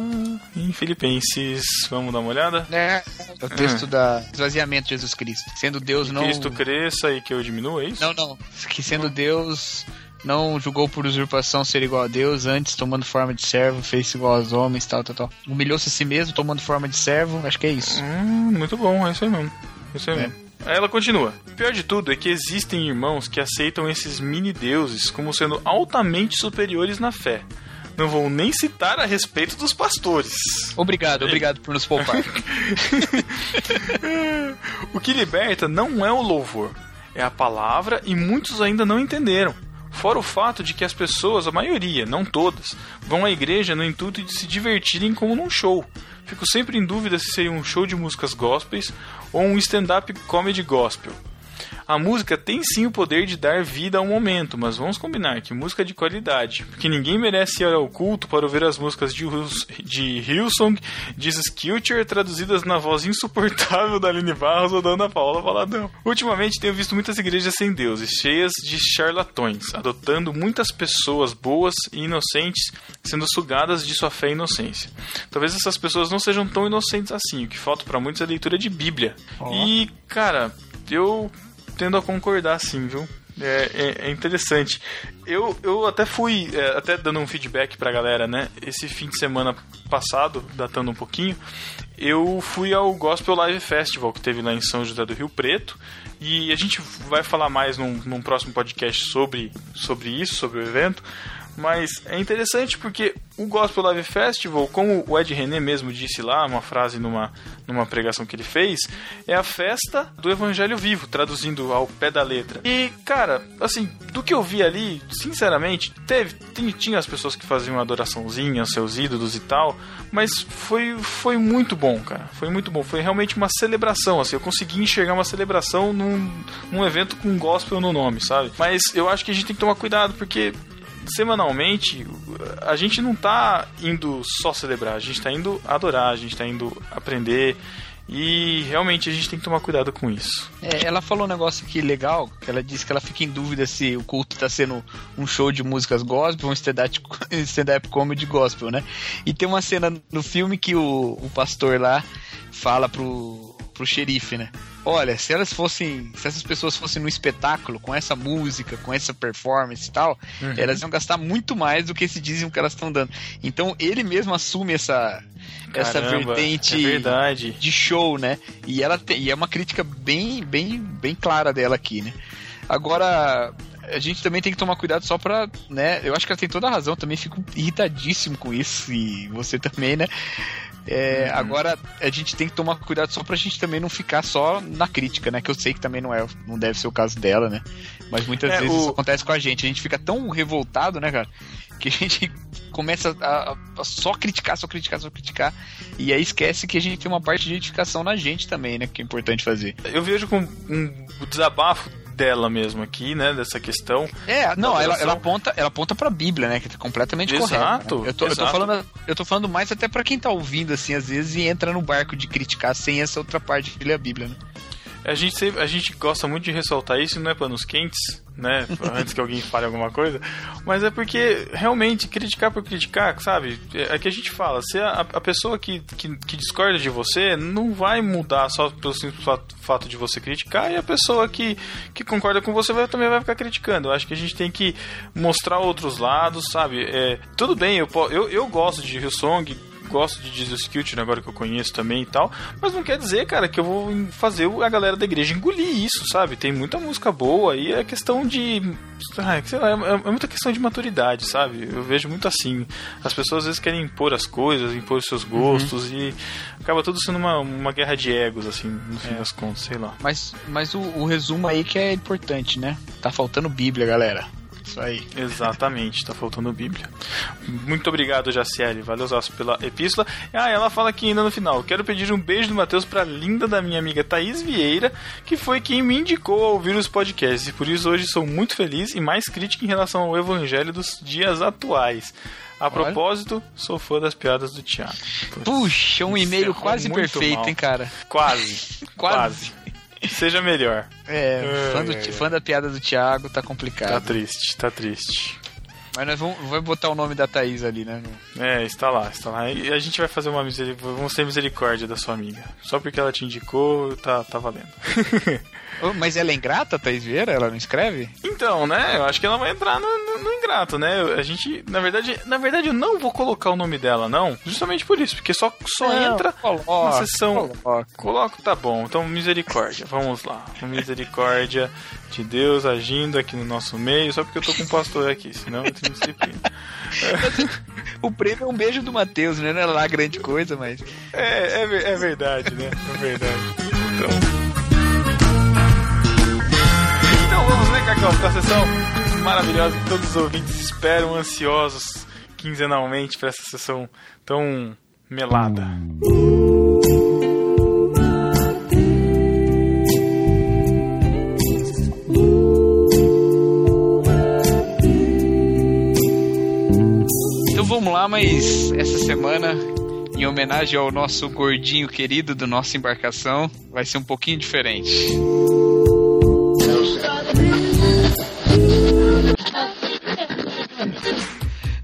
Speaker 1: em Filipenses. Vamos dar uma olhada?
Speaker 4: Né? É o texto da esvaziamento de Jesus Cristo. Sendo Deus não.
Speaker 1: Cristo cresça e que eu diminua, é isso?
Speaker 4: Não, não. Que sendo Deus, não julgou por usurpação ser igual a Deus, antes tomando forma de servo, fez igual aos homens, tal, tal, tal. Humilhou-se a si mesmo, tomando forma de servo, acho que é isso.
Speaker 1: Hum, muito bom, é isso aí mesmo. É Isso aí
Speaker 4: É.
Speaker 1: mesmo. Aí ela continua. O pior de tudo é que existem irmãos que aceitam esses mini-deuses como sendo altamente superiores na fé. Não vou nem citar a respeito dos pastores.
Speaker 4: Obrigado, obrigado por nos poupar.
Speaker 1: o que liberta não é o louvor, é a palavra e muitos ainda não entenderam. Fora o fato de que as pessoas, a maioria, não todas, vão à igreja no intuito de se divertirem como num show. Fico sempre em dúvida se seria um show de músicas gospels ou um stand-up comedy gospel. A música tem sim o poder de dar vida ao momento, mas vamos combinar que música de qualidade, porque ninguém merece ir ao culto para ouvir as músicas de, Hils- de Hillsong, Jesus Culture, traduzidas na voz insuportável da Aline Barros ou da Ana Paula Valadão. Ultimamente tenho visto muitas igrejas sem deuses, cheias de charlatões, adotando muitas pessoas boas e inocentes sendo sugadas de sua fé e inocência. Talvez essas pessoas não sejam tão inocentes assim, o que falta para muitos é leitura de Bíblia. E, cara, eu tendo a concordar, sim, viu? É, é- é interessante. Eu, eu até fui, é, até dando um feedback pra galera, né? Esse fim de semana passado, datando um pouquinho, eu fui ao Gospel Live Festival que teve lá em São José do Rio Preto. E a gente vai falar mais num, num próximo podcast sobre, sobre isso, sobre o evento. Mas é interessante porque o Gospel Live Festival, como o Ed René mesmo disse lá, uma frase numa, numa pregação que ele fez, é a festa do Evangelho Vivo, traduzindo ao pé da letra. E, cara, assim, do que eu vi ali, sinceramente, teve, tem- tinha as pessoas que faziam uma adoraçãozinha aos seus ídolos e tal, mas foi, foi muito bom, cara. Foi muito bom. Foi realmente uma celebração, assim. Eu consegui enxergar uma celebração num, num evento com gospel no nome, sabe? Mas eu acho que a gente tem que tomar cuidado, porque semanalmente a gente não tá indo só celebrar, a gente tá indo adorar, a gente tá indo aprender e realmente a gente tem que tomar cuidado com isso.
Speaker 4: É, ela falou um negócio aqui legal, que ela disse que ela fica em dúvida se o culto tá sendo um show de músicas gospel ou um stand-up stand comedy gospel, né? E tem uma cena no filme que o, o pastor lá fala pro, pro xerife, né? Olha, se elas fossem. Se essas pessoas fossem num espetáculo com essa música, com essa performance e tal,
Speaker 12: Uhum.
Speaker 4: elas iam gastar muito mais do que se dizem que elas estão dando. Então ele mesmo assume essa, essa
Speaker 1: Caramba,
Speaker 4: vertente
Speaker 1: é verdade.
Speaker 4: de show, né? E ela tem, e é uma crítica bem, bem, bem clara dela aqui, né? Agora a gente também tem que tomar cuidado só pra, né? Eu acho que ela tem toda a razão, também fico irritadíssimo com isso e você também, né? É,
Speaker 1: Uhum.
Speaker 4: Agora a gente tem que tomar cuidado só pra gente também não ficar só na crítica, né? Que eu sei que também não é, não deve ser o caso dela, né? Mas muitas
Speaker 1: É,
Speaker 4: vezes
Speaker 1: o-
Speaker 4: isso acontece com a gente, a gente fica tão revoltado, né, cara? Que a gente começa a, a só criticar, só criticar, só criticar. E aí esquece que a gente tem uma parte de edificação na gente também, né? Que é importante fazer.
Speaker 1: Eu vejo com um o desabafo dela mesmo aqui, né, dessa questão.
Speaker 4: É, não,
Speaker 1: Da
Speaker 4: ela,
Speaker 1: adoração.
Speaker 4: ela aponta, ela aponta pra Bíblia, né? Que tá completamente
Speaker 1: Exato,
Speaker 4: correto. né? Eu tô, eu tô
Speaker 1: exato.
Speaker 4: falando, eu tô falando mais até pra quem tá ouvindo, assim, às vezes, e entra no barco de criticar sem essa outra parte de ler a Bíblia, né?
Speaker 1: A gente, sempre- a gente gosta muito de ressaltar isso, não é panos quentes, né? Antes que alguém fale alguma coisa. Mas é porque, realmente, criticar por criticar, sabe? É que a gente fala, se a, a pessoa que, que, que discorda de você não vai mudar só pelo simples fato, fato de você criticar, e a pessoa que, que concorda com você vai, também vai ficar criticando. Eu acho que a gente tem que mostrar outros lados, sabe? É, tudo bem, eu, po- eu, eu gosto de Hillsong, gosto de Jesus Culture agora que eu conheço também e tal, mas não quer dizer, cara, que eu vou fazer a galera da igreja engolir isso, sabe? Tem muita música boa e é questão de. ah, sei lá, é, é muita questão de maturidade, sabe? Eu vejo muito assim. As pessoas às vezes querem impor as coisas, impor os seus gostos e acaba tudo sendo uma, uma guerra de egos, assim, no fim das contas, sei lá.
Speaker 4: Mas, mas o, o resumo aí que é importante, né? Tá faltando Bíblia, galera. Isso aí.
Speaker 1: Exatamente, tá faltando Bíblia. Muito obrigado, Jaciele. Valeu, Zaço, pela epístola. Ah, ela fala aqui ainda no final. Quero pedir um beijo do Matheus pra linda da minha amiga Thaís Vieira, que foi quem me indicou a ouvir os podcasts. E por isso hoje sou muito feliz e mais crítico em relação ao evangelho dos dias atuais. A propósito, sou fã das piadas do Thiago.
Speaker 4: Puxa, um e-mail
Speaker 1: encerrou
Speaker 4: quase
Speaker 1: muito
Speaker 4: perfeito,
Speaker 1: mal.
Speaker 4: hein, cara?
Speaker 1: Quase. quase.
Speaker 4: Quase.
Speaker 1: Seja melhor.
Speaker 4: É, fã,
Speaker 1: Ai,
Speaker 4: do-
Speaker 1: ai, ai.
Speaker 4: fã da piada do Thiago, tá complicado.
Speaker 1: Tá triste, tá triste.
Speaker 4: Mas nós vamos, vamos botar o nome da Thaís ali, né?
Speaker 1: É, está lá, está lá. E a gente vai fazer uma misericórdia. Vamos ter misericórdia da sua amiga. Só porque ela te indicou, tá, tá valendo.
Speaker 4: Ô, Mas ela é ingrata, Thaís Vieira? Ela não escreve?
Speaker 1: Então, né? Eu acho que ela vai entrar no, no- no ingrato, né? Eu- A gente, na verdade, na verdade eu não vou colocar o nome dela, não. Justamente por isso, porque só, só
Speaker 2: Não,
Speaker 1: entra na
Speaker 2: coloca,
Speaker 1: sessão. Coloco, tá bom. Então, misericórdia. Vamos lá. Misericórdia de Deus agindo aqui no nosso meio, só porque eu tô com o pastor aqui, senão eu tenho disciplina.
Speaker 4: O prêmio é um beijo do Matheus, né? Não é lá grande coisa, mas.
Speaker 1: É, é, ver- é verdade, né? É verdade. Então. Então vamos, né, Cacau, pra sessão maravilhosa que todos os ouvintes esperam ansiosos quinzenalmente pra essa sessão tão melada.
Speaker 4: Então vamos lá, mas essa semana, em homenagem ao nosso gordinho querido do nossa embarcação, vai ser um pouquinho diferente.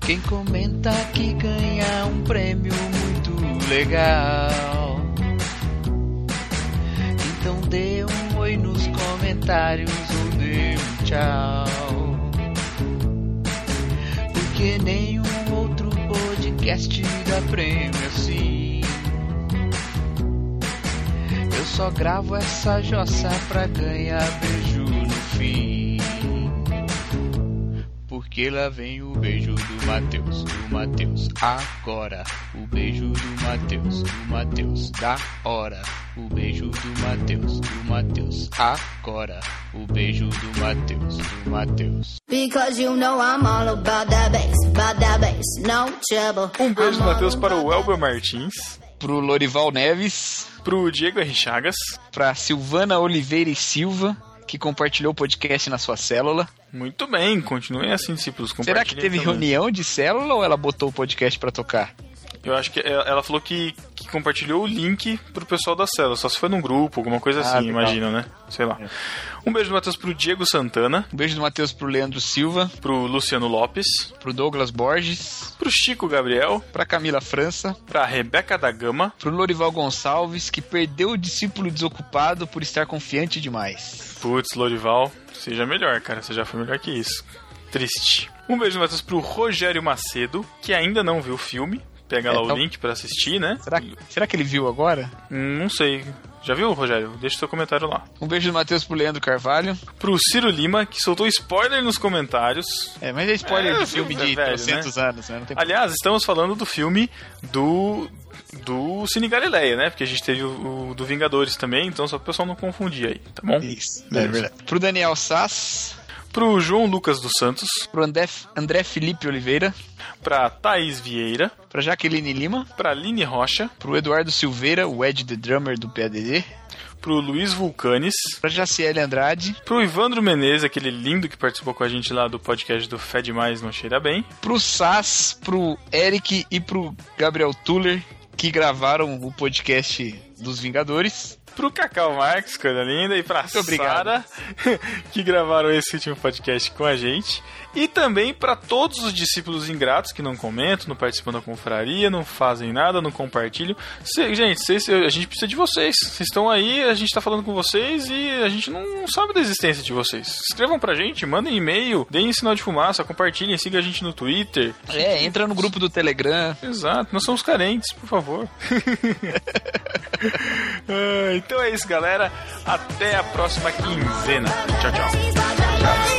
Speaker 4: Quem comenta que ganha um prêmio muito legal. Então dê um oi nos comentários ou dê um tchau. Porque nenhum outro podcast dá prêmio assim. Eu só gravo essa jossa pra ganhar beijo no fim. Porque lá vem o beijo do Matheus, do Matheus, agora. O beijo do Matheus, do Matheus, da hora. O beijo do Matheus, do Matheus, agora. O beijo do Matheus, do Matheus.
Speaker 6: Because you know I'm all about that bass, about that bass, no trouble.
Speaker 1: Um beijo, Matheus, para o Elber Martins.
Speaker 4: Pro Lorival Neves.
Speaker 1: Pro Diego R. Chagas.
Speaker 4: Pra Silvana Oliveira e Silva, que compartilhou o podcast na sua célula.
Speaker 1: Muito bem, continuem assim, discípulos.
Speaker 4: Será que
Speaker 1: compartilhem então, né?
Speaker 4: teve
Speaker 1: também.
Speaker 4: reunião de célula ou ela botou o podcast pra tocar?
Speaker 1: Eu acho que ela ela falou que, que compartilhou o link pro pessoal da cela, só se foi num grupo, alguma coisa
Speaker 4: Ah,
Speaker 1: assim,
Speaker 4: legal. É.
Speaker 1: imagino, né? Sei lá. Um beijo do Matheus pro Diego Santana.
Speaker 4: Um beijo do Matheus pro Leandro Silva,
Speaker 1: Pro Luciano Lopes.
Speaker 4: pro Douglas Borges,
Speaker 1: Pro Chico Gabriel.
Speaker 4: pra Camila França,
Speaker 1: Pra Rebeca da Gama.
Speaker 4: pro Lorival Gonçalves, que perdeu o discípulo desocupado por estar confiante demais.
Speaker 1: Putz, Lorival, seja melhor, cara. Você já foi melhor que isso. Triste. Um beijo do Matheus pro Rogério Macedo, que ainda não viu o filme. Pega
Speaker 4: É,
Speaker 1: lá o
Speaker 4: tal-
Speaker 1: link pra assistir, né?
Speaker 4: Será, que- será que ele viu agora?
Speaker 1: Hum, Não sei. Já viu, Rogério? Deixa seu comentário lá.
Speaker 4: Um beijo do Matheus pro Leandro Carvalho.
Speaker 1: Pro Ciro Lima, que soltou spoiler nos comentários.
Speaker 4: É, mas é spoiler
Speaker 1: É,
Speaker 4: de filme
Speaker 1: é
Speaker 4: de
Speaker 1: velho,
Speaker 4: 300 anos, né? Não tem
Speaker 1: Aliás, estamos falando do filme do do Cine Galileia, né? Porque a gente teve o, o do Vingadores também, então só pro pessoal não confundir aí, tá bom?
Speaker 4: Isso, é verdade. Pro Daniel Sass,
Speaker 1: Pro João Lucas dos Santos,
Speaker 4: pro André, André Felipe Oliveira,
Speaker 1: pra Thaís Vieira,
Speaker 4: pra Jaqueline Lima,
Speaker 1: pra Aline Rocha,
Speaker 4: pro Eduardo Silveira, o Ed The Drummer do PADD,
Speaker 1: pro Luiz Vulcanes,
Speaker 4: pra Jaciele Andrade,
Speaker 1: pro Ivandro Menezes, aquele lindo que participou com a gente lá do podcast do Fé Demais Não Cheira Bem,
Speaker 4: pro Sass, pro Eric e pro Gabriel Tuller, que gravaram o podcast dos Vingadores.
Speaker 1: pro Cacau Marques, coisa linda, e pra
Speaker 4: Muito obrigado.
Speaker 1: Sara, que gravaram esse último podcast com a gente, e também pra todos os discípulos ingratos que não comentam, não participam da confraria, não fazem nada, não compartilham. Cê- gente, cês- a gente precisa de vocês. Vocês estão aí, a gente tá falando com vocês e a gente não sabe da existência de vocês. Escrevam pra gente, mandem e-mail, deem sinal de fumaça, compartilhem, sigam a gente no Twitter.
Speaker 4: É, entra no grupo do Telegram.
Speaker 1: Exato, nós somos carentes, por favor. Ah, então é isso, galera. Até a próxima quinzena. Tchau, tchau.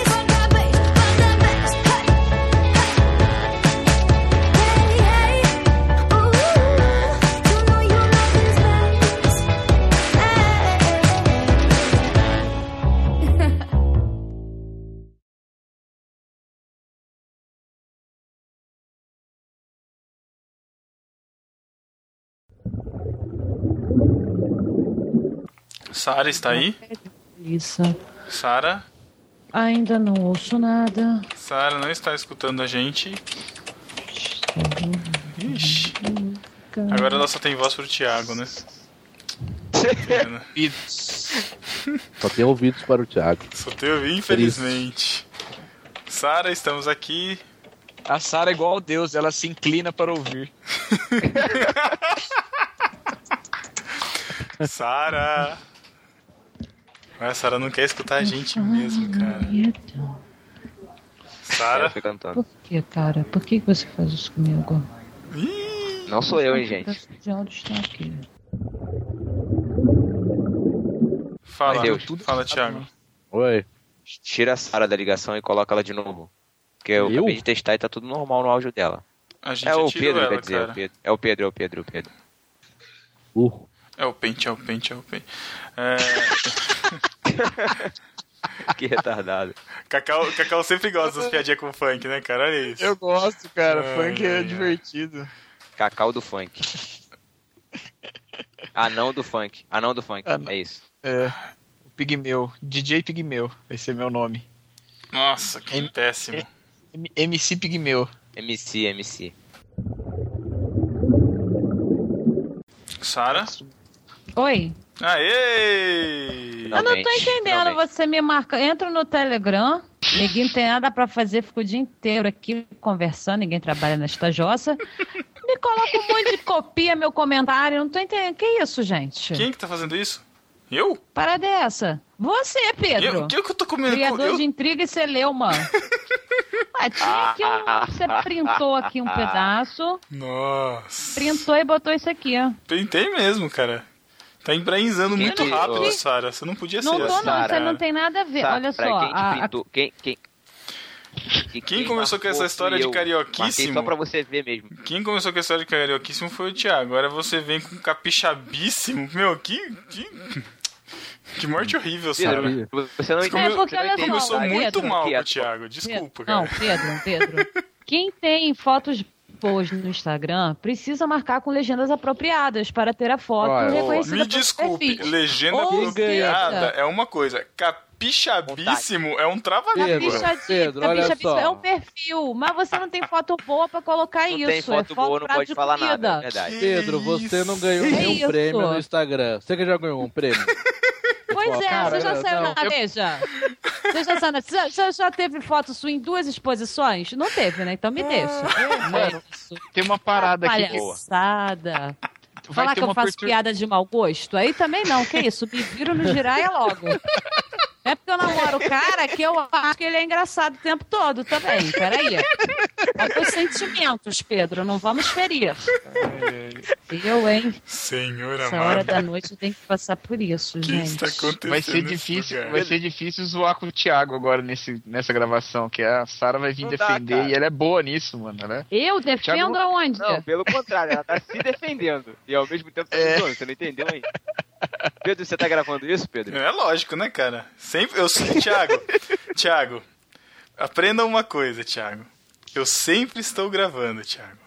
Speaker 1: Sara está aí?
Speaker 5: Isso.
Speaker 1: Sara?
Speaker 5: Ainda não ouço nada.
Speaker 1: Sara não está escutando a gente. Ixi. Agora ela só tem voz pro Thiago, né? Pena.
Speaker 4: E
Speaker 2: Só tem ouvidos para o Thiago.
Speaker 1: Só teu, infelizmente. Sara, estamos aqui.
Speaker 4: a Sara é igual a Deus, ela se inclina para ouvir.
Speaker 1: Sara! Mas a Sara não quer escutar a gente mesmo, cara. Sara.
Speaker 3: Fica cantando.
Speaker 5: Por que, cara? Por que que você faz isso comigo?
Speaker 3: Não sou eu, hein, gente.
Speaker 5: De áudio está aqui.
Speaker 1: Fala,
Speaker 3: Ai, É, Deus.
Speaker 1: fala, Thiago.
Speaker 2: Oi.
Speaker 3: Tira a Sara da ligação e coloca ela de novo. Porque eu,
Speaker 2: Eu?
Speaker 3: acabei de testar e tá tudo normal no áudio dela.
Speaker 1: A gente
Speaker 3: É o
Speaker 1: atirou
Speaker 3: Pedro,
Speaker 1: ela,
Speaker 3: quer dizer. é o
Speaker 1: cara.
Speaker 3: Pedro. É o Pedro, é o Pedro, é o Pedro.
Speaker 2: Uh.
Speaker 1: É o pente, é o pente, é o pente. É...
Speaker 3: que retardado.
Speaker 1: Cacau, Cacau sempre gosta das piadinhas com funk, né, cara? Olha isso.
Speaker 4: Eu gosto, cara.
Speaker 1: Ai,
Speaker 4: Funk é
Speaker 1: ai, ai.
Speaker 4: divertido.
Speaker 3: Cacau do funk. Anão do funk. Anão do funk.
Speaker 4: Anão.
Speaker 3: É isso.
Speaker 4: É. O Pigmeu. DJ Pigmeu. Vai ser meu nome.
Speaker 1: Nossa, que péssimo.
Speaker 4: M- MC Pigmeu.
Speaker 3: MC, MC.
Speaker 1: Sara?
Speaker 5: Oi.
Speaker 1: Aê!
Speaker 5: Eu não tô entendendo. Você me marca. Entra no Telegram. Ninguém tem nada pra fazer, fica o dia inteiro aqui conversando, ninguém trabalha nesta jossa. Me coloca um monte de copia meu comentário. eu Não tô entendendo. Que isso, gente?
Speaker 1: Quem que tá fazendo isso? Eu?
Speaker 5: Para dessa. Você, Pedro.
Speaker 1: Eu? O que que eu tô comendo?
Speaker 5: Criador
Speaker 1: eu...
Speaker 5: de intriga e celeuma. Ué, tinha aqui um, você printou aqui um pedaço,
Speaker 1: Nossa.
Speaker 5: printou e botou isso aqui.
Speaker 1: Pintei mesmo, cara. Tá embrainzando
Speaker 3: Quem
Speaker 1: muito
Speaker 3: que-
Speaker 1: rápido,
Speaker 3: Quem-
Speaker 1: Sara. Você não podia
Speaker 5: Não
Speaker 1: ser
Speaker 5: tô
Speaker 1: assim.
Speaker 5: não, você
Speaker 1: cara.
Speaker 5: não tem nada a ver.
Speaker 3: Tá,
Speaker 5: Olha
Speaker 3: peraí,
Speaker 5: só,
Speaker 3: quem te
Speaker 5: a- a-
Speaker 3: pintou- Quem, quem, que-
Speaker 1: Quem começou com
Speaker 3: marcou
Speaker 1: essa história
Speaker 3: fui
Speaker 1: de
Speaker 3: eu.
Speaker 1: carioquice,
Speaker 3: Marquei Só
Speaker 1: mano?
Speaker 3: pra você ver mesmo.
Speaker 1: Quem começou com a história de carioquíssimo foi o Thiago. Agora você vem com capixabíssimo. Meu, que. Que, que morte horrível, Sara.
Speaker 2: Sabia.
Speaker 3: né? Você não
Speaker 1: Você
Speaker 3: entendeu.
Speaker 1: come-
Speaker 5: É porque olha
Speaker 1: Você
Speaker 5: só,
Speaker 1: começou
Speaker 5: Pedro.
Speaker 3: é
Speaker 1: muito mal com o
Speaker 3: Quieto.
Speaker 1: Thiago. Desculpa,
Speaker 5: Não,
Speaker 1: cara.
Speaker 5: Pedro, Pedro. Quem tem fotos boas no Instagram precisa marcar com legendas apropriadas para ter a foto
Speaker 2: Olha,
Speaker 5: reconhecida
Speaker 1: Me
Speaker 5: pelos
Speaker 1: desculpe,
Speaker 5: perfis.
Speaker 1: legenda
Speaker 5: Ou
Speaker 1: apropriada
Speaker 5: seja,
Speaker 1: é uma coisa. Capixabíssimo é um trava-língua.
Speaker 2: Pedro.
Speaker 5: Capricha
Speaker 2: Pedro, olha só.
Speaker 5: é um perfil, mas você não tem foto boa pra colocar
Speaker 3: Não
Speaker 5: isso.
Speaker 3: tem foto
Speaker 5: é foto
Speaker 3: boa, não
Speaker 5: prato
Speaker 3: pode
Speaker 5: de
Speaker 3: falar
Speaker 5: comida.
Speaker 3: nada. É verdade.
Speaker 2: Pedro, você não ganhou
Speaker 5: Que
Speaker 2: nenhum
Speaker 5: isso?
Speaker 2: prêmio no Instagram. Você que já ganhou um prêmio?
Speaker 5: Pois é,
Speaker 2: Cara,
Speaker 5: você já saiu
Speaker 2: não.
Speaker 5: na veja. Você já saiu na Você já, já teve foto sua em duas exposições? Não teve, né? Então me deixa.
Speaker 4: mano,
Speaker 5: Isso.
Speaker 4: Tem uma parada aqui boa.
Speaker 5: Palhaçada.
Speaker 4: Vai
Speaker 5: Falar
Speaker 4: ter
Speaker 5: que eu
Speaker 4: uma
Speaker 5: faço
Speaker 4: pertur-
Speaker 5: piada de mau gosto? Aí também não, que isso? Me viro no giraia logo. Não é porque eu namoro o cara que eu acho que ele é engraçado o tempo todo também. Peraí. Olha os sentimentos, Pedro. Não vamos ferir. Eu, hein?
Speaker 1: Senhor
Speaker 5: Essa hora tá
Speaker 1: amado.
Speaker 5: da noite eu tenho que passar por isso,
Speaker 1: O que
Speaker 5: gente.
Speaker 1: está acontecendo?
Speaker 4: Vai ser
Speaker 1: nesse
Speaker 4: difícil,
Speaker 1: lugar?
Speaker 4: vai ser difícil zoar com o Thiago agora nesse, nessa gravação, que a Sara vai vir
Speaker 3: Não dá,
Speaker 4: defender
Speaker 3: cara.
Speaker 4: e ela é boa nisso, mano, né?
Speaker 5: Eu defendo
Speaker 4: Thiago-
Speaker 5: aonde?
Speaker 3: Não, pelo contrário, ela tá se defendendo. E ao mesmo tempo tá
Speaker 4: É.
Speaker 3: zoando, você não entendeu ainda. Pedro, você tá gravando isso, Pedro?
Speaker 1: É lógico, né, cara? Sempre eu sei, Thiago. Thiago, aprenda uma coisa, Thiago. Eu sempre estou gravando, Thiago.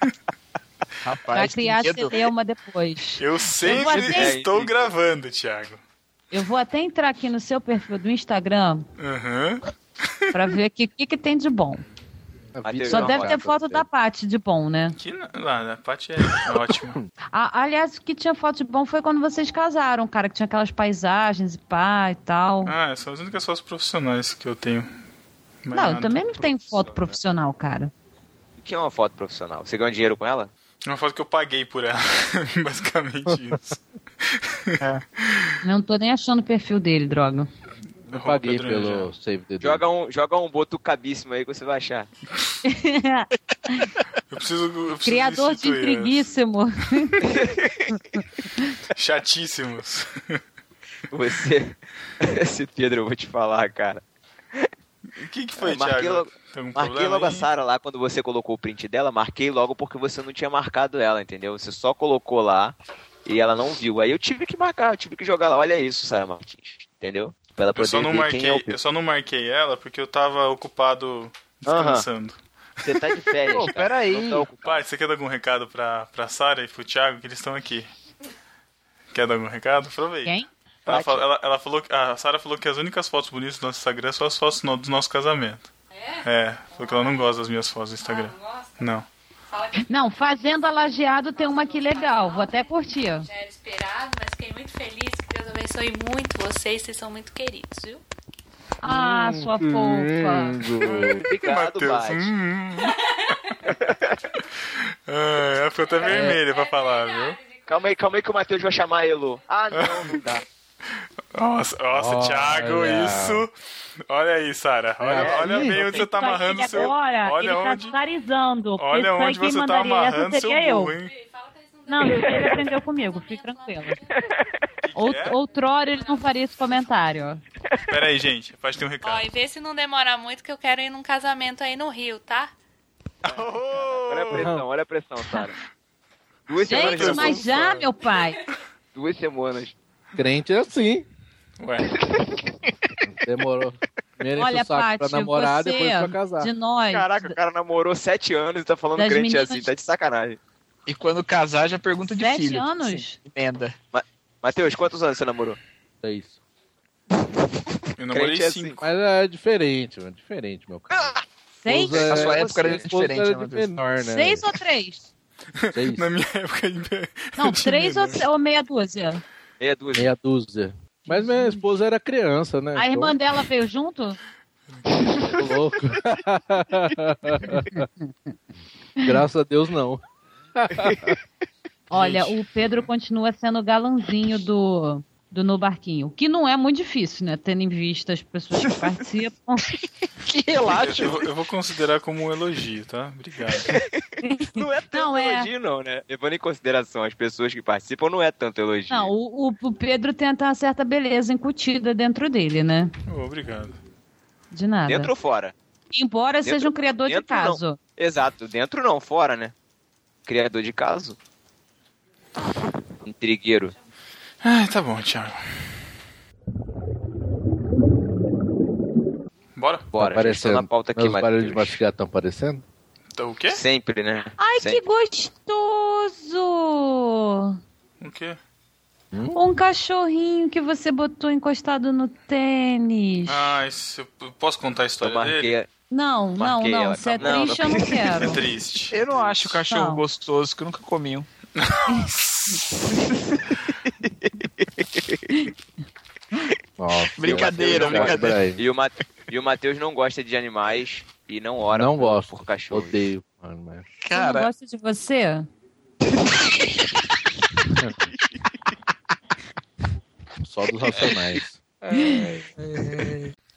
Speaker 5: Pra
Speaker 4: Rapaz, que
Speaker 5: criar
Speaker 4: medo.
Speaker 5: celeuma depois.
Speaker 1: Eu sempre
Speaker 5: até-
Speaker 1: estou gravando, Thiago.
Speaker 5: Eu vou até entrar aqui no seu perfil do Instagram
Speaker 1: Uhum.
Speaker 5: pra ver aqui o que, que tem de bom.
Speaker 1: É,
Speaker 3: Teve
Speaker 5: Só
Speaker 3: é uma
Speaker 5: deve ter
Speaker 3: parada,
Speaker 5: foto da Paty de bom, né?
Speaker 1: Que na- lá, a parte é ótima.
Speaker 5: A- aliás, o que tinha foto de bom foi quando vocês casaram, cara, que tinha aquelas paisagens e pá e tal.
Speaker 1: Ah, são as únicas fotos profissionais que eu tenho. Mais
Speaker 5: não, eu
Speaker 1: nada.
Speaker 5: também não tenho foto profissional, cara.
Speaker 3: O que é uma foto profissional? Você ganhou dinheiro com ela?
Speaker 1: É Uma foto que eu paguei por ela. Basicamente isso.
Speaker 5: Não tô nem achando o perfil dele, droga.
Speaker 2: Eu paguei
Speaker 1: Pedro
Speaker 2: pelo Save the Date.
Speaker 3: Joga um, joga um boto cabíssimo aí que você vai achar.
Speaker 1: Eu preciso, eu preciso
Speaker 5: Criador de
Speaker 1: instituir, né?
Speaker 5: intriguíssimo.
Speaker 1: Chatíssimos.
Speaker 3: Você. Esse Pedro, eu vou te falar, cara.
Speaker 1: O que, que foi,
Speaker 3: Eu marquei
Speaker 1: Thiago?
Speaker 3: logo-
Speaker 1: Tem algum
Speaker 3: Marquei
Speaker 1: problema
Speaker 3: logo a
Speaker 1: aí?
Speaker 3: Sara lá quando você colocou o print dela, marquei logo porque você não tinha marcado ela, entendeu? Você só colocou lá e ela não viu. Aí eu tive que marcar, eu tive que jogar lá. Olha isso, Sara Martins, entendeu? Pra ela
Speaker 1: Eu
Speaker 3: poder
Speaker 1: só, não
Speaker 3: ver quem é o
Speaker 1: marquei, eu só não marquei ela porque eu tava ocupado descansando.
Speaker 3: Você tá de férias.
Speaker 4: Pô,
Speaker 3: cara.
Speaker 4: peraí.
Speaker 3: Não tá ocupado.
Speaker 1: Pai, você quer dar algum recado pra, pra Sara e pro Thiago, que eles estão aqui? Quer dar algum recado? Aproveita.
Speaker 5: Quem?
Speaker 1: Ela, fala- ela- ela falou, que- a Sara falou que as únicas fotos bonitas do nosso Instagram são as fotos no- do nosso casamento. É? É, falou que ela não gosta das minhas fotos do Instagram. não.
Speaker 5: Não, Fazenda Lajeado tem uma aqui legal. Vou até curtir.
Speaker 12: Já era esperado, mas fiquei muito feliz. Que Deus abençoe muito vocês, vocês são muito queridos, viu?
Speaker 5: Ah, sua fofa.
Speaker 3: Obrigado,
Speaker 1: Matheus.
Speaker 3: Bate.
Speaker 1: Hum. Ah, ela ficou até vermelha pra falar, viu?
Speaker 3: Calma aí, calma aí que o Matheus vai chamar a Elo. Ah, não, não dá.
Speaker 1: Nossa, nossa
Speaker 2: Olha.
Speaker 1: Thiago, isso. Olha aí, Sara. Olha,
Speaker 2: É.
Speaker 1: olha bem onde você tá
Speaker 13: Só que
Speaker 1: amarrando o seu.
Speaker 13: Agora,
Speaker 1: Olha
Speaker 13: ele
Speaker 1: onde.
Speaker 13: tá sarizando. porque
Speaker 1: Olha
Speaker 13: isso aí
Speaker 1: onde
Speaker 13: quem
Speaker 1: você tá
Speaker 13: mandaria essa
Speaker 1: amarrando seu
Speaker 13: seria eu.
Speaker 1: burro, hein?
Speaker 13: Não, ele aprendeu comigo, fique tranquilo.
Speaker 7: Out,
Speaker 1: É?
Speaker 7: Outrora ele não faria esse comentário.
Speaker 1: Pera aí, gente. Faz ter um recado.
Speaker 12: Ó, e vê se não demora muito que eu quero ir num casamento aí no Rio, tá?
Speaker 3: Olha a pressão, olha a pressão, Sara. Duas
Speaker 2: é
Speaker 3: semanas
Speaker 7: Gente,
Speaker 3: de
Speaker 7: mas
Speaker 3: pressão.
Speaker 1: é
Speaker 7: já, meu pai.
Speaker 3: Duas semanas.
Speaker 2: Crente é assim.
Speaker 1: Ué.
Speaker 2: Demorou. Primeiro enche
Speaker 7: Olha,
Speaker 2: o saco pra
Speaker 7: Paty,
Speaker 2: namorar,
Speaker 7: você,
Speaker 2: depois
Speaker 5: é
Speaker 2: pra casar.
Speaker 7: de nós.
Speaker 3: Caraca, o cara namorou sete anos e tá falando
Speaker 7: Das
Speaker 3: crente
Speaker 7: meninas-
Speaker 3: assim, tá de sacanagem.
Speaker 4: E quando casar, já pergunta de
Speaker 7: Sete
Speaker 4: filho.
Speaker 7: anos?
Speaker 4: Sim, Emenda.
Speaker 3: Matheus, quantos anos você namorou?
Speaker 2: É isso.
Speaker 1: Eu
Speaker 3: namorei Crente é cinco. assim.
Speaker 2: Mas é diferente, mano. Diferente, meu cara.
Speaker 5: Seis?
Speaker 2: Esposa- é-
Speaker 4: A sua época era
Speaker 2: esposa
Speaker 4: diferente, né,
Speaker 2: de
Speaker 4: Matheus?
Speaker 2: menor, né?
Speaker 5: Seis ou três?
Speaker 2: Seis.
Speaker 1: Na minha época ainda.
Speaker 5: Não, três ou, ou meia dúzia.
Speaker 3: Meia dúzia.
Speaker 7: É.
Speaker 2: Meia dúzia. Mas minha esposa era criança, né?
Speaker 5: A
Speaker 2: Então,
Speaker 5: irmã dela veio junto?
Speaker 2: tô louco. Graças a Deus, não.
Speaker 5: Olha, o Pedro continua sendo o galanzinho do, do No Barquinho. o Que não é muito difícil, né? Tendo em vista as pessoas que participam.
Speaker 4: que
Speaker 1: Eu, vou- eu vou considerar como um elogio, tá? Obrigado.
Speaker 3: Não é tanto
Speaker 5: Não, é.
Speaker 3: elogio, não, né? Levando em consideração as pessoas que participam, não é tanto elogio.
Speaker 5: Não, o, o- o Pedro tem até uma certa beleza incutida dentro dele, né?
Speaker 1: Ô, Obrigado.
Speaker 5: De nada.
Speaker 3: Dentro ou fora?
Speaker 5: Embora
Speaker 3: Dentro-
Speaker 5: seja um criador de
Speaker 3: dentro não.
Speaker 5: caso.
Speaker 3: Exato, dentro não, fora, né? Criador de caso. Intrigueiro.
Speaker 1: Ah, tá bom, Thiago. Bora?
Speaker 3: Bora, já estou
Speaker 2: aparecendo.
Speaker 3: na pauta aqui,
Speaker 2: Meus barulhos
Speaker 3: Matheus.
Speaker 2: de mastigar estão aparecendo?
Speaker 1: Então, o quê?
Speaker 3: Sempre, né?
Speaker 5: Ai,
Speaker 3: Sempre.
Speaker 5: que gostoso!
Speaker 1: O quê?
Speaker 3: Hum?
Speaker 5: Um cachorrinho que você botou encostado no tênis.
Speaker 1: Ah, isso, eu posso contar a história
Speaker 3: Eu marquei,
Speaker 1: dele?
Speaker 5: Não, não,
Speaker 3: Marquei
Speaker 5: não.
Speaker 3: ela,
Speaker 5: Se é
Speaker 3: calma. Não,
Speaker 5: triste,
Speaker 3: não.
Speaker 5: eu não quero.
Speaker 1: É triste.
Speaker 4: Eu não acho cachorro
Speaker 5: Não.
Speaker 4: gostoso, que eu nunca comi um.
Speaker 2: Nossa,
Speaker 4: Brincadeira,
Speaker 2: Deus,
Speaker 4: brincadeira.
Speaker 2: Brian.
Speaker 3: E o, Mate- e o Matheus não gosta de animais e não ora
Speaker 2: Não
Speaker 3: por,
Speaker 2: gosto.
Speaker 3: por cachorro.
Speaker 2: Odeio, mano. Mas...
Speaker 5: Eu não
Speaker 4: Cara,
Speaker 5: gosto de você?
Speaker 2: Só dos racionais.
Speaker 3: É,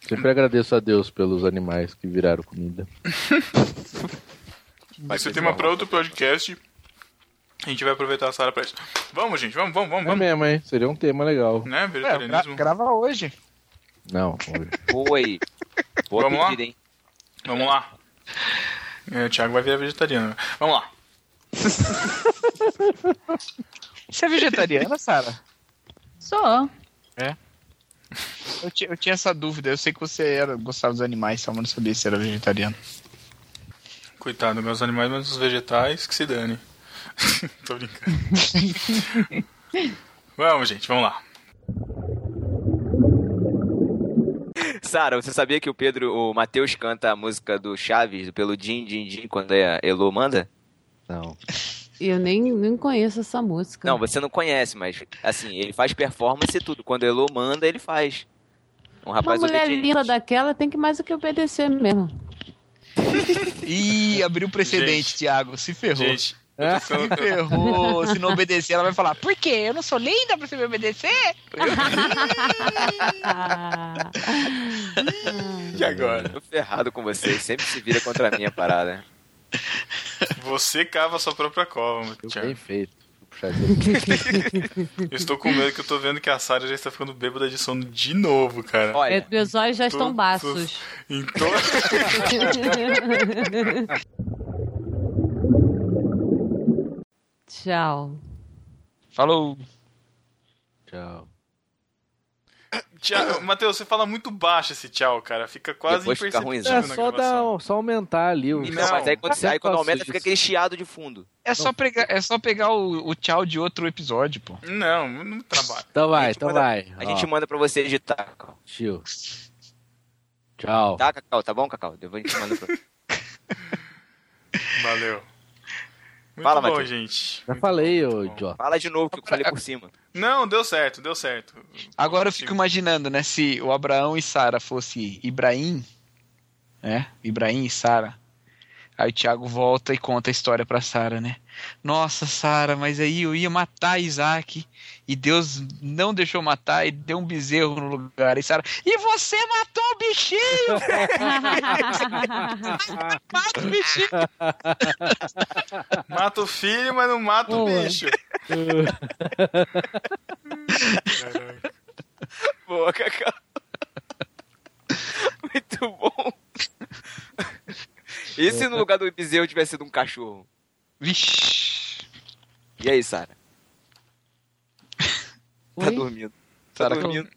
Speaker 2: Sempre agradeço a Deus pelos animais que viraram comida.
Speaker 1: Isso é tema pra outro podcast. A gente vai aproveitar a sala pra isso. Vamos, gente, vamos, vamos, vamos,
Speaker 2: É
Speaker 1: vamos.
Speaker 2: mesmo, hein? Seria um tema legal.
Speaker 1: Né?
Speaker 4: é, gra-
Speaker 1: Vegetarianismo.
Speaker 4: grava hoje.
Speaker 2: Não, hoje.
Speaker 3: Foi. Boa
Speaker 1: Vamos lá?
Speaker 3: pedida, hein?
Speaker 1: Vamos lá. É, o Thiago vai virar vegetariano. Vamos lá.
Speaker 4: Você é vegetariana, Sara?
Speaker 5: Sou.
Speaker 4: Eu, ti- eu tinha essa dúvida. Eu sei que você era, gostava dos animais, só mas não sabia se era vegetariano.
Speaker 1: Coitado, meus animais, mas os vegetais, que se dane. Tô brincando. vamos, gente, vamos lá.
Speaker 3: Sara, você sabia que o Pedro, o Matheus canta a música do Chaves, pelo Din Din Din, quando a Elo manda?
Speaker 2: Não.
Speaker 7: Eu nem, nem conheço essa música.
Speaker 3: Não, você não conhece, mas assim, ele faz performance e tudo. Quando a Elo manda, ele faz. Um
Speaker 7: Uma
Speaker 3: rapaz
Speaker 7: mulher
Speaker 3: obediente.
Speaker 7: linda daquela tem que mais do que obedecer mesmo.
Speaker 4: Ih, abriu o precedente,
Speaker 1: Gente.
Speaker 4: Thiago. Se ferrou.
Speaker 1: Gente, eu tô ficando-
Speaker 4: Se
Speaker 1: eu-
Speaker 4: ferrou. Se não obedecer, ela vai falar: Por quê? Eu não sou linda pra você me obedecer?
Speaker 7: Ah,
Speaker 1: e agora?
Speaker 3: Tô ferrado com você, sempre se vira contra a minha parada.
Speaker 1: Você cava a sua própria cova,
Speaker 2: Eu
Speaker 1: Thiago.
Speaker 2: bem feito. Vou puxar esse aqui.
Speaker 1: Eu estou com medo que eu tô vendo que a Sarah já está ficando bêbada de sono de novo, cara.
Speaker 3: Olha,
Speaker 7: meus olhos já estão
Speaker 1: Tô-
Speaker 7: baços.
Speaker 1: Então,
Speaker 7: Tchau.
Speaker 4: Falou.
Speaker 2: Tchau.
Speaker 1: Thiago, Matheus, você fala muito baixo esse tchau, cara. Fica quase
Speaker 3: Depois fica
Speaker 1: imperceptível
Speaker 2: É
Speaker 1: na
Speaker 2: só,
Speaker 1: gravação.
Speaker 2: dar, só aumentar ali um o.
Speaker 1: Não,
Speaker 3: não, mas aí quando,
Speaker 2: Você
Speaker 3: aí, quando
Speaker 2: faz
Speaker 3: aumenta,
Speaker 2: isso.
Speaker 3: fica aquele chiado de fundo.
Speaker 4: É só, prega- é só pegar o, o tchau de outro episódio, pô.
Speaker 2: um-
Speaker 1: Não, não trabalho.
Speaker 2: Então vai,
Speaker 3: A gente
Speaker 2: então
Speaker 3: manda-
Speaker 2: vai.
Speaker 3: A gente manda pra você editar, Cacau.
Speaker 2: Tio. Tchau.
Speaker 3: Tá, Cacau? Tá bom, Cacau? Depois a gente manda pra...
Speaker 1: Valeu. Muito
Speaker 3: Fala,
Speaker 1: bom,
Speaker 3: Matheus.
Speaker 1: gente.
Speaker 2: Já
Speaker 1: Muito
Speaker 2: falei,
Speaker 1: bom,
Speaker 2: ô
Speaker 1: muito bom.
Speaker 2: idiota.
Speaker 3: Fala de novo que eu falei por cima.
Speaker 1: Não, deu certo, deu certo. Tipo,
Speaker 4: Agora eu fico imaginando, né? Se o Abraão e Sara fosse Ibrahim, né? Ibrahim e Sara. Aí o Thiago volta e conta a história pra Sara, né? Nossa, Sara, mas aí eu ia matar Isaac e Deus não deixou matar e deu um bezerro no lugar. E Sara, e você matou o bichinho! mata o bichinho!
Speaker 1: Mata o filho, mas não mata o bicho.
Speaker 3: Boa, Cacau. Muito bom. E se no lugar do bezerro tivesse sido um cachorro?
Speaker 4: Vixe.
Speaker 3: E aí, Sara? Tá
Speaker 7: Oi?
Speaker 3: dormindo.
Speaker 7: Tá
Speaker 3: Tá dormindo.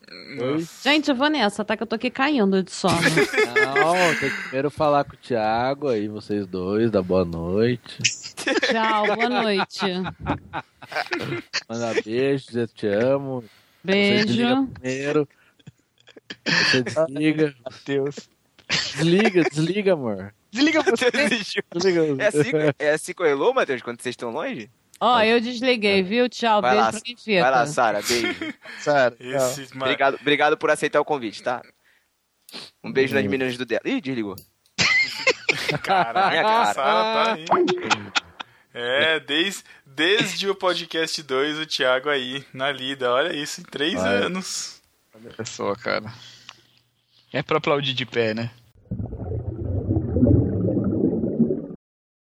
Speaker 7: Gente, eu vou nessa, tá? Que eu tô aqui caindo de sono.
Speaker 2: Não, tem que primeiro falar com o Thiago aí, vocês dois, da boa noite.
Speaker 7: Tchau, boa noite.
Speaker 2: Manda beijo, dizer que te amo.
Speaker 7: Beijo.
Speaker 2: Você desliga primeiro. Você desliga.
Speaker 4: Deus.
Speaker 2: Desliga, desliga, amor.
Speaker 4: Desliga você.
Speaker 2: Desliga.
Speaker 3: É assim, é assim que eu elô, Matheus, quando vocês estão longe?
Speaker 7: Ó, eu desliguei, viu? Tchau,
Speaker 3: Vai
Speaker 7: beijo
Speaker 3: lá,
Speaker 7: pra quem fica.
Speaker 3: vai lá, Sara, beijo.
Speaker 4: Sara,
Speaker 1: Esse tchau. mar-
Speaker 3: obrigado, obrigado por aceitar o convite, tá? Um beijo nas meninas do dela. Ih, desligou.
Speaker 1: Caraca,
Speaker 3: Cara.
Speaker 1: a Sara tá aí. É, desde, desde o podcast 2, o Thiago aí, na lida. Olha isso, em três
Speaker 4: Olha.
Speaker 1: anos.
Speaker 4: Olha só, cara. É pra aplaudir de pé, né?